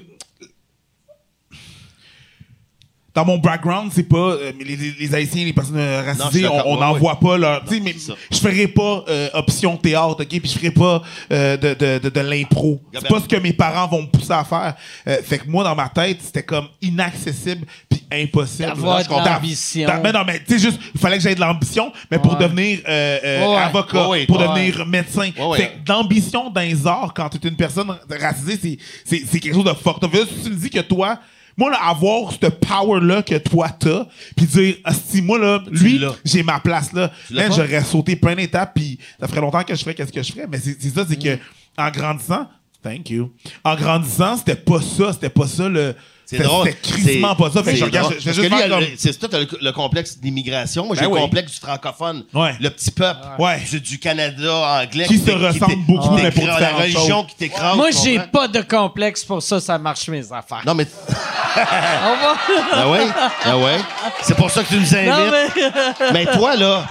Dans mon background, c'est pas euh, mais les, les- les Haïtiens, les personnes euh, Non, je suis racisées, d'accord. on Ouais, ouais. n'envoie pas leur. Tu sais, mais c'est ça. je ferai pas euh, option théâtre, ok, puis je ferai pas euh, de, de, de, de l'impro. C'est pas Gabriel. ce que mes parents vont me pousser à faire. Euh, fait que moi, dans ma tête, c'était comme inaccessible puis impossible. D'avoir Non, je de comprends. l'ambition. Dans- mais non, mais tu sais, juste, il fallait que j'aie de l'ambition, mais pour Ouais. devenir euh, euh, Ouais. avocat, Ouais, ouais, pour ouais. devenir médecin. Ouais, ouais. Fait que l'ambition dans les arts, quand tu es une personne racisée, c'est- c'est c'est quelque chose de fort. Tu veux dire, si tu me dis que toi, Moi, là, avoir ce power-là que toi, t'as, puis dire, ah, si moi, là, lui, l'as. j'ai ma place, là, l'as man, pas? j'aurais sauté plein d'étapes, puis ça ferait longtemps que je ferais qu'est-ce que je ferais. Mais c'est c'est ça, c'est que, Mm. en grandissant, thank you, en grandissant, c'était pas ça, c'était pas ça le. C'est c'était- drôle. C'était crissement C'est- pas ça. Fait que c'est je regarde, drôle. je- je vais Parce que juste lui, faire il a le- comme. C'est ça, t'as le, le complexe de l'immigration. Moi, j'ai Ben le oui. complexe du francophone. Ouais. Le petit peuple Ouais. du, du Canada anglais. Qui se t'é- ressemble t'é- beaucoup, qui mais pour t'écrase- La différentes religion qui t'écrase. Moi, tu j'ai comprends? pas de complexe pour ça, ça marche mes affaires. *laughs* Non, mais. On va- Ah ouais? Ah ouais? C'est pour ça que tu nous invites. Non, mais... Mais toi, là,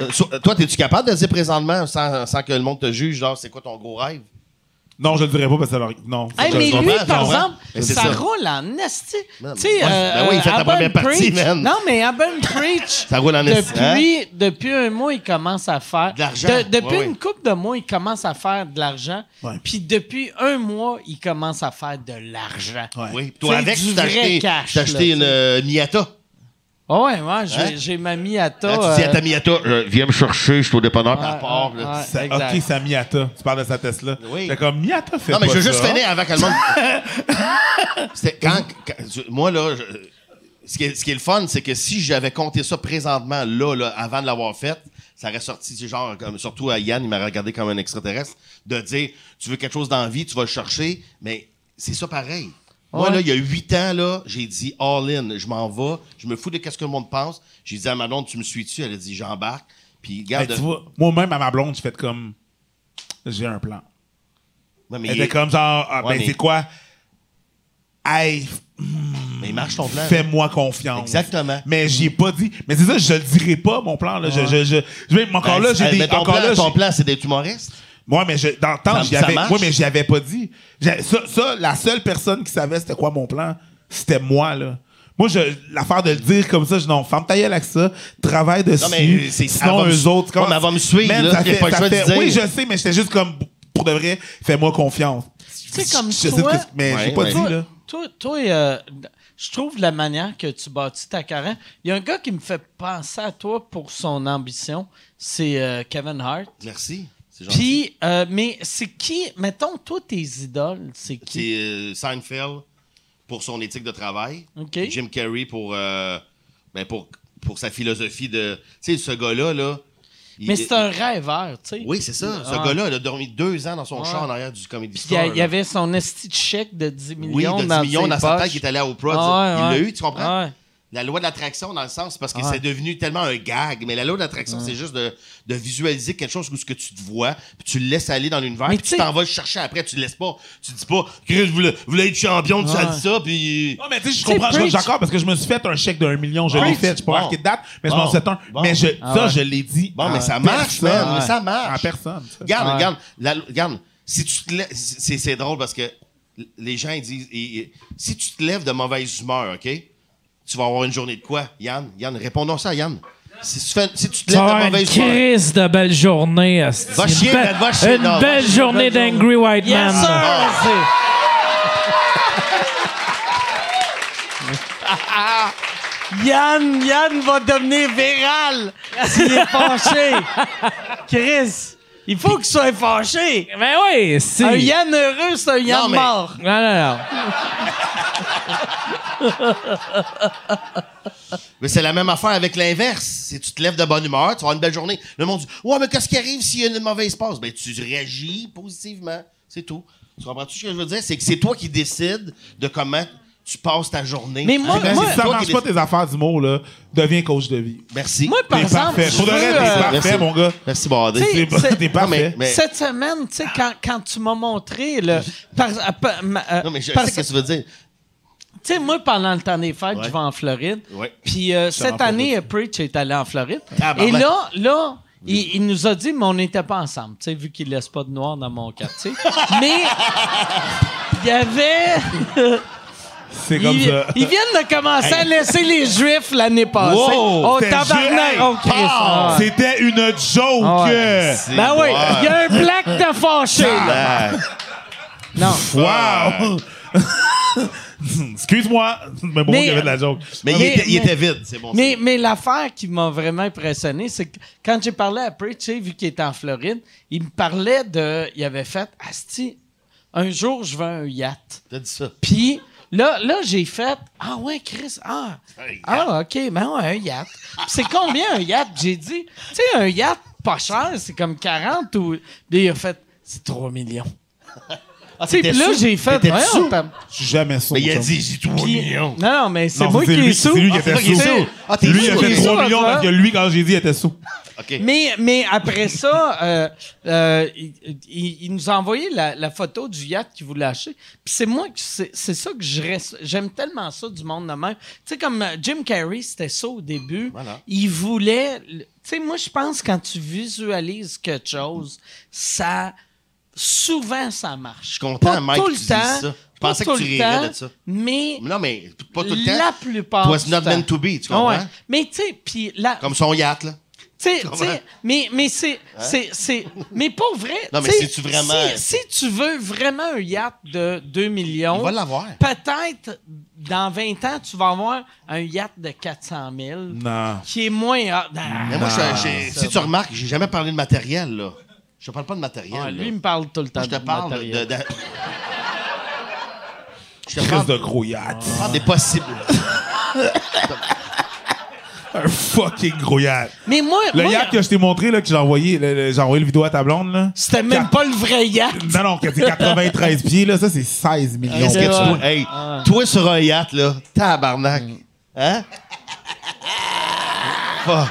euh, so- toi, es-tu capable de dire présentement, sans, sans que le monde te juge, genre, c'est quoi ton gros rêve? Non, je le dirais pas parce que alors, non. Hey, Je mais comprends, lui, je par comprends. exemple, Mais c'est ça, ça. roule en esti. Ben, Tu sais, ben oui, il fait euh, la première Abon partie, Preach- man. Non, mais Abon Preach, *laughs* Ça roule en hein? esti, depuis, depuis un mois, il commence à faire... De l'argent, De- depuis ouais, une ouais. couple de mois, il commence à faire de l'argent. Ouais. Puis depuis un mois, il commence à faire de l'argent. Ouais. Oui. Toi, C'est avec, du tu t'as vrai acheté, cash, t'as acheté là, une euh, Miata. Ah ouais, moi, j'ai, Hein? j'ai ma Miata. Là, tu dis à euh, ta Miata, euh, viens me chercher, je suis au dépanneur, par ouais, part. ouais, là. Ça- ouais, exact. ok, sa Miata. Tu parles de sa Tesla. Oui. T'es comme Miata fait Non, mais je pas veux juste ça. finir avant que le monde. *laughs* C'était quand, quand- je- moi, là, je- ce, qui est, ce qui est le fun, c'est que si j'avais compté ça présentement, là, là, avant de l'avoir fait, ça aurait sorti, c'est genre, comme, surtout à Yann, il m'a regardé comme un extraterrestre, de dire Tu veux quelque chose dans la vie, tu vas le chercher, mais c'est ça pareil. Moi, Ouais. là, il y a huit ans, là, j'ai dit all in, je m'en vais, je me fous de qu'est-ce que le monde pense. J'ai dit à ma blonde, tu me suis-tu? Elle a dit, j'embarque. Puis, Hey, garde. Ben, tu vois, moi-même, à ma blonde, je fais comme. J'ai un plan. Ouais, mais, Elle il, était comme genre, ah, Ouais, ben mais- c'est quoi? Hey, mais il marche ton plan. fais-moi confiance. Exactement. Mais j'ai pas dit. Mais c'est ça, je le dirai pas, mon plan. Là. Je, je, je, je vais- encore là, j'ai Ben, des. mais ton encore plan, là, ton j'ai- plan, c'est d'être humoriste? Moi, mais je, dans le temps, Ça- j'y ça avais, marche? moi, mais j'y avais pas dit. J'ai- Ça, ça, la seule personne qui savait c'était quoi mon plan, c'était moi, là. Moi, je, l'affaire de le dire comme ça, je dis non, ferme ta gueule avec ça, travaille dessus. Non, mais euh, c'est- sinon, elle va me- eux autres, Ouais, mais elle va me suivre, Man, là, ça j'ai fait- pas le ça choix de fait- dire. Oui, je sais, mais j'étais juste comme, pour de vrai, fais-moi confiance. Tu sais, comme je sais toi- de que- mais j'ai Ouais, pas ouais. dit, là. Toi, toi euh, je trouve la manière que tu bâtis ta carrière. Il y a un gars qui me fait penser à toi pour son ambition, c'est euh, Kevin Hart. Merci. C'est gentil. Puis, euh, mais c'est qui, mettons, toi, tes idoles, c'est qui? C'est euh, Seinfeld pour son éthique de travail. OK. Jim Carrey pour, euh, ben pour, pour sa philosophie de. Tu sais, ce gars-là, là. il- Mais c'est un rêveur, tu sais. Oui, c'est ça. Ce Ouais. gars-là, il a dormi deux ans dans son Ouais. chat en arrière du Comedy Ah. Puis Store. il y a- il y là. avait son esti de chèque de 10 oui, millions de 10 dans millions ses dans sa tête poches. qui est allé à Oprah. Ah ouais, il ouais. l'a eu, tu comprends? Ouais. La loi de l'attraction, dans le sens, parce que Ouais. c'est devenu tellement un gag. Mais la loi de l'attraction, c'est juste de, de visualiser quelque chose où ce que tu te vois, puis tu le laisses aller dans l'univers, Mais puis tu sais- tu t'en vas le chercher après, tu le laisses pas. Tu dis pas, Chris, vous voulez, vous voulez être champion, tu Ouais. as dit ça, puis. Non, mais tu sais, je C'est comprends, je preach. d'accord, parce que je me suis fait un chèque d'un million, je l'ai Preach. fait, je peux Bon. marquer de date, mais je m'en Bon. sais un. Bon. Mais je, Ah ça, ouais. je l'ai dit. Bon, à mais ça marche, personne. man. Ça À marche. personne. ça. Regarde, Ouais. regarde, la- regarde. Si tu te lè- c'est, c'est drôle parce que les gens ils disent, ils- ils- si tu te lèves de mauvaise humeur, ok, tu vas avoir une journée de quoi, Yann? Yann, répondons ça, Yann. Si tu, fais- si tu te lèves de une mauvaise humeur, crise de belle journée. asti. Va chier, Une belle- va chier, Une non, va belle chier, journée belle d'Angry White Yes, Man. sir! c'est- Yann, Yann va devenir viral s'il est fâché. Chris, il faut qu'il soit fâché. Ben oui, si. Un Yann heureux, c'est un Yann Non, mais- mort. Non, non, non. mais c'est la même affaire avec l'inverse. Si tu te lèves de bonne humeur, tu vas avoir une belle journée. Le monde dit, ouais, mais qu'est-ce qui arrive s'il y a une mauvaise passe? Ben, tu réagis positivement. C'est tout. Tu comprends-tu ce que je veux dire? C'est que c'est toi qui décides de comment tu passes ta journée. Mais moi- Mais C'est si toi Ben, ça qui marche pas décides. tes affaires d'humour, là, deviens coach de vie. Merci. Moi, par T'es exemple, parfait. je Pour de veux, vrai, t'es euh, parfait, merci. mon gars. Merci, Bardé. Tu sais, T'es c'est- t'es parfait. mais- cette semaine, tu sais, quand, quand tu m'as montré le. par- euh, par- ma- euh, Non, mais je parce sais ce que que- tu veux dire. Tu sais, moi, pendant le temps des fêtes, Ouais. je vais en Floride. Ouais. Puis euh, en cette Floride. année, euh, Preach est allé en Floride. Et Tabarnak. là, là il, il nous a dit, mais on n'était pas ensemble, tu sais, vu qu'il laisse pas de noir dans mon quartier. *laughs* mais il y avait... C'est comme Ils, ça. ils viennent de commencer à laisser les Juifs l'année passée. Wow! oh, C'était tabarnak! juste- Oh, Christ! Ah! Ah. C'était une joke! Ah C'est Ben oui, il y bon. a un plaque de fâché. là. Ah, Non. Wow! *laughs* Excuse-moi, mais bon, Mais- il y avait de la joke. mais il Mais- était, il mais- était vide, c'est bon. Mais, mais l'affaire qui m'a vraiment impressionné, c'est que quand j'ai parlé à Preach, tu sais, vu qu'il était en Floride, il me parlait de. Il avait fait Asti, un jour, je veux un yacht. T'as dit ça. Puis Là, là j'ai fait Ah ouais, Chris, ah, Un ah ok, ben ouais, un yacht. Puis c'est combien un yacht? J'ai dit, tu sais, un yacht pas cher, c'est comme 40 ou. Puis il a fait, c'est 3 millions. Tu sais, t'étais puis là, sous? j'ai fait, T'étais voyons, sous? pam. Je suis jamais sûr. Mais il a chum. dit, j'ai 3 millions. non, non, mais c'est Non, moi qui lui- est C'est sous. lui qui Ah, était *laughs* c'est pas qu'il sous. est sous. Ah, t'es Lui, il a sous, fait t'es 3 sous, millions toi. parce que lui, quand j'ai dit, il était sous. OK. Mais, mais après ça, euh, euh, il, il- il nous a envoyé la, la photo du yacht qu'il voulait acheter. Puis c'est moi, qui- c'est c'est ça que je reste. J'aime tellement ça du monde de même. Tu sais, comme euh, Jim Carrey, c'était ça au début. Voilà. Il voulait. Tu sais, moi, je pense quand tu visualises quelque chose, ça. Souvent, ça marche. Je suis content, Mike, que tu dises ça. Je pensais que tu rirais de ça. Mais Non, mais pas tout le temps. la plupart. It was du not temps. meant to be, tu comprends? Ouais. Mais tu sais, puis la, Comme son yacht, là. tu sais, Comment? tu sais, mais, mais c'est, c'est, c'est, mais pour vrai. Hein? Non, mais tu sais, si tu vraiment- Si, si tu veux vraiment un yacht de 2 millions. Il va l'avoir. Peut-être, dans 20 ans, tu vas avoir un yacht de 400 000. Non. Qui est moins. ah, non, Mais moi, Non, je- Ah. j'ai- si tu remarques, j'ai jamais parlé de matériel, là. Je te parle pas de matériel. ah, lui, là. il me parle tout le temps. Moi, je te de parle matériel. de. de- *laughs* Je te Crise parle, de gros yacht. je te parle des possibles. Un fucking gros yacht. Mais moi, Le moi, yacht que je t'ai montré, là, que j'ai envoyé, le- le- j'ai envoyé le vidéo à ta blonde, là. c'était même Quatre- pas le vrai yacht. Non, non, que c'est 93 pieds, là, ça, c'est 16 millions. Qu'est-ce que tu ouais. dois. Hey, Ah. toi sur un yacht, là, tabarnak. Mm. Hein? Fuck.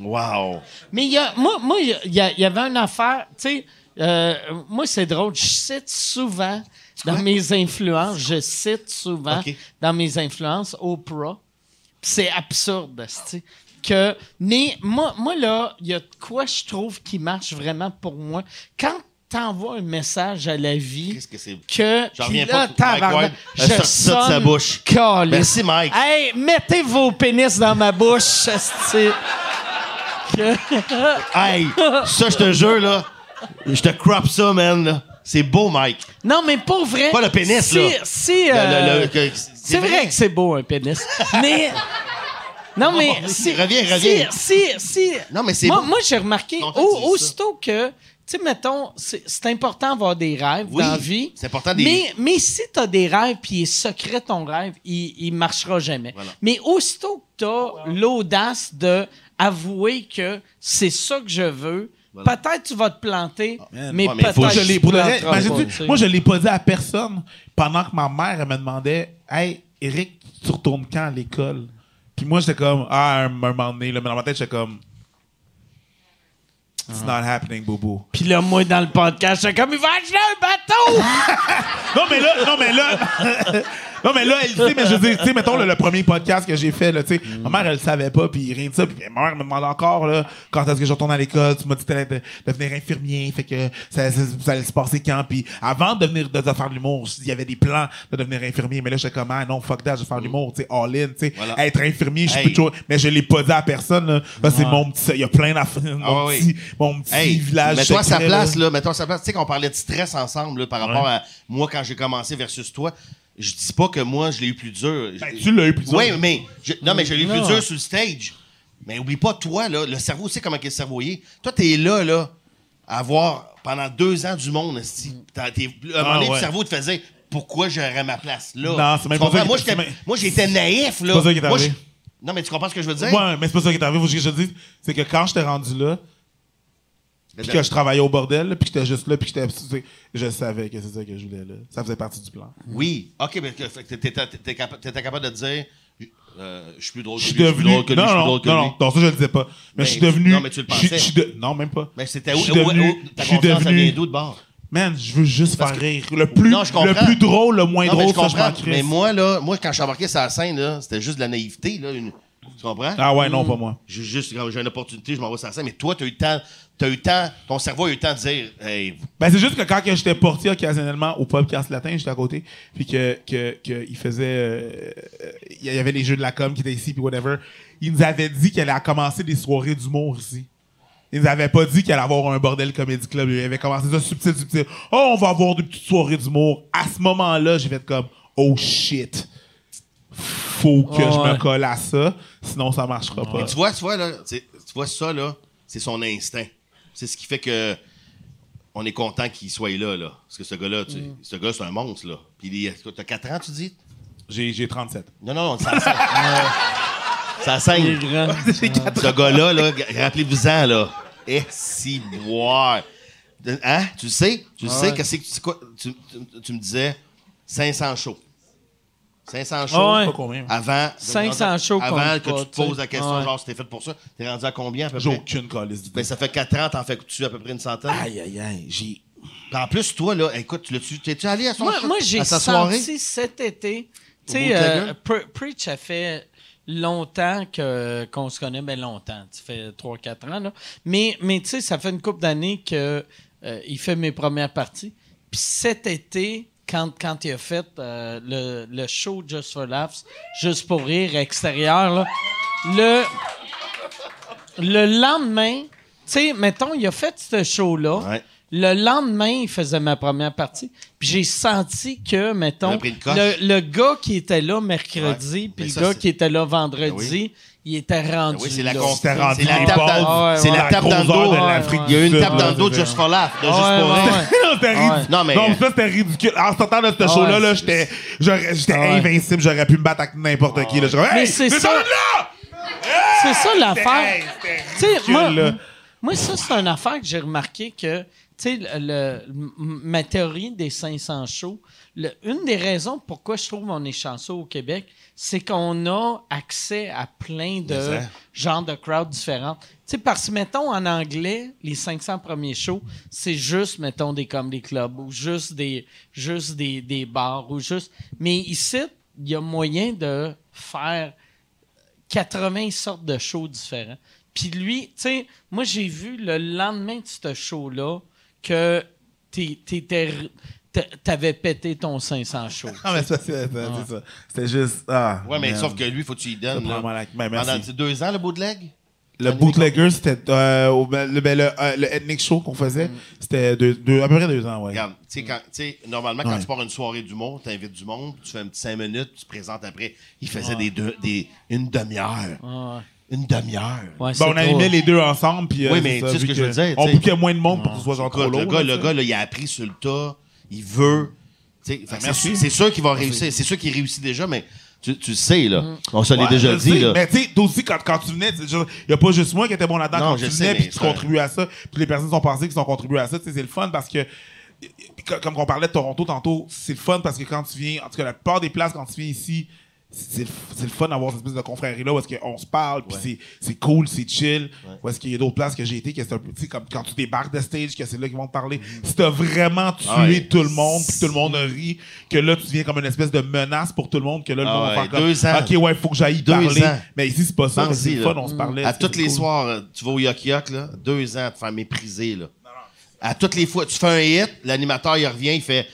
Wow. Mais il y a, moi, moi, il y a- il y, a- il y avait une affaire, tu sais, euh, moi, c'est drôle, je cite souvent dans mes influences, je cite souvent Ok. dans mes influences Oprah. Puis C'est absurde, tu que mais moi moi là, il y a de quoi je trouve qui marche vraiment pour moi quand t'envoies un message à la vie Qu'est-ce que c'est? que J'en puis reviens là, pas que Mike tabarnak, Ward a je sorti ça de sa sonne bouche. caliste. Merci, Mike. Hey, mettez vos pénis dans ma bouche, esti. Ah. Hey, ça, je te jure, là. Je te crop ça, man. là. C'est beau, Mike. Non, mais pour vrai. Pas le pénis, si- là. si, Le- euh, le- le- que- c'est vrai. que c'est beau, un *laughs* pénis. mais. Non, mais. Si, Reviens, reviens. Si, si, si- Non, mais c'est Moi, beau. moi j'ai remarqué, Non, au- tu dis ça. aussitôt que. Tu sais, mettons, c'est c'est important d'avoir des rêves Oui, dans la vie. c'est important des- Mais, mais si t'as des rêves puis il est secret ton rêve, il, il marchera jamais. Voilà. Mais aussitôt que t'as l'audace de avouer que c'est ça que je veux, peut-être tu vas te planter, mais Ah. Ouais, mais faut peut-être je que tu l'ai te pour le planteras reste, imagine-tu, pas, tu sais. moi je l'ai pas dit à personne pendant que ma mère elle me demandait Hey Eric, tu retournes quand à l'école? Puis moi j'étais comme Ah un, un moment donné, là, mais dans ma tête j'étais comme It's not happening, Bobo. Puis là, moi, dans le podcast, j'étais comme, il va acheter un bateau! Ah, Non mais là, non mais là *laughs* Non mais là, elle sait, mais je veux dire, tu sais, mettons le, le premier podcast que j'ai fait, là, tu sais, ma mère elle le savait pas, puis rien de ça, puis ma mère me demande encore là, quand est-ce que je retourne à l'école, tu m'as dit que t'allais de- devenir infirmier, fait que ça, ça- ça allait se passer quand, puis avant de devenir de, de faire de l'humour, il y avait des plans de devenir infirmier, mais là j'étais comme ah non fuck that, je vais faire de l'humour, tu sais, all in, tu sais, Voilà. être infirmier, je Hey. peux toujours, mais je l'ai pas dit à personne, là, Là, c'est mon petit, il y a plein d'affaires, mon, Ah ouais, petit, mon petit Hey, village. mets-toi à sa secret, place, là. là. Mets-toi à sa place. Tu sais qu'on parlait de stress ensemble, là, par rapport à moi quand j'ai commencé versus toi. Je dis pas que moi, je l'ai eu plus dur. Ben, tu l'as eu plus dur. Oui, mais. je- non, mais je l'ai eu plus dur sur le stage. Mais oublie pas, toi, là, le cerveau, tu sais comment est le cerveau est. Toi, t'es là, là, à voir pendant deux ans du monde, esti. T'as- t'es- à un moment donné, Ah, ouais. le cerveau te faisait. Pourquoi j'aurais ma place là? Non, c'est même Tu pas ça comprends? qui- Moi, c'est j'étais- même- Moi, j'étais naïf, C'est là. pas ça qui est Moi, je- arrivé. Non, mais tu comprends ce que je veux dire? Ouais, mais c'est pas ça qui est arrivé. Faut que je te dise, c'est que quand j'étais rendu là, puis que je travaillais au bordel, là, puis que j'étais juste là, puis que j'étais. tu sais, Je savais que c'est ça que je voulais là. Ça faisait partie du plan. Oui. OK, mais que- fait que t'étais t'étais capa- t'étais capable de dire euh, je suis plus drôle Je que suis lui, je suis plus devenu. drôle que lui, Non, je suis plus non, drôle que non, lui. non, non, ça je le disais pas. Mais Mais je suis tu- devenu. non, mais tu le je suis- je pensais. suis de- Non, même pas. Mais c'était Je où, suis où- devenu- où- ta je suis confiance, ça devenu- vient d'où de bord? Man, je veux juste faire rire. Le plus, Non, je comprends. le plus drôle, le moins Non, mais drôle, je ça je comprends. m'en crisse. mais moi, là, moi, quand je suis embarqué sur la scène, là, c'était juste de la naïveté, là. une- Tu comprends? Ah ouais, non, pas moi. J'ai juste, quand j'ai une opportunité, je m'envoie sur la scène. Mais toi, t'as eu le temps, t'as eu le temps, ton cerveau a eu le temps de dire, hey, Ben, c'est juste que quand que j'étais porté occasionnellement au podcast latin, j'étais à côté, puis que, que, que il faisait, euh, euh, il y avait les jeux de la com qui étaient ici, puis whatever. Il nous avait dit qu'elle allait commencer des soirées d'humour ici. Il nous avait pas dit qu'elle allait avoir un bordel comédie club. Il avait commencé ça subtil, subtil. Oh, on va avoir des petites soirées d'humour. À ce moment-là, j'ai fait comme, oh shit. Faut que je me colle à ça, sinon ça marchera pas. Mais tu vois, tu vois, là, tu tu vois ça, là, c'est son instinct. C'est ce qui fait que on est content qu'il soit là, là. Parce que ce gars-là, tu sais, ce gars, c'est un monstre, là. Puis il est- t'as 4 ans, tu dis? J'ai j'ai 37. Non, non, non, ça saigne. ça saigne. *laughs* Ce gars-là, là, rappelez-vous-en, là. Eh, si, boire. Hein? Tu le sais? Tu Ah le sais? Qu'est-ce que tu, quoi, tu, tu- tu me disais? 500 shows. 500 shows. Ah ouais. Pas combien. Avant, 500 shows avant qu'on que pas, tu te poses la tu sais. question, Ouais. genre, c'était fait pour ça. T'es rendu à combien, à peu J'ai près? aucune calice d'idée. Ben, ça fait 4 ans, t'en fais tu à peu près une centaine. Aïe, aïe, aïe. J'ai. Puis en plus, toi, là, écoute, tu l'as-tu- t'es-tu allé à son Moi, show- moi, j'ai à sa soirée? senti cet été, tu bout de sais, la euh, gueule. Pre- Preach a fait longtemps que qu'on se connaît, ben longtemps, tu fais 3-4 ans, là. Mais, mais tu sais, ça fait une couple d'années que euh, il fait mes premières parties. Puis cet été, quand, quand il a fait euh, le, le show Just for Laughs, Juste pour rire, extérieur, là, le, le lendemain, tu sais, mettons, il a fait ce show-là. Ouais. Le lendemain, il faisait ma première partie. Puis j'ai senti que, Il a mettons, pris une coche. le, le gars qui était là mercredi, mais puis le ça, gars c'est- qui était là vendredi, Ben oui. Ben il était rendu. Ah oui, c'est la là. con- C'était rendu C'est la les table balles. dans- c'est Ouais, la ouais, table grosse dans le heure dos. de ouais, l'Afrique ouais. Il y a eu du une Sud, tape dans le là, dos de c'est Just for Laugh, de Ouais, Juste pour ouais, rire. ouais. *laughs* Non, c'était ridicule. Non, mais- ça, c'était ridicule. En sortant de ce show-là, là, j'étais j'aurais- j'étais Ah Ouais. invincible. J'aurais pu me battre avec n'importe qui. Là. J'aurais, Mais Hey, c'est mais ça. là! C'est ça Hey, l'affaire. c'était Tu sais, ridicule, moi, là. Euh, moi, ça, c'est une affaire que j'ai remarqué que, tu sais, le- le- m- ma théorie des 500 shows, le- une des raisons pourquoi je trouve qu'on est chanceux au Québec, c'est qu'on a accès à plein de Mais ça. genres de crowds différents. Tu sais, parce que, mettons, en anglais, les 500 premiers shows, c'est juste, mettons, des comedy clubs ou juste des, juste des, des bars ou juste... Mais ici, il y a moyen de faire 80 sortes de shows différents. Puis lui, tu sais, moi j'ai vu le lendemain de ce show-là que t'es- t'étais r- t'a- t'avais pété ton 500 shows. Non, Ah, mais ça, c'est c'est- c'est ça. C'était juste. Ah, Ah. Ouais, mais merde. sauf que lui, faut que tu lui Ça donnes. prend là. mal à- ben, Pendant merci. deux ans, le bootleg? Le bootlegger, c'était euh, au- ben, le, ben, le, euh, le ethnic show qu'on faisait. C'était deux, deux- à peu près deux ans, ouais. Mm. Regarde, tu sais, quand- tu sais, normalement, quand Mm. Ouais. tu pars à une soirée d'humour, tu invites du monde, tu fais un petit cinq minutes, tu te présentes après. Il faisait des deux, des, une demi-heure. Ah Une demi-heure. ouais. Ouais, c'est Ben, on trop. animait les deux ensemble. Puis, euh, Oui, mais c'est ça, tu sais ce vu que je veux dire, On tu sais. bouquait moins de monde pour que ce soit genre Écoute, trop le lourd. gars, là, le tu gars là, il a appris sur le tas, il veut. tu sais, Ben, fait que c'est c'est sûr qu'il va réussir. C'est sûr qu'il réussit déjà, mais tu, tu le sais, là. On se Mm. Ouais, l'est déjà je dit, sais, là. Mais tu sais, toi aussi, quand, quand tu venais, il n'y a pas juste moi qui était bon là-dedans. Non, Quand je tu sais, venais, mais puis tu ça- contribues à ça, puis les personnes sont pensées qu'ils sont contribué à ça, tu sais, c'est le fun parce que, euh, co- comme on parlait de Toronto tantôt, c'est le fun parce que quand tu viens, en tout cas, la plupart des places, quand tu viens ici, c'est le, f- c'est le fun d'avoir cette espèce de confrérie-là où est-ce qu'on se parle, puis c'est- c'est cool, c'est chill. Où est-ce qu'il y a d'autres places que j'ai été, que c'est un peu, tu sais, comme quand tu débarques de stage, que c'est là qu'ils vont te parler. Si t'as vraiment tué Mm-hmm. Ah ouais. tout le monde, puis tout le monde rit, que là, tu viens comme une espèce de menace pour tout le monde, que là, le Ah monde va ouais, faire comme, deux ans. OK, ouais, faut que j'aille Deux parler. ans. Mais ici, c'est pas ça. Pense-y, C'est le là. Mm. fun, on se parlait. À c'est toutes les cool. soirs, euh, tu vas au Yuck Yuck, là, deux ans à te faire mépriser. Là. À toutes les fois, tu fais un hit, l'animateur, il revient, il fait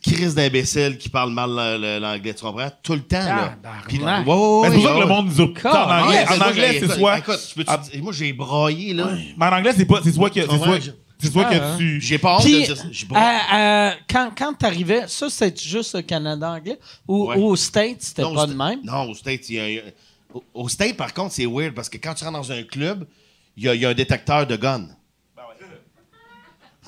crise d'imbécile qui parle mal le- le- l'anglais, tu comprends? Tout le temps, là. Puis- Tabarnak. Ouais, ouais, Mais c'est pour ça ouais, que ouais, le ouais. monde nous a Calme. en Ouais, anglais. mais En moi, anglais, j'ai- c'est soit. Écoute, je peux te Ah, dire- moi, j'ai broyé, là. Mais en anglais, c'est pas. C'est soit que. C'est comprends, soit, je- c'est soit Ah, que tu. Hein? J'ai pas honte de Puis, dire ça. J'ai euh, broyé. euh, quand, quand t'arrivais, ça, c'était juste le Canada anglais? Ou Ouais. ou aux States, c'était Non, pas au de sta- même? Non, au State, il y a un- au- Au State, par contre, c'est weird parce que quand tu rentres dans un club, il y a, il y a un détecteur de gun.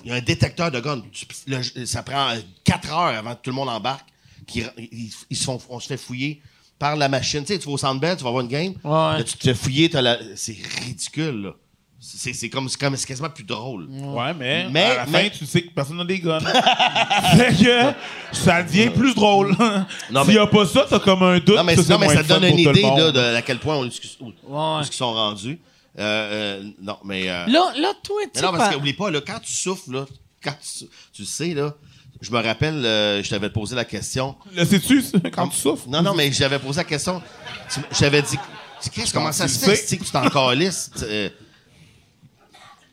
Il y a un détecteur de gun. Tu- le- ça prend 4 heures avant que tout le monde embarque. Qui, ils, ils se font- on se fait fouiller par la machine. Tu sais, tu vas au Centre Bell, tu vas voir une game. Ouais. Là, tu te fais fouiller, t'as la- c'est ridicule. là. C'est c'est comme, c'est comme- c'est quasiment plus drôle. Ouais, mais. Mais- à la mais- fin, tu sais que personne n'a des guns. *laughs* fait que. Ça devient plus drôle. Non, S'il y mais- a pas ça, t'as comme un doute. Non, mais, ça, non, mais c'est moins ça te fun donne une pour tout le idée monde. là, de à quel point on, où- où- Ouais. où ils sont rendus. Euh, euh, non, mais. euh, Là, là, toi, tu Mais sais, non, parce par- qu'oublie pas, là, quand tu souffles, là, quand tu, sou- tu le sais, là, je me rappelle, euh, je t'avais posé la question. Le sais-tu, ça, quand tu souffres? Non, non, mais j'avais posé la question. Tu- J'avais dit, Tu- Chris, comment ça tu se le fait sais. c'est que tu t'en calisses? tu- euh,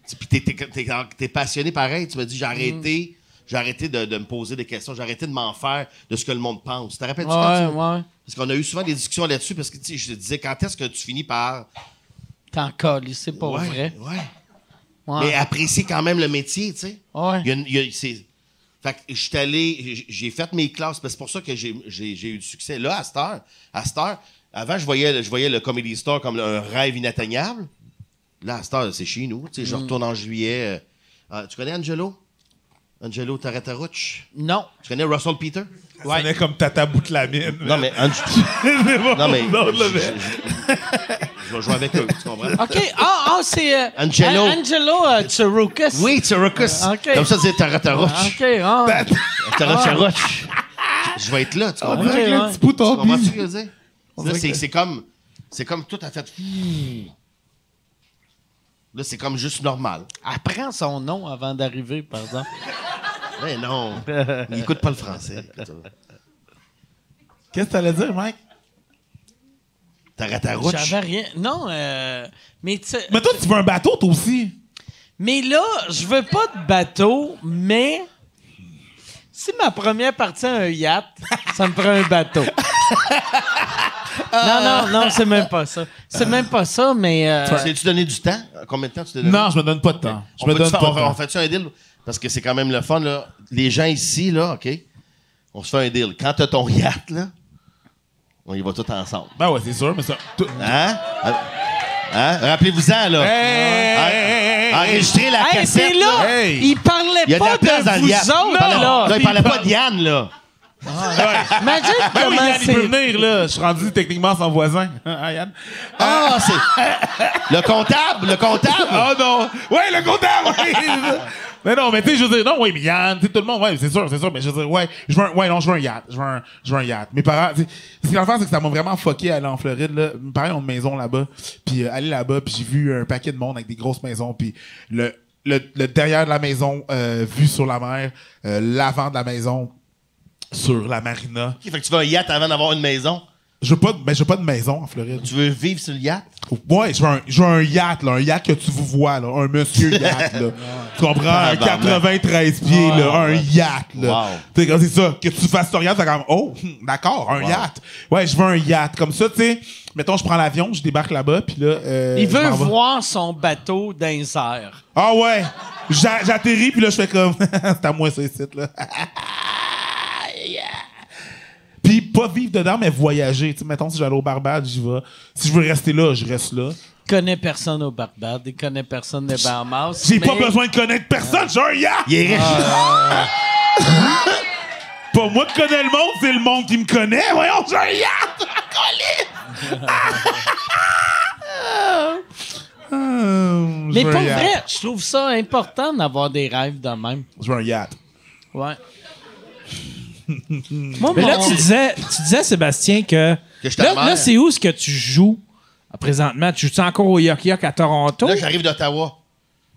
tu- Puis t'es, t'es- t'es en- t'es passionné pareil. Tu m'as dit, j'ai Mm. arrêté, j'ai arrêté de, de me poser des questions, j'ai arrêté de m'en faire de ce que le monde pense. Tu te rappelles-tu quand Ouais, tu- ouais. Parce qu'on a eu souvent des discussions là-dessus, parce que tu sais, je te disais, quand est-ce que tu finis par. T'es encore c'est pas ouais, vrai. ouais. Ouais. Mais apprécier quand même le métier, tu sais. Ouais. Il y a une- il y a- c'est- Fait que je suis allé, j'ai- j'ai fait mes classes, parce que c'est pour ça que j'ai j'ai- j'ai eu du succès. Là, à cette heure, à cette heure, avant, je voyais, le- je voyais le Comedy Store comme un rêve Mm. inatteignable. Là, à cette heure, c'est chez nous. Tu sais, Je retourne en juillet. euh, ah, tu connais Angelo? Angelo Tarataruch. Non. Tu connais Russell Peter? Ça sonnait comme Tata Boutlamine. *laughs* Non, mais. Ange- C'est bon, non, mais. *laughs* non, je, là, mais- je- je- je vais jouer avec eux, tu comprends? *laughs* OK. Ah, ah, c'est. euh, Angelo. An- Angelo euh, Tsouroukis. Oui, Tsurukus. Ah, ok. Comme ça, c'est Tarataruch. OK. ah. Tarataruch. Je je vais être là, tu On comprends? dirait que ouais. le petit bout Tu en comprends ce bise. que je veux dire? Là, Ah dirait c'est, que- c'est comme. C'est comme tout à fait. Hmm. Là, c'est comme juste normal. Apprends son nom avant d'arriver, par exemple. Mais non, il écoute pas le français. Qu'est-ce que t'allais dire, Mike? Tarataruch. J'avais rien. Non, euh, mais tu- Mais toi, tu veux un bateau, toi aussi? Mais là, je veux pas de bateau, mais si ma première partie à un yacht, ça me prend un *laughs* bateau. non, non, non, c'est même pas ça. C'est même pas ça, mais euh, tu donné du temps? Combien de temps tu t'es donné? Non, je me donne pas de temps. Je On me donne peut-tu faire- pas on- de On temps. fait-tu un deal? Parce que c'est quand même le fun, là. Les gens ici, là, OK? On se fait un deal. Quand t'as ton yacht, là, on y va tous ensemble. Ben ouais, c'est sûr, mais ça. tout- Hein? Hein? Rappelez-vous-en, là. Hein? Enregistrez la Hey, cassette. c'est là! Hey! Il parlait Il y a de pas la de, place dans le vous yacht. autres, Pardon. là. Là, il parlait pas de Yann, là. Imagine *laughs* Ben oui, comment Yann, il peut c'est... venir, là. Je suis rendu techniquement son voisin. *laughs* Hein, Yann? Ah, c'est... Le comptable, le comptable. Oh non! Ouais, le comptable! ouais. mais non, mais tu sais, je veux dire, non, oui, mais Yann, tu sais, tout le monde, ouais, c'est sûr, c'est sûr, mais je veux dire, ouais, je veux un, ouais, non, je veux un yacht, je veux un, je veux un yacht. Mes parents, tu sais, ce qu'il en fait, c'est que ça m'a vraiment fucké à aller en Floride, là. Mes parents ont une maison là-bas, puis euh, aller là-bas, puis j'ai vu un paquet de monde avec des grosses maisons, puis le, le, le derrière de la maison, euh, vu sur la mer, euh, l'avant de la maison, sur la marina. Ok, Fait que tu veux un yacht avant d'avoir une maison. Je veux pas, de- ben, je veux pas de maison en Floride. Tu veux vivre sur le yacht? Ouais, je veux un, je veux un yacht, là, un yacht que tu vous vois, là, un monsieur yacht. *laughs* Là. tu comprends? Un Tabarnak. 93 pieds, là, un yacht. Là. Wow. Tu sais, quand c'est ça, que tu fasses ton yacht, c'est comme, oh, hum, d'accord, un yacht. Ouais, je veux un yacht. Comme ça, tu sais, mettons, je prends l'avion, je débarque là-bas, puis là. euh, Il je veut m'en vais. voir son bateau dans les airs. Ah ouais! J'a- J'atterris, puis là, je fais comme, *laughs* c'est à moi, ce site, là. *laughs* Yeah. Puis pas vivre dedans, mais voyager. Tu sais, mettons, si j'allais au Barbade, j'y vais. Si je veux rester là, je reste là. Il connaît personne au Barbade, il connaît personne des Bahamas. J'ai pas mais- besoin de connaître personne, j'ai un yacht! Il est riche. Ah. Pas moi qui connais le monde, c'est le monde qui me connaît. Voyons, j'ai un *laughs* yacht! Colin! Mais pour vrai, je trouve ça important d'avoir des rêves de même. Je veux un yacht. Ouais. Moi, Mais là, mon- tu disais, tu disais Sébastien, que. Que je là, t'amère. là, c'est où ce que tu joues euh, présentement? Tu joues encore au York York à Toronto? Là, j'arrive d'Ottawa.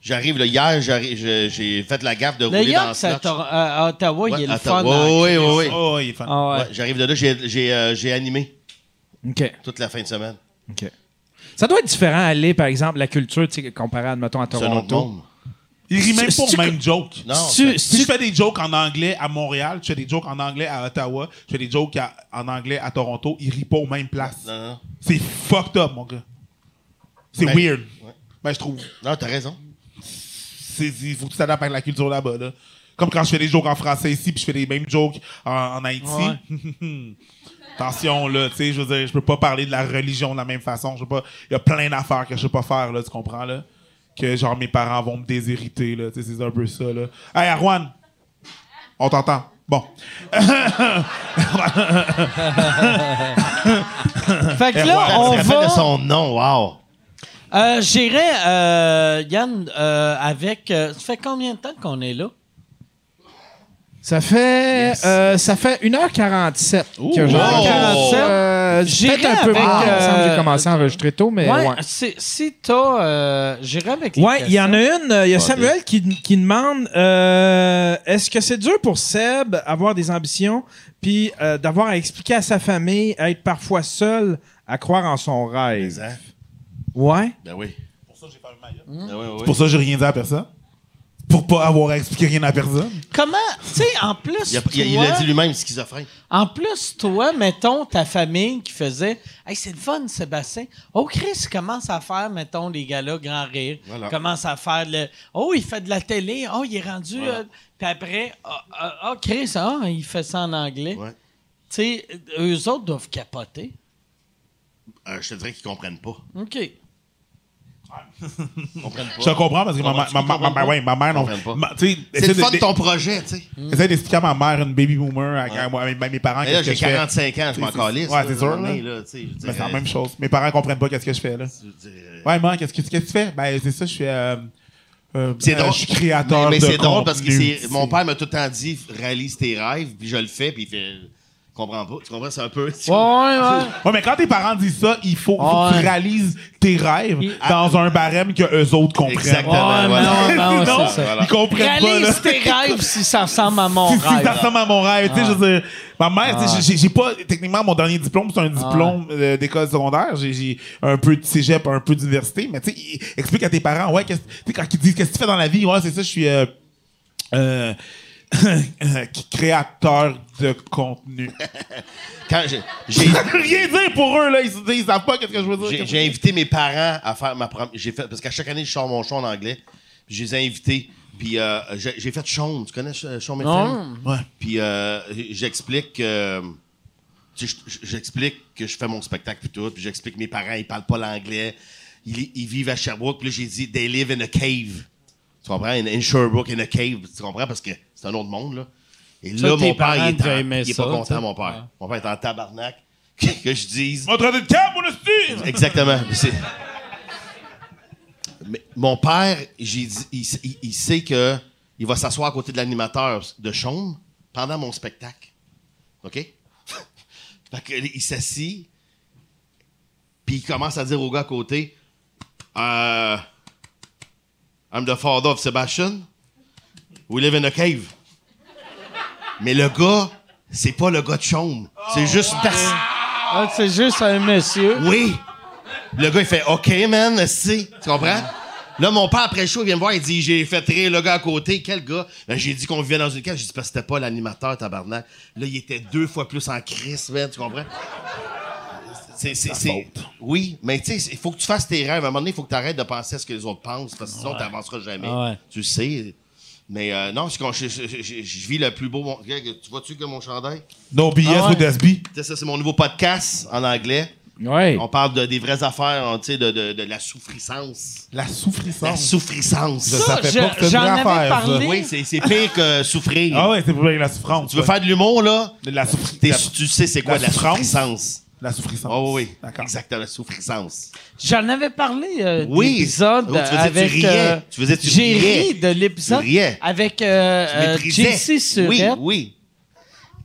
J'arrive, là, hier, j'arrive- je- j'ai fait la gaffe de le rouler dans York, le c'est à, slotch. Tor- euh, à- à Ottawa, Ouais, il est le Ottawa. fun. hein. Oui, oui, oui. Oh, il est fan. Ah ouais. Ouais, j'arrive de là, j'ai j'ai, euh, j'ai animé OK. toute la fin de semaine. OK. Ça doit être différent aller, par exemple, la culture, tu sais, comparé, admettons, à C'est un autre Toronto. monde. Il rit même Si- pas si- aux mêmes jokes. Non. Si- Si si- je fais des jokes en anglais à Montréal, je fais des jokes en anglais à Ottawa, je fais des jokes à- en anglais à Toronto, il rit pas aux mêmes places. Non, non, non. C'est fucked up, mon gars. C'est Ben, weird. ouais. Ben, je trouve. Non, t'as raison. c'est- il faut que tu t'adaptes à la culture là-bas. Là. Comme quand je fais des jokes en français ici, puis je fais les mêmes jokes en, en Haïti. *laughs* Attention, là, tu sais, je veux dire, je peux pas parler de la religion de la même façon. Je peux pas. Il y a plein d'affaires que je peux pas faire, là, tu comprends, là? Que genre mes parents vont me déshériter, là. Tu sais, c'est un peu ça, là. Hey, Arwan! On t'entend. Bon. Fait que Ouais, là, on elle se rappelle va. de son nom, wow. Euh, J'irai, euh, Yann, euh, avec. euh, ça fait combien de temps qu'on est là? Ça fait, euh, ça fait 1h47 que Wow. Euh, J'irai peut-être un peu avec, moins. Il me semble que euh, J'ai commencé à enregistrer tôt, mais ouais, Euh, ouais. c'est- si t'as. euh, J'irai avec. les Ouais, il y en a une. euh, Il y a Samuel qui, qui demande euh, est-ce que c'est dur pour Seb avoir des ambitions puis euh, d'avoir à expliquer à sa famille, à être parfois seul, à croire en son rêve Hein? Ouais. Ben oui. Hmm. Ben oui, oui, Pour oui. ça, j'ai rien dit à personne. Pour pas avoir à expliquer rien à personne. Comment, tu sais, en plus, Il a, il a- il toi, a dit lui-même schizophrène. en plus, toi, mettons ta famille qui faisait, hey, c'est le fun, Sébastien. Oh, Chris commence à faire, mettons, les gars-là, grand rire. Voilà. Commence à faire le, oh, il fait de la télé. Oh, il est rendu. Voilà. euh, puis après, Ah, ah, ah, Chris, ah, il fait ça en anglais. Ouais. Tu sais, eux autres doivent capoter. Euh, je te dirais qu'ils comprennent pas. OK. Ils Ils comprennent Je te pas. comprends parce que ma, ma, ma, ma- ma- ouais, ma mère, non. Comprennent pas. ma- tu sais, C'est le essaie fun de- de ton projet, tu sais. Mm. Essaye d'expliquer à ma mère, une baby boomer, à, à moi- à mes- à mes parents, Mais là, qu'est-ce que j'ai je fais. 45 ans, je m'en C'est- calisse. ouais, là, c'est sûr, un moment donné, là. là, tu euh, sais, je veux dire, Mais c'est la même chose. Mes parents comprennent pas qu'est-ce que je fais, là. je veux dire, Ouais, maman, qu'est-ce que, qu'est-ce que tu fais? Ben, c'est ça, je suis. euh, euh, C'est euh, drôle. Je suis créateur. Mais, mais de c'est drôle parce que contenu. c'est- mon père m'a tout le temps dit réalise tes rêves, puis je le fais, puis il fait. Je comprends pas. Tu comprends? C'est un peu. Ouais, ouais, ouais. Ouais, mais quand tes parents disent ça, il faut, faut que Ouais. tu réalises tes rêves Il- dans un barème que eux autres comprennent. Exactement. Ouais, voilà. mais *laughs* non, non, Sinon, c'est ça. Ils comprennent pas, là. Réalise tes rêves si ça ressemble à mon *laughs* Si, si, rêve. ça ressemble à mon rêve, tu sais, je veux dire, ma mère, tu sais, Ah. j'ai- j'ai pas, techniquement, mon dernier diplôme, c'est un diplôme euh, d'école secondaire, j'ai- j'ai un peu de cégep, un peu d'université, mais tu sais, il- explique à tes parents, ouais, qu'est-ce- tu sais, quand ils disent, qu'est-ce que tu fais dans la vie, ouais, c'est ça, je suis, euh, euh, *laughs* créateur de *laughs* contenu. Quand j'ai- *laughs* j'ai- Rien dire pour eux, là, ils, se disent, ils savent pas qu'est-ce que je veux dire. J'ai qu'est-ce j'ai que- invité mes parents à faire ma première. J'ai fait parce qu'à chaque année je sors mon show en anglais. Puis je les ai invités. Puis euh, j'ai j'ai fait Sean. Tu connais Sh- Sean McFadden? Ouais. Puis euh, j'explique que tu sais, je- j'explique que je fais mon spectacle puis tout. Puis j'explique que mes parents ils parlent pas l'anglais. Ils, ils vivent à Sherbrooke. Puis là j'ai dit they live in a cave. Tu comprends? In, in Sherbrooke in a cave. Tu comprends? Parce que c'est un autre monde là. Et Ça, là tes mon père parents il est, en- devaient aimer il est ça, pas tu sais. content mon père. Mon père est en tabarnak *laughs* que je dise Mon traité de cap, mon hostie! Exactement. Puis c'est- Mais mon père, j'ai dit- il, s- il- il sait que il va s'asseoir à côté de l'animateur de Chaume pendant mon spectacle. OK? *laughs* fait que, il s'assit, puis il commence à dire au gars à côté euh, I'm the father of Sebastian. We live in a cave. Mais le gars, c'est pas le gars de Chaume. C'est juste parce- Ah, c'est juste un monsieur. oui. Le gars, il fait OK, man, si. Tu comprends? Là, mon père, après le show, il vient me voir, il dit J'ai fait rire le gars à côté. Quel gars? Ben, j'ai dit qu'on vivait dans une cave. J'ai dit parce que c'était pas l'animateur, tabarnak. Là, il était deux fois plus en crise, man. Tu comprends? C'est. c'est- c'est- Oui, mais tu sais, il faut que tu fasses tes rêves. À un moment donné, il faut que tu arrêtes de penser à ce que les autres pensent, parce que sinon, tu n'avanceras jamais. Ouais. Tu le sais. Mais euh, non, c'est qu'on- je, je- je- je vis le plus beau. mon- Regarde, Tu vois-tu que mon chandail? No BS Ah ouais. with SB. Tu sais, Ça, c'est mon nouveau podcast en anglais. Ouais. On parle de, des vraies affaires, hein, tu sais, de, de, de la souffrissance. La La souffrissance. souffrissance. Ça fait je- pas que c'est j'en une avais vraie affaire, ça. parlé. Oui, c'est c'est pire que souffrir. Ah ouais, c'est pour la souffrance. Tu veux ouais. faire de l'humour, là? de la souffrance. t'es- tu sais c'est quoi la de la souffrance. souffrissance. La souffrissance. Ah oui, oui. D'accord. Exactement, la souffrissance. J'en avais parlé euh, Oui. d'épisode Oh, tu veux dire, tu avec. riais. euh, Tu veux dire, tu J'ai riais. ri de l'épisode Tu riais. avec euh, Tu euh, méprisais. JC Surette. Oui, oui.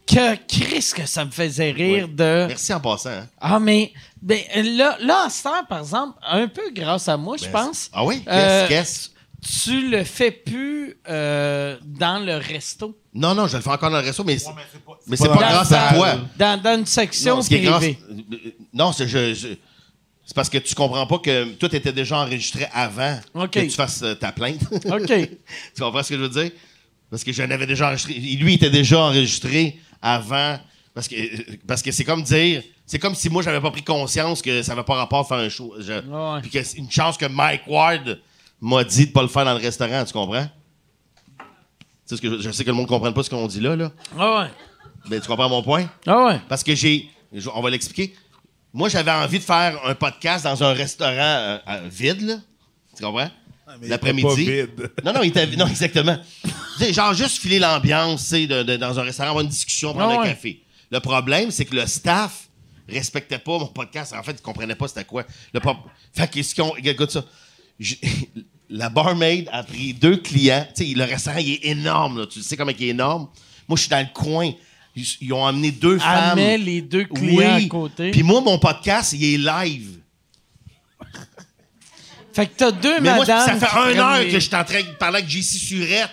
Que Chris, que ça me faisait rire Oui. de. Merci en passant. hein. Ah, mais. Ben, là, là, à cette heure, par exemple, un peu grâce à moi, je pense. Ah oui? Euh, Qu'est-ce? qu'est-ce? Tu le fais plus euh, dans le resto. Non, non, je le fais encore dans le resto, mais c'est mais c'est pas pas, dans la grâce à salle. toi. Dans, dans une section Non, ce qui est grâce- privée. euh, Non, c'est je- je- c'est parce que tu comprends pas que tout était déjà enregistré avant OK. que tu fasses euh, ta plainte. *laughs* OK. Tu comprends ce que je veux dire? Parce que j'en avais déjà enregistré. Lui, il était déjà enregistré avant. Parce que euh, parce que c'est comme dire. C'est comme si moi, j'avais pas pris conscience que ça n'avait pas rapport à faire un show. Je- Ouais. Puis que c'est une chance que Mike Ward m'a dit de pas le faire dans le restaurant, tu comprends? Tu sais ce que je, je sais que le monde ne comprenne pas ce qu'on dit là, là. Ah ouais. Mais tu comprends mon point? Ah ouais. Parce que j'ai. je- On va l'expliquer. Moi, j'avais envie de faire un podcast dans un restaurant euh, euh, vide, là. Tu comprends? mais il était pas L'après-midi. vide. *laughs* Non, non, il était, non, exactement. Tu sais, genre, juste filer l'ambiance, tu sais, de- de- dans un restaurant, avoir une discussion, prendre Ah un ouais. café. Le problème, c'est que le staff respectait pas mon podcast. En fait, ils comprenaient pas c'était quoi. Le pro- Fait que, ce qu'on. Écoute ça. J'ai- *laughs* La barmaid a pris deux clients. Tu sais, le restaurant, il est énorme, là. Tu sais comment il est énorme. Moi, je suis dans le coin. Ils, ils ont amené deux femmes. Amenait les deux clients à côté. Puis moi, mon podcast, il est live. Fait que t'as deux Mais moi, madames. ça qui fait prennent une heure les- que je suis en train de parler avec JC Surette.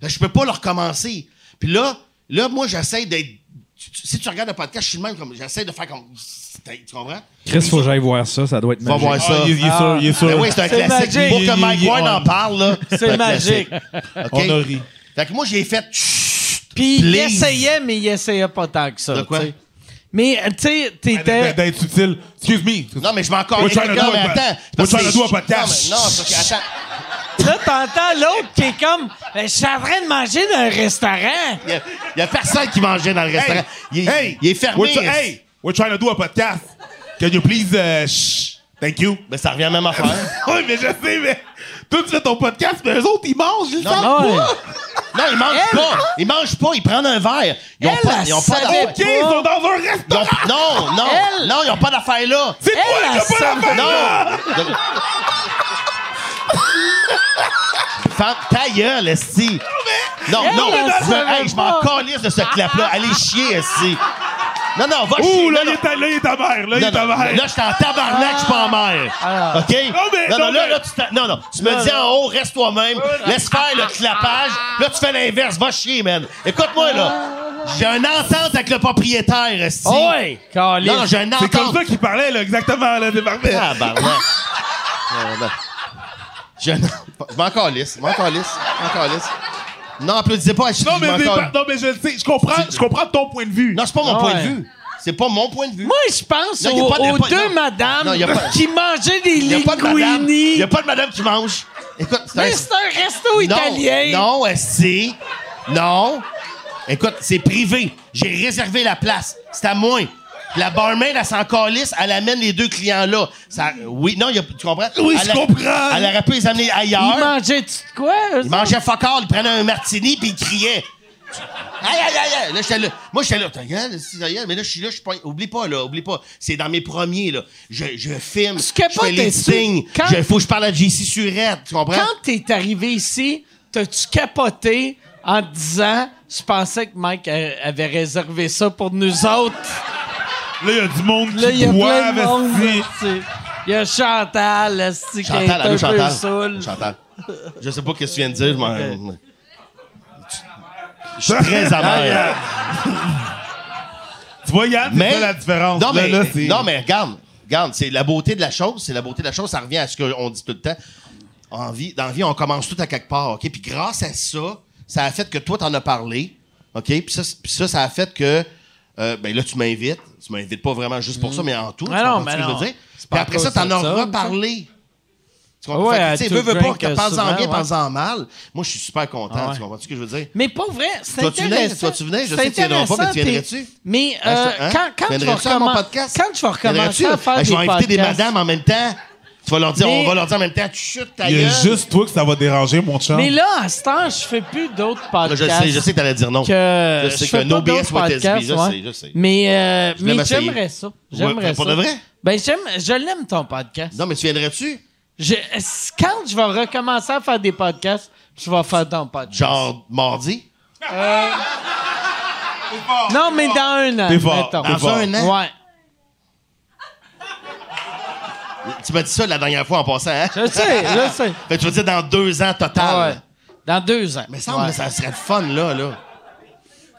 Là, Je peux pas leur commencer. Puis là, là moi, j'essaie d'être. tu- tu- Si tu regardes le podcast, je suis le même comme. J'essaie de faire comme. Tu comprends? Chris, faut que j'aille voir ça. Ça doit être Va magique. voir Ah, ça. il, il est sûr, il est sûr. Ben oui, c'est un C'est classique. magique. Pour Il- que il- Mike il- Ward on- en parle, là. un magique. classique. OK? On a ri. Fait que moi, j'ai fait. Chut, Puis il please. essayait, mais il essayait pas tant que ça. De quoi? Ah, tu sais. Mais euh, tu sais, D- d- t'étais. D'être utile. Excuse me. Non, mais je m'en Moi, calme. je suis en Non, mais ado, moi, je attends. suis en Parce que- ado à podcast. Non, mais- non, c'est parce que- attends. Là, t'entends l'autre qui est comme. Ben, Je suis en train de manger dans un restaurant. Il y, a personne qui mangeait dans le restaurant. il, est- hey, il est fermé. We're try- hey, we're trying to do a podcast. Can you please. euh, shh. Thank you. Mais Ben, ça revient à la *laughs* *laughs* même affaire. oui, mais je sais, mais. Toi, tu fais ton podcast, mais eux autres, ils mangent, ils le Non, savent Ah ouais. pas. Non, ils mangent pas. Ils mangent pas. Ils prennent un verre. Ils ont Elle, pas, elle ils ont pas savait d'affaires. OK, ils sont dans un restaurant. Ils ont- Non, non, Elle- non, ils ont pas d'affaires là. C'est toi elle, qui elle as pas la Non! *laughs* Femme, ta gueule, esti! Non, non, elle je me- savait hey, je m'en pas. calisse de ce clap-là. Allez chier, esti! Non, non, va chier! Ouh, là, Non, il non. est ta- là, il est ta mère. Là, il Non, est ta non, mère. Là, je suis en tabarnak, je suis pas en mer. Ah. OK? mais- non, non, Ah. non, là, mais- là, tu t'en- non, non. Tu me dis en haut, reste toi-même, laisse faire le clapage. Là, tu fais l'inverse, va chier, man. Écoute-moi, là. J'ai une entente avec le propriétaire, esti. Ah Ouais, caliste. Non, j'ai une C'est comme entente. Ah, ça qu'il parlait, là, exactement, là, des barbets. Tabarnak. Tabarnak. Je je m'en calisse, je m'en calisse, je m'en calisse. Non, applaudissez pas à Chichi, Non, je mais, m'en c'est calisse. pas- non, mais je le sais, je comprends, je comprends ton point de vue. Non, c'est pas mon Ah point de ouais. vue. C'est pas mon point de vue. Moi, je pense Non, y a aux, pas de- aux pas- deux non. madames Non, y a pas- qui mangeaient des Il y a pas de madame. Il y linguini. a pas de madame qui mange. Écoute, c'est un- Mais c'est un resto Non, italien. Non, esti. Non. Écoute, c'est privé. J'ai réservé la place. C'est à moi. La barmaid, elle s'en calisse, elle amène les deux clients-là. Ça, oui, non, il y a- tu comprends? Oui, Elle je a- comprends. Elle aurait pu les amener ailleurs. Ils mangeaient-tu de quoi, eux Il mangeait fuck all, il prenait un martini puis il criait. Aïe, aïe, aïe, aïe. Là, j'étais là. Moi, j'étais là. Ta gueule, c'est ta gueule. Mais là, je suis là, je suis pas. Oublie pas, là, oublie pas. C'est dans mes premiers, là. Je, je filme. Ce que je pas fais les t'es sûr. signes. Quand- Il faut que je parle à JC Surette, tu comprends? Quand t'es arrivé ici, t'as-tu capoté en te disant je pensais que Mike euh, avait réservé ça pour nous autres? Là, il y a du monde Là, il y qui a boit, plein de monde. esti. là, tu sais. Il y a Chantal, là, c'est qui est Chantal, un allô, peu Chantal. saoul. Chantal. Je sais pas ce que tu viens de dire, je m'en. Je suis très amer. *laughs* Tu vois, Yann, c'est Mais- ça la différence. Non, mais, là, là, c'est- non, mais regarde, regarde, c'est la beauté de la chose, c'est la beauté de la chose, ça revient à ce qu'on dit tout le temps. En vie, dans la vie, on commence tout à quelque part, OK? Puis grâce à ça, ça a fait que toi, t'en as parlé, OK? Puis ça, c'est- puis ça, ça a fait que, euh, ben là, tu m'invites. Tu m'invites pas vraiment juste pour ça, mais en tout. Ah tu non, comprends mais ce que je veux non. dire? C'est pas Puis à après ça, cause de t'en as ça, reparlé. Tu comprends? Ouais, Fait que, à tu sais, tout veux, veux drink, pas, que euh, pense-en souvent, ouais. bien, pense-en mal. Moi, je suis super content, Ah ouais. tu comprends ce que je veux dire? Mais pas vrai, c'est Toi, tu venais, intéressant. toi, tu venais, je C'est sais que tu viendras pas, mais tu intéressant, viendrais-tu? t'es- Mais euh, Hein, je- hein? quand, quand, tu vas Viendrais-tu à mon recommen- podcast? quand tu vas recommencer Viendrais-tu? à faire Eh, des Je vais inviter des podcasts- madames en même temps. Tu vas leur dire, Mais- on va leur dire en même temps, tu chutes ta Il y a gueule. juste toi que ça va déranger, mon chum. Mais là, à ce temps, je fais plus d'autres Là, podcasts. Ah, je sais, je sais que t'allais dire non. que Je fais sais que pas no d'autres BS what is podcasts, me, je ouais. sais, je sais. Mais, euh, voulais mais m'essayer. j'aimerais ça. Ouais, J'aimerais pour ça. de vrai? Ben, j'aime, je l'aime ton podcast. Non, mais tu viendrais-tu? Je- c- quand je vais recommencer à faire des podcasts, je vais faire ton podcast. Genre mardi? Non, mais dans un an. T'es fort, mettons. t'es Dans fort. un an? Ouais. Tu m'as dit ça la dernière fois en passant, hein? Je sais, je sais. Ah Fait que tu vas dire dans deux ans total. Ouais. Dans deux ans. Mais semble Ouais. que ça serait le fun, là, là.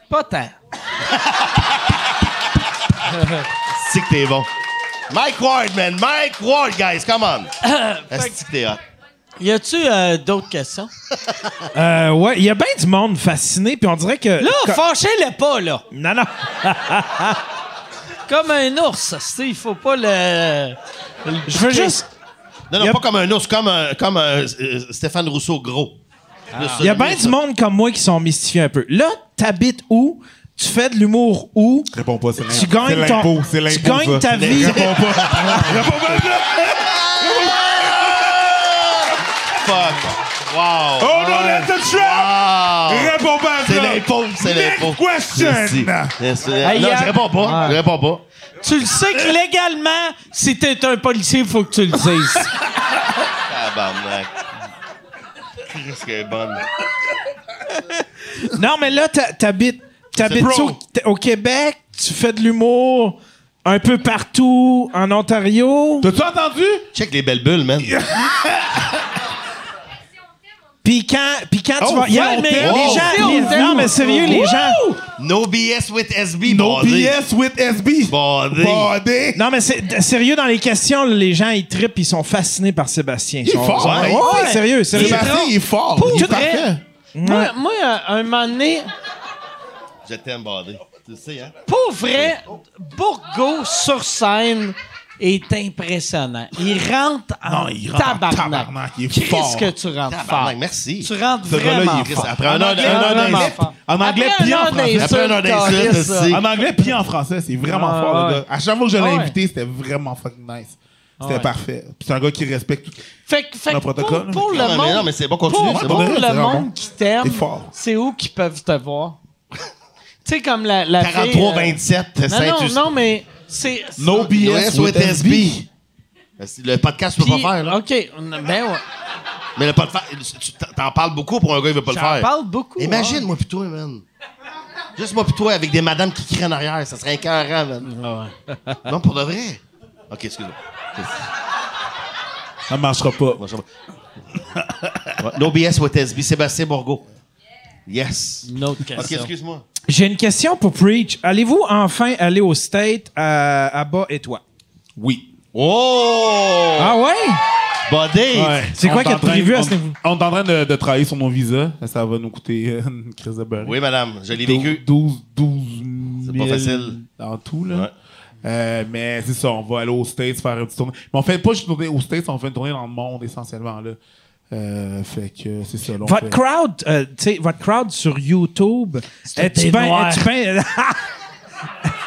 Pas tant. C'est que t'es bon. Mike Ward, man. Mike Ward, guys, *coughs* come on. Est-ce que t'es hot? Y a-tu euh, d'autres questions? Euh, ouais, il y a bien du monde fasciné, puis on dirait que. Là, Quand- fâchez-le pas, là. Non, non. Comme un ours, c'est, il faut pas le. le Je veux piquer. juste. Non, non, Yep. pas comme un ours, comme, un- comme un, euh, Stéphane Rousseau gros. Ah. Il y a bien du monde comme moi qui sont mystifiés un peu. Là, t'habites où? Tu fais de l'humour où? Réponds pas, c'est Tu l'impôt. gagnes C'est ton- l'impôt, c'est tu l'impôt. gagnes ça. ta vie. Réponds pas. *laughs* Réponds pas, là. Fuck. Wow. Oh non, that's a trap! Wow. Réponds pas, C'est là. l'impôt, c'est Next l'impôt. question. Merci. Merci. Hey, non, Yann. je réponds pas. Je réponds pas. Tu le sais que légalement, si t'es un policier, il faut que tu le dises. Tabarnak. Qu'est-ce qu'elle est bonne. Non, mais là, t'ha- t'habites. T'habites C'est au, pro. t'es- au Québec, tu fais de l'humour un peu partout, en Ontario. T'as-tu entendu? Check les belles bulles, man. Puis quand, puis quand tu Oh, vas. si Yeah, on mais t'aime. les Oh, gens. si on les- t'aime. non, mais sérieux, les gens. No BS with SB. No bordé. PS with SB. Bordé. Bordé. Non, mais c'est d- sérieux, dans les questions, là, les gens, ils trippent, ils sont fascinés par Sébastien. Il est sont- fort, sont- hein? Ouais, ouais, Ouais. sérieux, sérieux. Sébastien, il est fort. Il est Tout vrai. Oh, parfait. Moi, moi, euh, un moment donné, Je t'aime, Bordé. Tu le sais, hein? pour vrai, Bourgo sur scène est impressionnant. Il rentre en Non, il rentre en tabarnak. tabarnak, il est Qu'est-ce fort. que tu rentres fort? Tabarnak, merci. Ah, Tu rentres Ce gars-là, vraiment il est fort. Après un an anglais, un an Vraiment d'insulte. fort. En anglais, Après un puis en an françalais. d'insulte, Après un an d'insulte, Carlis, c'est- euh, En anglais puis en français, c'est vraiment Ah, fort, ouais. le gars. À chaque fois que je l'ai Ah, ouais. invité, c'était vraiment fucking nice. C'était ouais. parfait. Puis c'est un gars qui respecte tout. Fait, que- fait que Un pour, protocole, pour Non, le mais non, monde, mais c'est bon, continue, Bon, pour, c'est bon, pour c'est le vraiment monde bon. qui t'aime, C'est fort. c'est où qu'ils peuvent te voir? tu sais, comme la, la fille, euh, 43-27, Non, non, Saint-Eustache. non, mais c'est... No BS with SB. Euh, Le podcast, tu peux Puis- pas faire, là. OK, on a- ben ouais. Mais le podcast, tu t'en parles beaucoup pour un gars, il veut pas le J'en faire. parle beaucoup. Imagine, moi pis toi, man. Juste moi pis toi, avec des madames qui crient en arrière, ça serait incohérent, man. *laughs* Non, pour de vrai. OK, excuse-moi. Ça marchera pas. Moi, je- Ouais, No BS with SB, Sébastien Borgo. Yes. Une autre OK, question. excuse-moi. J'ai une question pour Preach. Allez-vous enfin aller au State à, à bas et toi? Oui. Oh! Ah ouais? Buddy! C'est On quoi qui est t'entraîne- prévu à on- ce niveau? On est en train de, de travailler sur mon visa. Ça, Ça va nous coûter euh, une crise de beurre. Oui, madame, je l'ai Dou- vécu. 12, 12 C'est pas 000 facile. En tout, là. Ouais. Euh, mais c'est ça, on va aller aux States faire une petite tournée. Mais on fait pas juste une tournée aux States, on fait une tournée dans le monde essentiellement, là. Euh, fait que c'est ça. là, on Votre fait- crowd, euh, tu sais, votre crowd sur YouTube, est-tu des bien Noirs. est-tu bien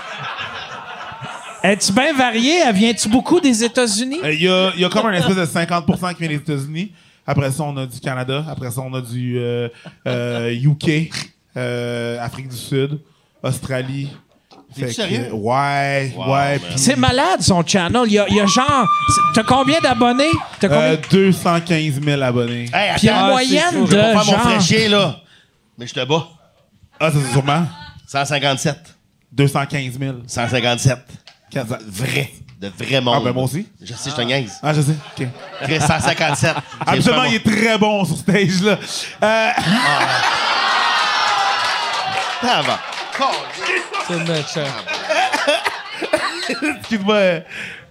*laughs* est-tu bien varié? Elle Vient-tu beaucoup des États-Unis? Euh, Il y, a, il y a comme un espèce de 50% qui vient des États-Unis. Après ça, on a du Canada. Après ça, on a du euh, euh, UK, euh, Afrique du Sud, Australie. Fait T'es-tu sérieux? ouais, ouais. puis, C'est malade son channel. Il y a, il y a genre. c'est- T'as combien d'abonnés? T'as combien? euh, 215 000 abonnés. Hey, Puis il y a attends, une ah, c'est moyenne sûr. de. Je faire mon genre... fraîchier, là. Mais je te bats. Ah, ça c'est sûrement 157. 215 000. 157. Quatre- Vrai. De vrai monde. Ah, ben moi aussi. Je sais, je te niaise. Ah, je sais. OK. Chris, 157. Absolument, il est très bon sur stage, là. Euh, *laughs* avant. C'est une autre chose. excuse-moi. euh,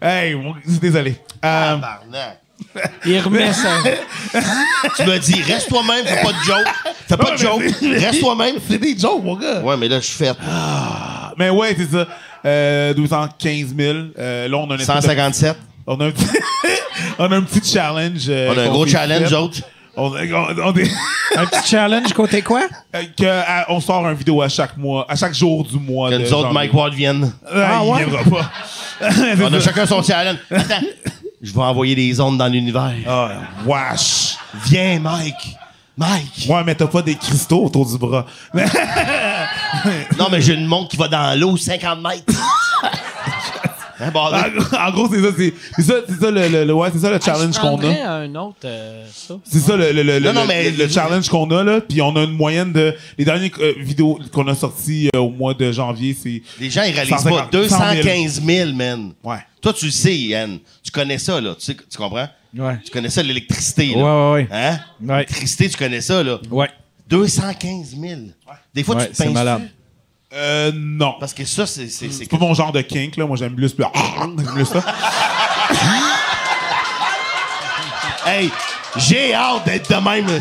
Hey, mon- je suis désolé. Euh, Tabarnak. Il remet *laughs* ça. Tu me dis, reste toi-même, fais pas de joke. Fais pas de joke. Reste toi-même. c'est Ah, des jokes, mon gars. Ouais, mais là, je suis fait. Mais ouais, c'est ça. Euh, 215 000. Euh, là, on a un espèce de- 157. On a un petit, *laughs* on a un petit challenge. euh, On a un qu'on gros s'est challenge, fait. autres. On, on- on est- *laughs* Un petit challenge côté quoi? euh, que, euh, on sort un vidéo à chaque mois, à chaque jour du mois. Que de nous autres, janvier. Mike Ward viennent. Ah, il viendra *laughs* pas. C'est On ça. a chacun son challenge. Attends. Je vais envoyer des ondes dans l'univers. Ah, wesh. Viens, Mike. Mike. Ouais, mais t'as pas des cristaux autour du bras. Mais- Non, mais j'ai une montre qui va dans l'eau 50 mètres. Hein, bordel? en, gros- en gros, c'est ça, c'est c'est ça, c'est ça le, le- le- ouais, c'est ça le Ah, challenge Je qu'on a. prendrais un autre, euh, ça. C'est ça le, le, le, Non, non, le- mais- le challenge qu'on a là, puis on a une moyenne de les dernières euh, vidéos qu'on a sorties euh, au mois de janvier, c'est Les gens, ils réalisent 150 pas. 215 000, man. Ouais. Toi, tu le sais, Yann. Tu connais ça, là. Tu, sais, tu comprends? Ouais. Tu connais ça, l'électricité, Ouais, là. ouais, ouais. Hein? Ouais. L'électricité, tu connais ça, là. Ouais. 215 000. Des fois, Ouais, tu te c'est pinces malade. dessus. euh, non. Parce que ça, c'est... c'est- c'est- C'est pas mon genre de kink, là. Moi, j'aime plus. *laughs* J'aime plus ça. Hey, j'ai hâte d'être de même. Là,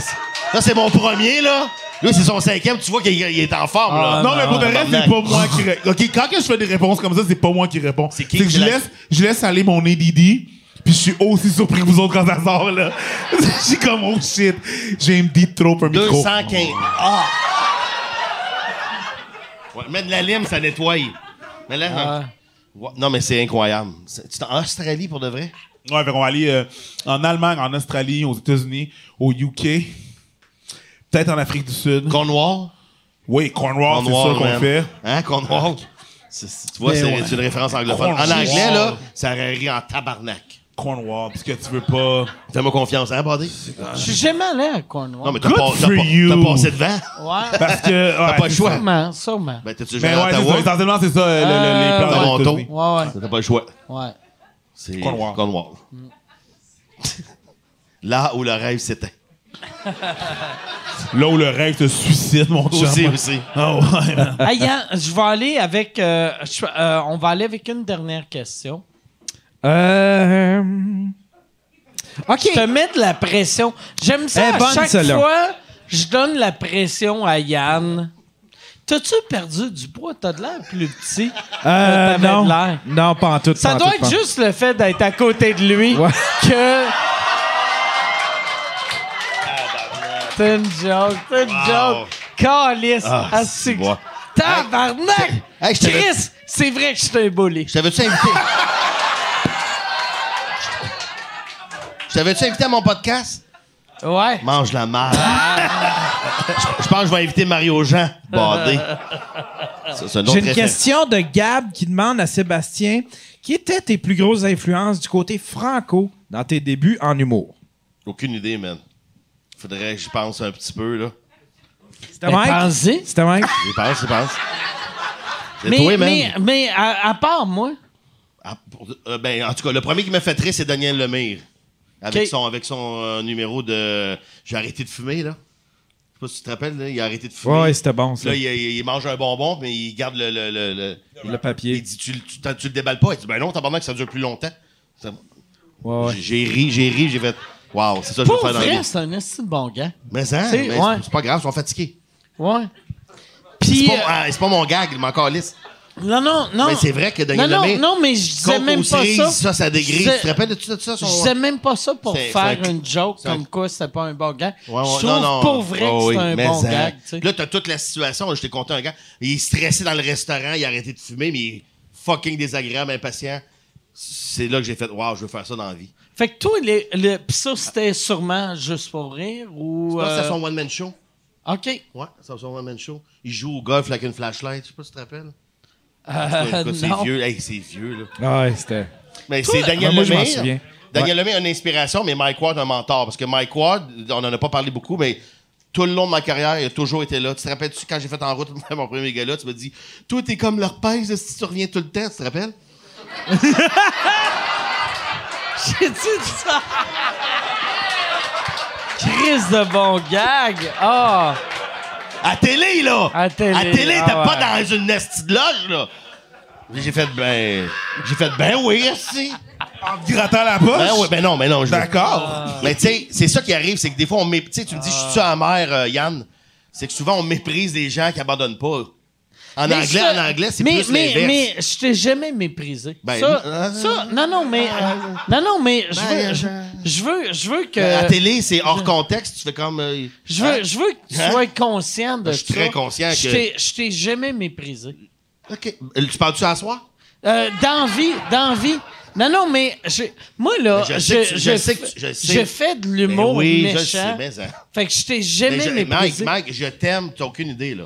Là, c'est mon premier, là. Lui, c'est son cinquième. Tu vois qu'il il est en forme, Ah, là. Ah, non, mais pour le reste, c'est pas moi qui. ré- OK, quand que je fais des réponses comme ça, c'est pas moi qui réponds. C'est C'est qui que qui je l'a- laisse, je laisse aller mon ADD, puis je suis aussi surpris que vous autres quand ça sort, là. *laughs* Je suis comme, oh shit, j'ai une dit trop pour un micro. 215. Ah! Ouais, mets de la lime, ça nettoie. Mais là, Ah. hein. Ouais, non, mais c'est incroyable. C'est tu es en Australie pour de vrai? Ouais, fait qu'on va aller euh, en Allemagne, en Australie, aux États-Unis, au UK, peut-être en Afrique du Sud. Cornwall? Oui, Cornwall, Ah, c'est Cornwall, ça qu'on man. fait. Ah. Hein, Cornwall? C'est- c'est- Tu vois, c'est c'est une référence anglophone. En Cornwall. anglais, là, ça aurait ri en tabarnak. Cornwall, parce que tu veux pas. Fais-moi confiance, hein, Bordé? Je suis jamais allé à Cornwall. Non, mais t'as Good pas, t'as for pas- you. t'as passé devant? *laughs* Ouais, Parce que. ouais, T'as pas le c'est choix. ça. sûrement, sûrement. Ben, t'as-tu Mais jamais ouais, c'est ça. Ottawa? Ah, Essentiellement, c'est ça, euh, le- le- Euh, les plans de Toronto. États-Unis. Ouais, ouais, T'as pas le choix. ouais. C'est Cornwall. Cornwall. Mm. Là où le rêve s'éteint. Là où le rêve te suicide, mon chum. Aussi, aussi. Ah ouais, man. Hey, Yann, je vais aller avec. euh, je- euh, on va aller avec une dernière question. Euh. Je te mets de la pression. J'aime ça. Eh, à bonne, chaque celle-là. fois, je donne la pression à Yann. T'as-tu perdu du poids? T'as de l'air plus petit. Euh, que t'avais non. de l'air. Non, pas en tout. Ça pas en doit tout, être pas en- juste le fait d'être à côté de lui Ouais. que. C'est une joke, c'est une Wow. joke. Calice, Ah, assis. c'est moi. Tabarnak! Hey, je t'avais- *laughs* Chris, c'est vrai que je suis un bully. Je t'avais-tu invité? T'avais-tu invité à mon podcast? Ouais. Mange la marde. je, je pense que je vais inviter Mario Jean. Badé. Ça, c'est un autre J'ai une référent. question de Gab qui demande à Sébastien qui étaient tes plus grosses influences du côté franco dans tes débuts en humour? Aucune idée, man. Faudrait que j'y pense un petit peu, là. C'était Mike? pensez. C'était Mike? J'y pense, j'y pense. C'est Mais, toi, man. mais, mais à, à part moi, Ah, pour- euh, ben, en tout cas, le premier qui me fait très, c'est Daniel Lemire. Avec Ok. son, avec son euh, numéro de. J'ai arrêté de fumer, là. Je sais pas si tu te rappelles, là. Il a arrêté de fumer. Ouais, c'était bon, ça. Là, il, il- il mange un bonbon, mais il garde le, le, le, le- Le papier. Il dit tu, tu, t'en- tu le déballes pas. Il dit Ben non, tabarnak, ça dure plus longtemps. Ça- Ouais, ouais. J'ai- J'ai ri, j'ai ri, j'ai fait Waouh, c'est ça que je veux pour faire dans la vrai, vie. c'est un esti de bon gars. Mais hein, C'est- mais c'est ouais. c'est pas grave, ils sont fatigués. Ouais. C'est Puis, pas, ah, c'est pas mon gag, il m'en calisse. euh, non, non, non. Mais c'est vrai que Non, Daniel non, Lemire- non, mais je disais Coke aux même pas cerises, ça. Ça, ça dégrise. Je disais- Tu te rappelles de tout ça? son- Je disais même pas ça pour C'est- faire c'est un- une joke c'est un- comme quoi c'était pas un bon gag. Ouais, ouais, je trouve non, non, pour vrai ouais, que c'est oui, un mais bon ça- gag. tu sais. Là, t'as toute la situation. Je t'ai conté un gars. Il est stressé dans le restaurant. Il a arrêté de fumer, mais il est fucking désagréable, impatient. C'est là que j'ai fait Waouh, je veux faire ça dans la vie. Fait que toi, le, le, pis ça, c'était sûrement juste pour rire ou... Ça, euh, c'est son one-man show. OK. Ouais, c'est son one-man show. Il joue au golf avec une flashlight. Je sais pas si tu te rappelles. Écoute, Euh, non. c'est vieux. Hey, c'est vieux, là. Ouais, c'était. Mais c'est Daniel moi, je m'en Lemire. souviens. Daniel Lemire a une inspiration, mais Mike Ward un mentor. Parce que Mike Ward, on en a pas parlé beaucoup, mais tout le long de ma carrière, il a toujours été là. Tu te rappelles-tu quand j'ai fait en route *laughs* mon premier gala, tu m'as dit Toi, t'es comme leur pèse si tu reviens tout le temps, tu te rappelles? *laughs* J'ai dit ça! Chris de bon gag! Ah! À télé, là! À télé, télé, ah t'es pas ouais. dans une nasty de loge, là! J'ai fait ben. J'ai fait ben oui, si! En te grattant la poche? Ben oui, ben non, ben non, je D'accord. Mais tu sais, c'est ça qui arrive, c'est que des fois, on mé- tu sais, tu me dis, je suis amer, euh, Yann. C'est que souvent, on méprise des gens qui abandonnent pas. En Mais anglais, ça- en anglais, c'est mais, plus mais, l'inverse. mais je t'ai jamais méprisé. Ben, ça, euh, Ah, ça, non, non, mais... euh, non, non, mais je Ben, veux... je- euh, Je veux, je veux que... À la télé, c'est hors contexte, tu fais comme. euh, euh, Je veux, hein? je veux que tu Hein? sois conscient de Je suis ça. très conscient Je que- t'ai- Je t'ai jamais méprisé. OK. Euh, Tu parles-tu à soi? Euh, dans vie, dans vie. Non, non, mais j'ai- moi, là, Mais je, Ben, je sais que tu- je je sais que f- tu- je sais. je fais de l'humour Ben oui, je méchant. sais, mais ça- Fait que je t'ai Mais jamais je- Mike, méprisé. Mike, je t'aime, t'as aucune idée, là.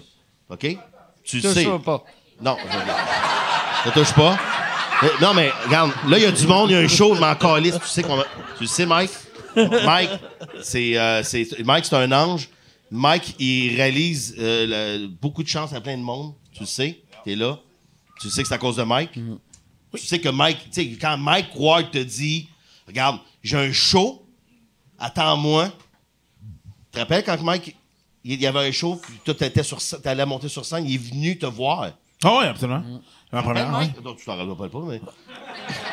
OK? Tu le Je sais. sais pas. Non, je ne touche pas. Mais- non, mais regarde, là, il y a du monde, il y a un show, mais en calice, tu sais qu'on va- Tu le sais, Mike? Mike, c'est, euh, c'est- Mike, c'est un ange. Mike, il réalise euh, le- beaucoup de chance à plein de monde. Tu le sais, t'es là. Tu sais que c'est à cause de Mike. Tu sais que Mike, tu sais, quand Mike Ward te dit, regarde, j'ai un show, attends-moi. Tu te rappelles quand Mike, il y avait un show, puis toi, t'étais sur, sc- t'allais monter sur scène, il est venu te voir. Ah oui, absolument. Ma Mike- première, hein. oui. Non, tu t'en rappelles pas, mais.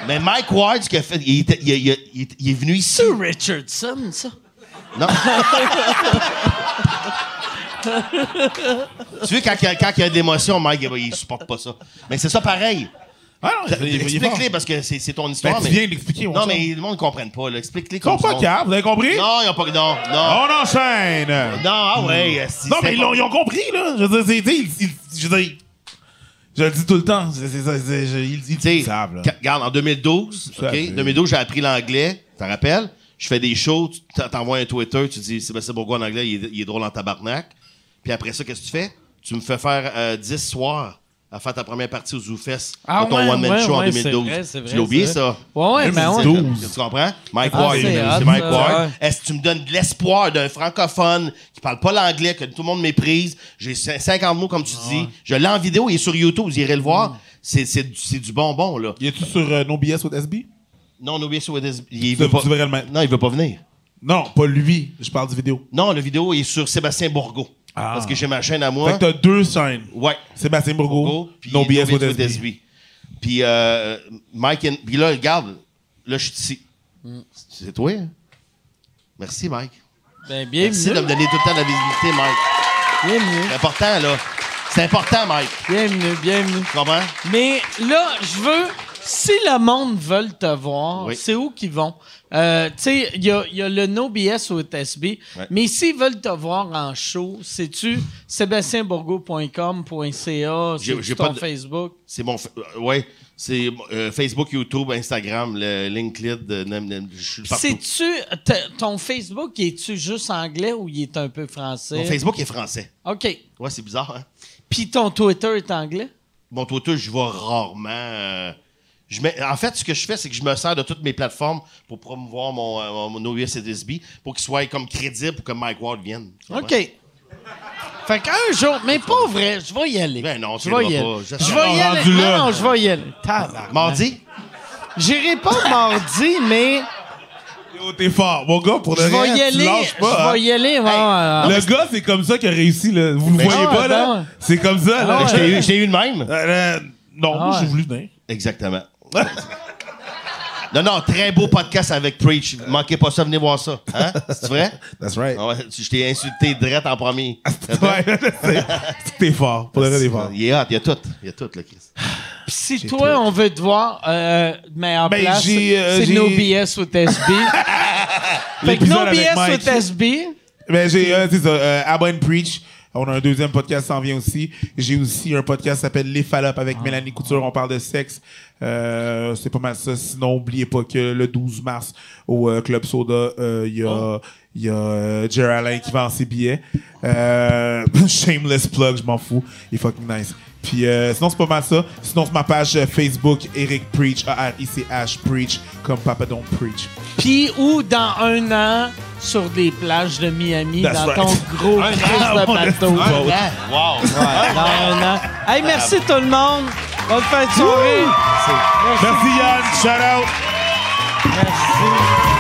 mais Mike Ward, ce qu'il a fait, il, était- il- il- il- il est venu ici. C'est Richardson, ça. *laughs* Non? tu vois, quand, il y a- quand il y a de l'émotion, Mike, il, il supporte pas ça. Mais c'est ça pareil. Ah non, il- il- il est Explique-les fort. parce que c'est c'est ton Ben, histoire. tu mais... viens de l'expliquer, mon Non, chum. mais le monde ne comprend pas. là. Explique-les Ils comme sont pas ça. capables, vous avez compris? Non, ils n'ont pas. Non, non. On enchaîne! Non, ah ouais. si, Hmm. Non, c'est mais ils, l'ont- pas- ils ont compris, là. Je veux dire, c'est- tu sais, ils- ils- je veux dire, je le dis tout le temps. C'est- c'est- c'est- c'est- je- ils, ils- Tu sais, ils savent, là. ca- regarde, en 2012, Ça OK, fait. 2012, j'ai appris l'anglais, tu t'en rappelles? Je fais des shows, tu t'en- t'envoies un Twitter, tu dis Sébastien Bourgois en anglais, il est, il est drôle en tabarnak. Puis après ça, qu'est-ce que tu fais? Tu me fais faire euh, 10 soirs à faire ta première partie aux Zoufest Ah de ton ouais, one-man ouais, show en ouais, c'est 2012. vrai, c'est vrai, tu l'as oublié, c'est ça? Ouais, ouais, mais ouais. 2012. Tu comprends? Mike Ah, Ward, c'est hot, c'est Mike ça, Ward. ouais. Est-ce que tu me donnes de l'espoir d'un francophone qui parle pas l'anglais, que tout le monde méprise? J'ai cin- 50 mots, comme tu dis. Je l'ai en vidéo, il est sur YouTube, vous irez le Mm. voir. C'est- C'est du- c'est du bonbon, là. Y est-tu sur euh, No BS ou SB? Non, no BS with his- Il Tu- veut pas. tu verrais le mettre. Non, il veut pas venir. Non, pas lui. Je parle du vidéo. Non, la vidéo est sur Sébastien Bourgo. Ah. Parce que j'ai ma chaîne à moi. Fait que t'as deux chaînes. Ouais. Sébastien Bourgo, Bourgo, puis No BS ou with SB. SB. Puis euh, Mike and- Puis là, regarde, là, je suis ici. Mm. C'est toi, hein? Merci, Mike. Ben, bien Merci de me mieux. donner tout le temps de la visibilité, Mike. Bien mieux. C'est important, là. C'est important, Mike. Bien mieux, bien mieux. Tu comprends? Mais là, je veux. Si le monde veut te voir, Oui. c'est où qu'ils vont? Euh, tu sais, il y a, il y a le No BS au TSB, Ouais. mais s'ils veulent te voir en show, c'est-tu sébastienbourgo.com.ca, J'ai- c'est j'ai ton pas de- Facebook? C'est mon. f- euh, ouais. C'est euh, Facebook, YouTube, Instagram, le LinkedIn. euh, nem- nem- je suis partout. C'est-tu. t- Ton Facebook, est-tu juste anglais ou il est un peu français? Mon Facebook est français. OK. Ouais, c'est bizarre, hein? Puis ton Twitter est anglais? Mon Twitter, je vais rarement. euh, je mets- en fait, ce que je fais, c'est que je me sers de toutes mes plateformes pour promouvoir mon, euh, mon- mon OUS et DSB pour qu'il soit comme crédible pour que Mike Ward vienne. Tu comprends? OK. Fait qu'un jour, mais pas vrai, je vais y aller. Ben non, tu je vais y iras aller. pas. Je vais y Ah, aller. rendu Non, là. non, je vais y aller. Tabarnak. Mardi? J'irai pas mardi, mais Yo, t'es fort, mon gars, pour je le vais y reste, tu aller. lâches Je pas. vais hein. y aller. euh, ouais, ouais, ouais. Le gars, c'est comme ça qu'il a réussi, là. Vous le Mais- voyez Ah, pas, ben ouais. là? C'est comme ça, là. Je t'ai eu- je t'ai eu le même? Euh, euh, non, Ah ouais. j'ai voulu venir. Exactement. non, non, très beau podcast avec Preach. Manquez pas ça, venez voir ça. Hein? C'est vrai? That's right. Ah ouais, tu- je t'ai insulté direct en premier. Ouais, *laughs* c'est- c'est- t'es fort. Pour le reste, t'es fort. Il est hot, il y a tout. Il y a tout, le Chris. Pis si toi, on veut te voir, euh, meilleure Ben, place, j'ai, euh, c'est j'ai- No BS with *laughs* SB. fait que L'épisode No avec BS Mike. with SB, Mais j'ai, euh, c'est ça, euh, Abonne Preach. On a un deuxième podcast qui s'en vient aussi. J'ai aussi un podcast qui s'appelle Les Fallops avec Mélanie Couture. On parle de sexe. Euh, c'est pas mal ça. Sinon, oubliez pas que le 12 mars au euh, Club Soda, euh, il y a, il y a euh, Jerry Alain qui vend ses billets. Euh, *laughs* shameless plug, je m'en fous. Il est fucking nice. Puis euh, sinon, c'est pas mal ça. Sinon, c'est ma page euh, Facebook, Eric Preach, A-R-I-C-H Preach, comme Papa Don't Preach. puis ou dans un an, sur des plages de Miami, That's dans right. ton gros Un Christ an, de mon bateau. esti. Ouais, Wow! dans un an. Hey, merci tout le monde. Bonne fin de soirée. Merci Yann, shout out! Merci.